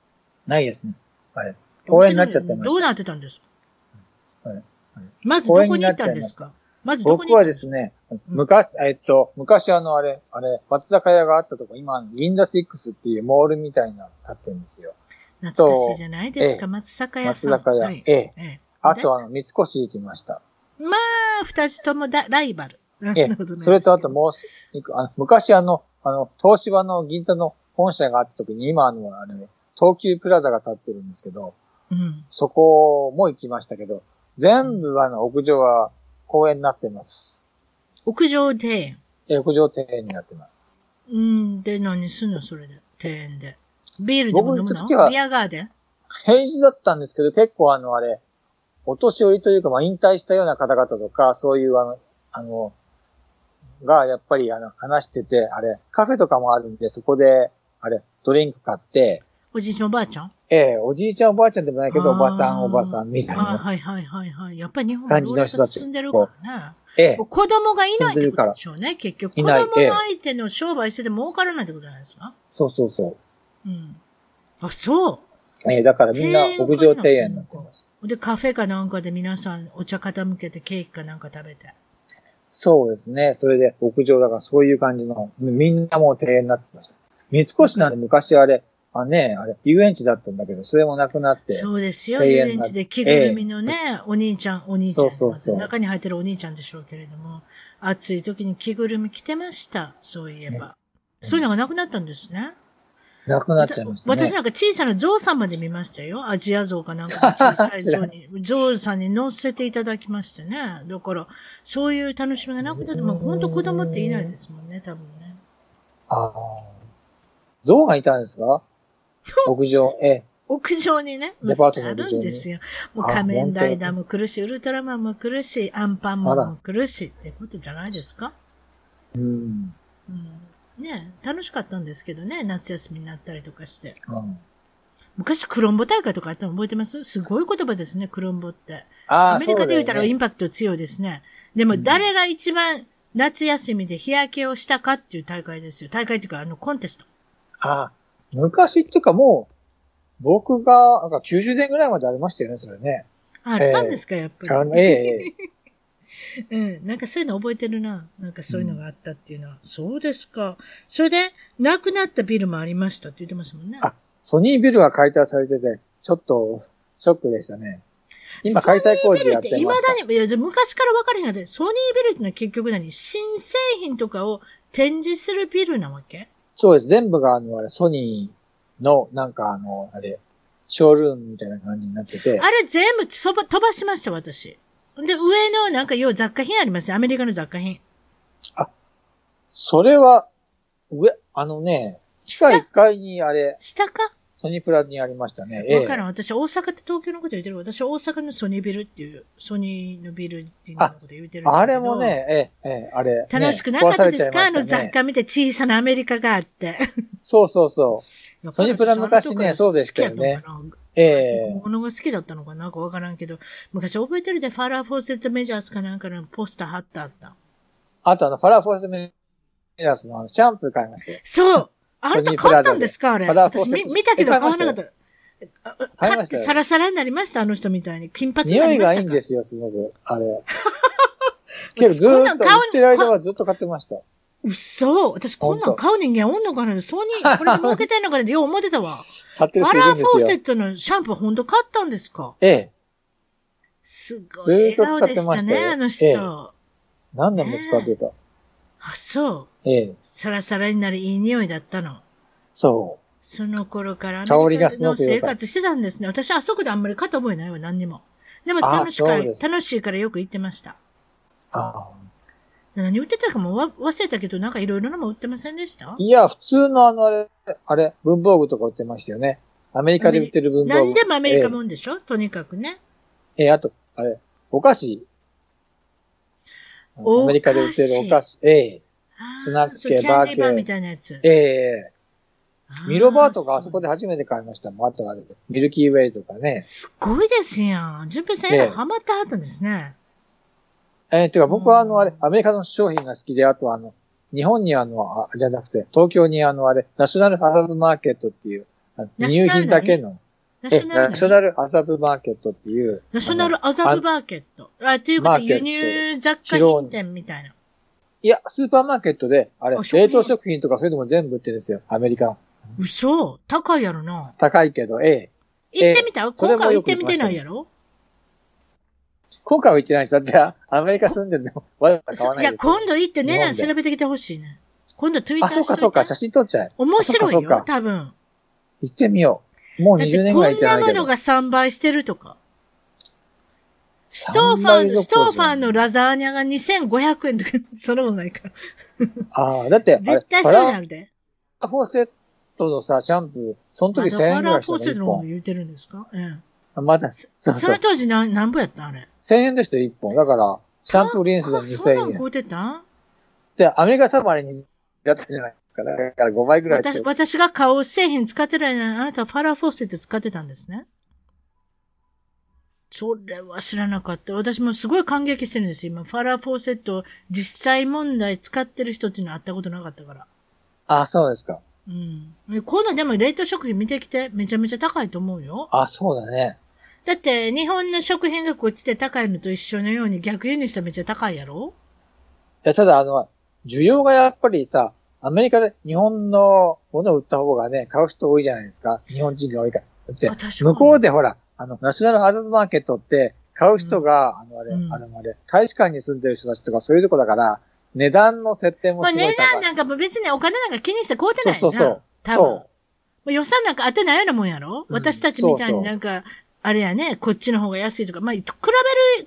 [SPEAKER 2] ないですね。はい。公園になっちゃってました
[SPEAKER 1] どうなってたんですか、
[SPEAKER 2] はいはい
[SPEAKER 1] まずどこに行ったんですかまずどこに行っ
[SPEAKER 2] 僕は
[SPEAKER 1] たん
[SPEAKER 2] ですすね、昔、えっと、昔あの、あれ、あれ、松坂屋があったとこ、今、銀座6っていうモールみたいなの建ってるんですよ。
[SPEAKER 1] 懐かしいじゃないですか、
[SPEAKER 2] ええ
[SPEAKER 1] 松坂屋さ
[SPEAKER 2] 松
[SPEAKER 1] ん。
[SPEAKER 2] 坂屋。
[SPEAKER 1] はい
[SPEAKER 2] ええ。
[SPEAKER 1] ええ
[SPEAKER 2] あと、あの、三越行きました。
[SPEAKER 1] まあ、二つともだライバル。
[SPEAKER 2] え
[SPEAKER 1] な
[SPEAKER 2] え
[SPEAKER 1] るほどね
[SPEAKER 2] それとあともうす、いくあの昔あの、あの、東芝の銀座の本社があった時に、今あの、あれ、東急プラザが建ってるんですけど、
[SPEAKER 1] うん。
[SPEAKER 2] そこも行きましたけど、全部あの、屋上は公園になってます。
[SPEAKER 1] 屋上庭園。
[SPEAKER 2] え屋上庭園になってます。
[SPEAKER 1] うん、で、何すんのそれで、庭園で。ビールでも飲む
[SPEAKER 2] 僕行った時は
[SPEAKER 1] のビアガーデン
[SPEAKER 2] 平日だったんですけど、結構あの、あれ、お年寄りというか、まあ、引退したような方々とか、そういうあの、あの、が、やっぱりあの、話してて、あれ、カフェとかもあるんで、そこで、あれ、ドリンク買って、
[SPEAKER 1] おじいちゃんおばあちゃん
[SPEAKER 2] ええ、おじいちゃんおばあちゃんでもないけど、
[SPEAKER 1] あー
[SPEAKER 2] おばさんおばさんみたい
[SPEAKER 1] あ
[SPEAKER 2] な。
[SPEAKER 1] はいはいはいはい。やっぱり日本は
[SPEAKER 2] 感じの人たち
[SPEAKER 1] 進んでるからね。
[SPEAKER 2] ええ、
[SPEAKER 1] 子供がいないってことでしょうね、結局。子
[SPEAKER 2] い
[SPEAKER 1] 供
[SPEAKER 2] ない
[SPEAKER 1] の
[SPEAKER 2] ええ
[SPEAKER 1] 相手の商売してて儲からないってことじゃないですか
[SPEAKER 2] そうそうそ。
[SPEAKER 1] うん。あ、そう
[SPEAKER 2] ええ、だからみんな屋上庭園になってます。
[SPEAKER 1] う。で、カフェかなんかで皆さんお茶傾けてケーキかなんか食べて。
[SPEAKER 2] そうですね。それで屋上だからそういう感じの、みんなもう庭園になってました。三越なんて昔あれ、あね、あれ、遊園地だったんだけど、それもなくなって。
[SPEAKER 1] そうですよ。
[SPEAKER 2] 声
[SPEAKER 1] 遊
[SPEAKER 2] 援
[SPEAKER 1] 園
[SPEAKER 2] が
[SPEAKER 1] 地で着ぐるみのね、お兄ちゃん、お兄ちゃんとか
[SPEAKER 2] そうそうそう
[SPEAKER 1] 中に入ってるお兄ちゃんでしょうけれども、暑い時に着ぐるみ着てました。そういえば。
[SPEAKER 2] え
[SPEAKER 1] そういうのがなくなったんですね。
[SPEAKER 2] なくなっちゃいましたね。
[SPEAKER 1] 私なんか小さな象さんまで見ましたよ。アジア象かなんかの小さい象に、 象さんに乗せていただきましてね。だから、そういう楽しみがなくなって、もう本当子供っていないですもんね、多分ね。
[SPEAKER 2] ああ。象がいたんで すか屋上、ええ。
[SPEAKER 1] 屋上にね、
[SPEAKER 2] デパートの
[SPEAKER 1] あ
[SPEAKER 2] 屋上に
[SPEAKER 1] るんですよ。もう
[SPEAKER 2] あ
[SPEAKER 1] 仮面ライダーも来るし、ウルトラマンも来るし、アンパンマンも来るしってことじゃないですか。
[SPEAKER 2] うん。
[SPEAKER 1] うん、ねえ楽しかったんですけどね、夏休みになったりとかして。
[SPEAKER 2] うん、
[SPEAKER 1] 昔、クロンボ大会とかあったの覚えてますすごい言葉ですね、クロンボって。
[SPEAKER 2] ああ、
[SPEAKER 1] アメリカで言ったら
[SPEAKER 2] そうだよ
[SPEAKER 1] イ
[SPEAKER 2] ね
[SPEAKER 1] ンパクト強いですね。でも、
[SPEAKER 2] うん
[SPEAKER 1] 誰が一番夏休みで日焼けをしたかっていう大会ですよ。大会っていうか、あの、コンテスト。
[SPEAKER 2] ああ。昔っていうかもう、僕が、なんか90年ぐらいまでありましたよね、それね。
[SPEAKER 1] ああったんですか、やっぱ
[SPEAKER 2] あ
[SPEAKER 1] り。
[SPEAKER 2] のええ、ええ
[SPEAKER 1] うん。なんかそういうの覚えてるな。なんかそういうのがあったっていうのは。そうですか。それで、亡くなったビルもありましたって言ってますもんね。
[SPEAKER 2] あソニービルが解体されてて、ちょっと、ショックでしたね。今、解体工事やって
[SPEAKER 1] いま
[SPEAKER 2] ました。
[SPEAKER 1] だに、いや、じゃあ昔から分からへんので、ソニービルってのは結局何新製品とかを展示するビルなわけ
[SPEAKER 2] そうです。全部が、あの、あれ、ソニーの、なんか、あの、あれ、ショールームみたいな感じになってて。
[SPEAKER 1] あれ全部そば飛ばしました、私。で、上のなんか、要は雑貨品ありますね。アメリカの雑貨品。
[SPEAKER 2] それは、上、あのね、地下1階にあれ、
[SPEAKER 1] 下か
[SPEAKER 2] ソニープラにありましたね。え
[SPEAKER 1] 分から
[SPEAKER 2] え
[SPEAKER 1] ん。私、大阪って東京のこと言ってる。私、大阪のソニービルっていう、ソニーのビルっていうのこと言ってるんだけど。
[SPEAKER 2] あれもね、ええ、ええ、あれ、ね。
[SPEAKER 1] 楽しくなかったですか、
[SPEAKER 2] 壊
[SPEAKER 1] あ
[SPEAKER 2] さ
[SPEAKER 1] の
[SPEAKER 2] れちゃ
[SPEAKER 1] 雑
[SPEAKER 2] いましたね
[SPEAKER 1] 貨見て小さなアメリカがあって。
[SPEAKER 2] そうそうそう。 ソニプラ昔ねそうでしたよ
[SPEAKER 1] 好きや
[SPEAKER 2] ね
[SPEAKER 1] ったのかな。
[SPEAKER 2] ええ、
[SPEAKER 1] 物が好きだったのかななんかわからんけど、昔覚えてるで、ファラー・フォーセット・メジャースかなんかのポスター貼ってあった。
[SPEAKER 2] あとあの、ファラーフォースメジャースのあのシャンプー買いましたよ。
[SPEAKER 1] そうあなた買ったんですかあれ。
[SPEAKER 2] ソニープラザで
[SPEAKER 1] 私見見たけど
[SPEAKER 2] え
[SPEAKER 1] 買
[SPEAKER 2] 買
[SPEAKER 1] わ
[SPEAKER 2] いました
[SPEAKER 1] な
[SPEAKER 2] よ
[SPEAKER 1] かった。ああ
[SPEAKER 2] 買い
[SPEAKER 1] 買
[SPEAKER 2] ま
[SPEAKER 1] っ
[SPEAKER 2] した
[SPEAKER 1] て
[SPEAKER 2] よ
[SPEAKER 1] サラサラになりましたあの人みたいに。金髪にな
[SPEAKER 2] 匂い
[SPEAKER 1] りま
[SPEAKER 2] が
[SPEAKER 1] し
[SPEAKER 2] い
[SPEAKER 1] た
[SPEAKER 2] いん
[SPEAKER 1] か
[SPEAKER 2] ですよ、すごく。あれ。結構ずーっと、売ってる間はずっと買ってました。
[SPEAKER 1] 嘘私こんなん買う人間おんのかなそうに、これで儲けてんのかなってよう思ってた わ。フ
[SPEAKER 2] 買ってる
[SPEAKER 1] ァ
[SPEAKER 2] 人い
[SPEAKER 1] ラ
[SPEAKER 2] る
[SPEAKER 1] ー・
[SPEAKER 2] ん
[SPEAKER 1] フ
[SPEAKER 2] で
[SPEAKER 1] ォーセ
[SPEAKER 2] すよ。
[SPEAKER 1] ットのシャンプー本当買ったんですか
[SPEAKER 2] ええ。
[SPEAKER 1] すごい笑顔でした
[SPEAKER 2] ずーっと使ってまし
[SPEAKER 1] ね、
[SPEAKER 2] た
[SPEAKER 1] あ
[SPEAKER 2] よ
[SPEAKER 1] の
[SPEAKER 2] ええ
[SPEAKER 1] 人。
[SPEAKER 2] 何年も使ってた。
[SPEAKER 1] あ、そう。
[SPEAKER 2] ええ、
[SPEAKER 1] サラサラになりいい匂いだったの。
[SPEAKER 2] そ
[SPEAKER 1] その頃から
[SPEAKER 2] 香りがすごく良か
[SPEAKER 1] 生
[SPEAKER 2] った
[SPEAKER 1] 活してたんですね。私、あそこであんまり肩覚えないわ、何にも。でも
[SPEAKER 2] あ
[SPEAKER 1] 楽しか
[SPEAKER 2] そうです
[SPEAKER 1] 楽しいからよく行ってました。
[SPEAKER 2] う。ああ
[SPEAKER 1] 何売ってたかもわ忘れたけど、なんかいろいろなもん売ってませんでした
[SPEAKER 2] いや、普通のあの、あれ、あれ、文房具とか売ってましたよね。アメリカで売ってる文房具。
[SPEAKER 1] 何でもアメリカもんでしょ、とにかくね。
[SPEAKER 2] ええ。ええあと、あれ、お菓子。
[SPEAKER 1] お菓子
[SPEAKER 2] アメリカで売ってるお菓子。ええ。
[SPEAKER 1] あー
[SPEAKER 2] スナック
[SPEAKER 1] そうキャンディーバーみたいなやつ。
[SPEAKER 2] ええ。
[SPEAKER 1] あー
[SPEAKER 2] ミロバーとかあそこで初めて買いましたもん。あとあれ、ミルキーウェイとかね。
[SPEAKER 1] すごいですやん。純平さん、
[SPEAKER 2] ええ
[SPEAKER 1] 今ハマってはったんですね。
[SPEAKER 2] ええてか僕はあの、あれ
[SPEAKER 1] う、ん
[SPEAKER 2] アメリカの商品が好きで、あとあの、日本にあの、あじゃなくて、東京にあの、あれ、ナショナルハサブマーケットっていう、あの
[SPEAKER 1] ナショ
[SPEAKER 2] 輸入
[SPEAKER 1] ナル
[SPEAKER 2] 品だけの、
[SPEAKER 1] ナシ
[SPEAKER 2] え、
[SPEAKER 1] ョナル
[SPEAKER 2] ナショナルハサブマーケットっていう、
[SPEAKER 1] ナショナルアザブマーケット。あ、ということ
[SPEAKER 2] マ
[SPEAKER 1] で
[SPEAKER 2] ー
[SPEAKER 1] 輸
[SPEAKER 2] ケット
[SPEAKER 1] 入雑貨品店みたいな。
[SPEAKER 2] いや、スーパーマーケットで、あれ
[SPEAKER 1] あ、食品
[SPEAKER 2] 冷凍食品とかそういうのも全部売ってるんですよ、アメリカ。
[SPEAKER 1] 嘘高いやろな。
[SPEAKER 2] 高いけど、ええ。
[SPEAKER 1] 行ってみた、
[SPEAKER 2] そ
[SPEAKER 1] 今
[SPEAKER 2] れ
[SPEAKER 1] 回行っ
[SPEAKER 2] もよく
[SPEAKER 1] て
[SPEAKER 2] 行
[SPEAKER 1] み
[SPEAKER 2] き
[SPEAKER 1] て
[SPEAKER 2] ました
[SPEAKER 1] な
[SPEAKER 2] ね
[SPEAKER 1] いやろ
[SPEAKER 2] 今回は行ってないです。だって、 あアメリカ住んでるの、わざわざ買わ
[SPEAKER 1] い
[SPEAKER 2] ない
[SPEAKER 1] や、
[SPEAKER 2] ですよ。
[SPEAKER 1] 今度行って値段
[SPEAKER 2] 日本
[SPEAKER 1] 調
[SPEAKER 2] で
[SPEAKER 1] べてきてほしいね。今度ツイッタ
[SPEAKER 2] あ、
[SPEAKER 1] ー
[SPEAKER 2] そう
[SPEAKER 1] し
[SPEAKER 2] か
[SPEAKER 1] と
[SPEAKER 2] そう
[SPEAKER 1] いて
[SPEAKER 2] か、写真撮っちゃえ。
[SPEAKER 1] 面白い
[SPEAKER 2] そうかそう
[SPEAKER 1] よ、
[SPEAKER 2] か
[SPEAKER 1] 多分。
[SPEAKER 2] 行ってみよう。もう
[SPEAKER 1] だって
[SPEAKER 2] 20年ぐ
[SPEAKER 1] こ
[SPEAKER 2] らい行っ
[SPEAKER 1] ん
[SPEAKER 2] て
[SPEAKER 1] な
[SPEAKER 2] ない
[SPEAKER 1] も
[SPEAKER 2] け
[SPEAKER 1] の
[SPEAKER 2] ど。
[SPEAKER 1] が3倍してるとか。スト
[SPEAKER 2] ス
[SPEAKER 1] ーファン、ストーファンのラザーニャが2500円とか、 そんなことないから。
[SPEAKER 2] ああ、だって、あれ
[SPEAKER 1] 絶、対そ
[SPEAKER 2] パ
[SPEAKER 1] うな
[SPEAKER 2] ラ
[SPEAKER 1] るで。
[SPEAKER 2] フォーセットのさ、シャンプー、その
[SPEAKER 1] ま
[SPEAKER 2] 時
[SPEAKER 1] だ
[SPEAKER 2] 1000
[SPEAKER 1] フ
[SPEAKER 2] 円
[SPEAKER 1] ァ
[SPEAKER 2] ぐら
[SPEAKER 1] ラ
[SPEAKER 2] いし
[SPEAKER 1] フォー
[SPEAKER 2] た
[SPEAKER 1] セット
[SPEAKER 2] の、
[SPEAKER 1] の
[SPEAKER 2] 1
[SPEAKER 1] こと
[SPEAKER 2] 本。
[SPEAKER 1] 言ってるんですかうん。
[SPEAKER 2] あまだ、そう
[SPEAKER 1] そ
[SPEAKER 2] そう
[SPEAKER 1] の。当時何、何本やったんあれ。
[SPEAKER 2] 1000円でしたよ、1本。だから、シャンプーリンスで
[SPEAKER 1] あそんな
[SPEAKER 2] 2000
[SPEAKER 1] ん
[SPEAKER 2] 円
[SPEAKER 1] 買。うてたん
[SPEAKER 2] で、アメリカサマリにだったじゃないですか。だから5倍ぐらいって
[SPEAKER 1] 私、私が顔を製品使ってないのに、あなたはファラフォーセット使ってたんですね。それは知らなかった。私もすごい感激してるんですよ。今、ファラフォーセット、実際問題使ってる人っていうのは会ったことなかったから。
[SPEAKER 2] あ、そうですか。
[SPEAKER 1] うん。こんなでも冷凍食品見てきて、めちゃめちゃ高いと思うよ。
[SPEAKER 2] あ、そうだね。
[SPEAKER 1] だって、日本の食品がこっちで高いのと一緒のように逆輸入したらめっちゃ高いやろ
[SPEAKER 2] いや、ただあの、需要がやっぱりさ、アメリカで日本のものを売った方がね、買う人多いじゃないですか。日本人が多いから。だって
[SPEAKER 1] あ確かに、
[SPEAKER 2] 向こうでほら、あの、ナショナルハザードマーケットって、買う人が、あの、あれ、
[SPEAKER 1] うん
[SPEAKER 2] あの、あれ、大使館に住んでる人たちとかそういうとこだから、値段の設定も
[SPEAKER 1] まあ
[SPEAKER 2] すごい
[SPEAKER 1] 値
[SPEAKER 2] 高い。
[SPEAKER 1] 段なんかも別にお金なんか気にして買うてないな。
[SPEAKER 2] そうそうそう
[SPEAKER 1] 多分。
[SPEAKER 2] そ
[SPEAKER 1] まあ予算なんか当てないようなもんやろ、
[SPEAKER 2] うん
[SPEAKER 1] 私たちみたいになんか、あれやね、こっちの方が安いとか、まあ、比べる、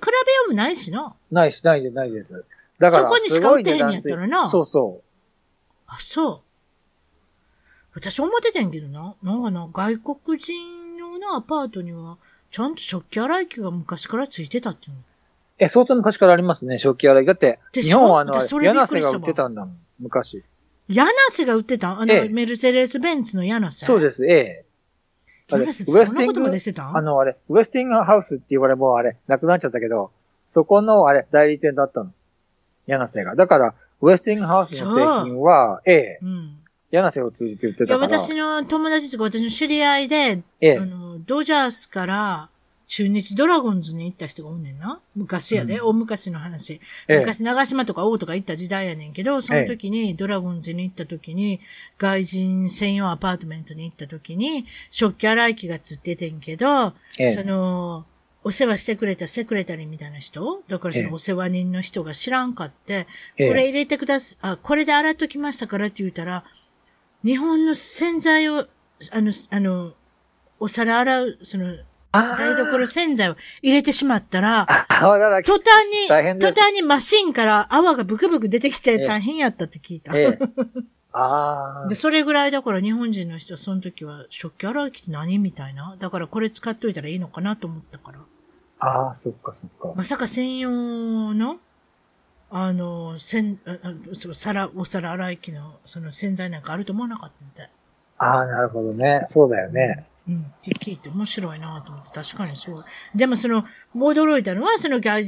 [SPEAKER 1] 比べようもないしの。
[SPEAKER 2] う。ないし、ないでないです。だから、
[SPEAKER 1] そこにし
[SPEAKER 2] す
[SPEAKER 1] か売
[SPEAKER 2] ご
[SPEAKER 1] っ
[SPEAKER 2] い
[SPEAKER 1] てへ
[SPEAKER 2] 値
[SPEAKER 1] んや
[SPEAKER 2] 段
[SPEAKER 1] っ
[SPEAKER 2] つ
[SPEAKER 1] た
[SPEAKER 2] い
[SPEAKER 1] らな
[SPEAKER 2] そうそう。
[SPEAKER 1] あ、そう。私思ってたんやけどな。なんかな、外国人のな、アパートには、ちゃんと食器洗い機が昔からついてたっていうの。
[SPEAKER 2] え、相当昔からありますね、食器洗い。だって、
[SPEAKER 1] でしょ
[SPEAKER 2] 日本はあの、
[SPEAKER 1] 私それびっ
[SPEAKER 2] 柳
[SPEAKER 1] くり
[SPEAKER 2] 瀬
[SPEAKER 1] したわ
[SPEAKER 2] が売ってたんだもん、昔。
[SPEAKER 1] 柳瀬が売ってたんあの、
[SPEAKER 2] ええ
[SPEAKER 1] メルセデス・ベンツの柳瀬。
[SPEAKER 2] そうです、ええ。あ
[SPEAKER 1] 柳
[SPEAKER 2] れウエ
[SPEAKER 1] 瀬ってそ
[SPEAKER 2] ス
[SPEAKER 1] んな
[SPEAKER 2] ティン
[SPEAKER 1] ことま
[SPEAKER 2] グ
[SPEAKER 1] でしてたん
[SPEAKER 2] あの、あれ、ウェスティングハウスって言われもうあれ、なくなっちゃったけど、そこのあれ、代理店だったの。柳瀬が。だから、ウェスティングハウスの製品は、ええ、
[SPEAKER 1] うん。
[SPEAKER 2] 柳瀬を通じて売って
[SPEAKER 1] いや、
[SPEAKER 2] たから、
[SPEAKER 1] 私の友達とか私の知り合いで、
[SPEAKER 2] ええ
[SPEAKER 1] あ、の、ドジャースから中日ドラゴンズに行った人がおんねんな。昔やで、
[SPEAKER 2] うん
[SPEAKER 1] 大昔の話。
[SPEAKER 2] ええ、
[SPEAKER 1] 昔長島とか王とか行った時代やねんけど、その時にドラゴンズに行った時に、外人専用アパートメントに行った時に、食器洗い機がつっててんけど、
[SPEAKER 2] え
[SPEAKER 1] そ
[SPEAKER 2] え、
[SPEAKER 1] の、お世話してくれたセクレタリーみたいな人だからそ
[SPEAKER 2] ええ
[SPEAKER 1] のお世話人の人が知らんかって、
[SPEAKER 2] ええ
[SPEAKER 1] これ入れてください、あ、これで洗っときましたからって言ったら、日本の洗剤を、あの、あの、お皿洗う、その、
[SPEAKER 2] あ
[SPEAKER 1] 台所
[SPEAKER 2] ー
[SPEAKER 1] 洗剤を入れてしまったら、
[SPEAKER 2] あ、泡だらけ
[SPEAKER 1] 途。端に、
[SPEAKER 2] 大変です
[SPEAKER 1] 途端にマシンから泡がブクブク出てき
[SPEAKER 2] え
[SPEAKER 1] て
[SPEAKER 2] え
[SPEAKER 1] 大変やったって聞いた。
[SPEAKER 2] ええ。ああ
[SPEAKER 1] で、。それぐらいだから日本人の人はその時は食器洗う機って何みたいな。だからこれ使っといたらいいのかなと思ったから。
[SPEAKER 2] ああ、そっかそっか。
[SPEAKER 1] まさか専用の、あの、洗、ああそう皿、お皿洗い機の、その洗剤なんかあると思わなかったみたい。
[SPEAKER 2] ああ、なるほどね。そうだよね。
[SPEAKER 1] うん。って聞いて面白いなと思って、確かにそう。でもその、驚いたのは、その外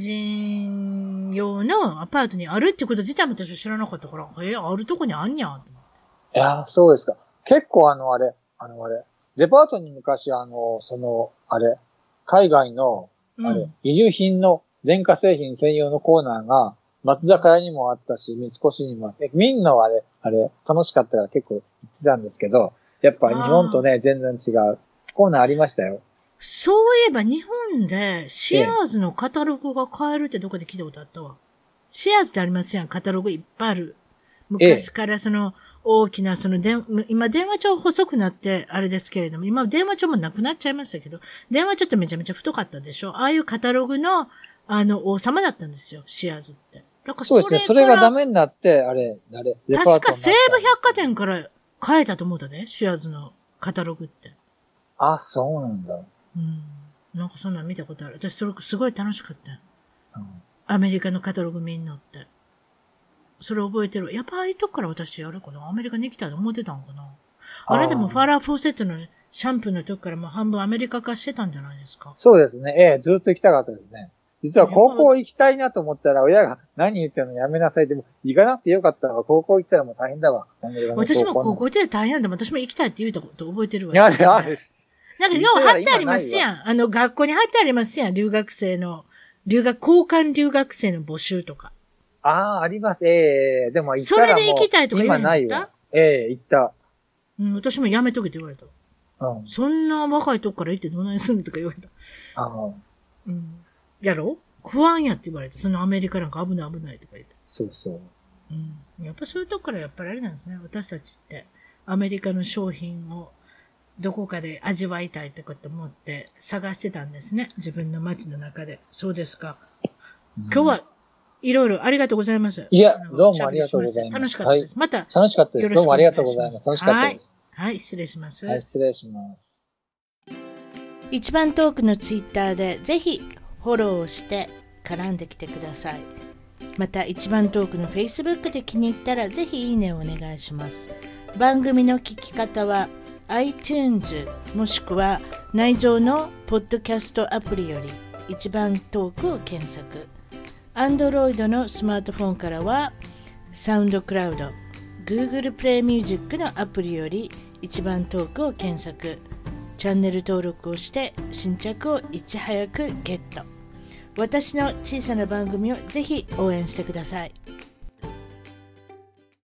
[SPEAKER 1] 人用のアパートにあるってこと自体も私は知らなかったから、えあるとこにあんにゃんと思って。
[SPEAKER 2] いやー、そうですか。結構あの、あれ、あの、あれ、デパートに昔あの、その、あれ、海外の、
[SPEAKER 1] うん、
[SPEAKER 2] あれ、輸入品の電化製品専用のコーナーが、松坂屋にもあったし、三越にもあって、みんなはあれ、あれ、楽しかったから結構行ってたんですけど、やっぱ日本とね、全然違うコーナーありましたよ。
[SPEAKER 1] そういえば日本でシアーズのカタログが買えるってどこで聞いたことあったわ。シアーズってありますやん、カタログいっぱいある。昔からその大きなその電、今電話帳細くなってあれですけれども、今電話帳もなくなっちゃいましたけど、電話帳ってめちゃめちゃ太かったでしょああいうカタログの、あの、王様だったんですよ、シアーズって。だから
[SPEAKER 2] そうですね。それがダメになって、あれ、あれ、レ
[SPEAKER 1] 確
[SPEAKER 2] パートになった
[SPEAKER 1] か
[SPEAKER 2] んで
[SPEAKER 1] 西
[SPEAKER 2] すよ
[SPEAKER 1] 武百貨店から変えたと思ったね、シアーズのカタログって。
[SPEAKER 2] あ、そうなんだ。
[SPEAKER 1] うん。なんかそんなん見たことある。私それすごい楽しかったよ。
[SPEAKER 2] うん
[SPEAKER 1] アメリカのカタログ見んのって。それ覚えてる。やっぱああいうとこから私やるかな。アメリカに来たと思ってたんかな。あれでもファラー・フォーセットのシャンプーの時からもう半分アメリカ化してたんじゃないですか。
[SPEAKER 2] そうですね。ええ、ずっと行きたかったですね。実は高校行きたいなと思ったら、親が何言ってるのやめなさい。でも、行かなくてよかったわ。高校行ったらもう大変だわ。
[SPEAKER 1] 私も高
[SPEAKER 2] 校
[SPEAKER 1] 校で大変でも私も行きたいって言うたこと覚えてるわ。
[SPEAKER 2] に。あるある。
[SPEAKER 1] なんかよう貼ってありますやん。あの学校に貼ってありますやん。留学生の、留学、交換留学生の募集とか。
[SPEAKER 2] ああ、あります。ええでも行ったらもう
[SPEAKER 1] それで行きたいとか言
[SPEAKER 2] 今
[SPEAKER 1] わな
[SPEAKER 2] な
[SPEAKER 1] かった
[SPEAKER 2] いわ。ええ行った。
[SPEAKER 1] うん、私もやめとけって言われた。
[SPEAKER 2] うん。
[SPEAKER 1] そんな若いとこから行ってどないすんのとか言われた。
[SPEAKER 2] あの、
[SPEAKER 1] うん。やろ不安やって言われた。そのアメリカなんか危ない危ないとか言って。
[SPEAKER 2] そうそう。
[SPEAKER 1] うん。やっぱそういうとこからやっぱりあれなんですね。私たちって、アメリカの商品をどこかで味わいたいとかって思って探してたんですね。自分の街の中で。そうですか。
[SPEAKER 2] 今
[SPEAKER 1] 今日はいろいろありがとうございます。
[SPEAKER 2] いや
[SPEAKER 1] あの
[SPEAKER 2] どうもありがとうございます
[SPEAKER 1] 楽しかったです。また、
[SPEAKER 2] 楽しかったで
[SPEAKER 1] よ
[SPEAKER 2] す。
[SPEAKER 1] ろしく
[SPEAKER 2] どう
[SPEAKER 1] お
[SPEAKER 2] もあ
[SPEAKER 1] 願い
[SPEAKER 2] り
[SPEAKER 1] しま
[SPEAKER 2] が
[SPEAKER 1] す
[SPEAKER 2] とうございます。楽しかったです。
[SPEAKER 1] はい、失礼します。
[SPEAKER 2] はい、失礼します。
[SPEAKER 1] 一番トークのツイッターでぜひフォローして絡んできてくださいまた一番トークの Facebook で気に入ったらぜひいいねをお願いします番組の聞き方は iTunes もしくは内蔵のポッドキャストアプリより一番トークを検索 Android のスマートフォンからはサウンドクラウド Google プレイミュージックのアプリより一番トークを検索チャンネル登録をして新着をいち早くゲット私の小さな番組をぜひ応援してください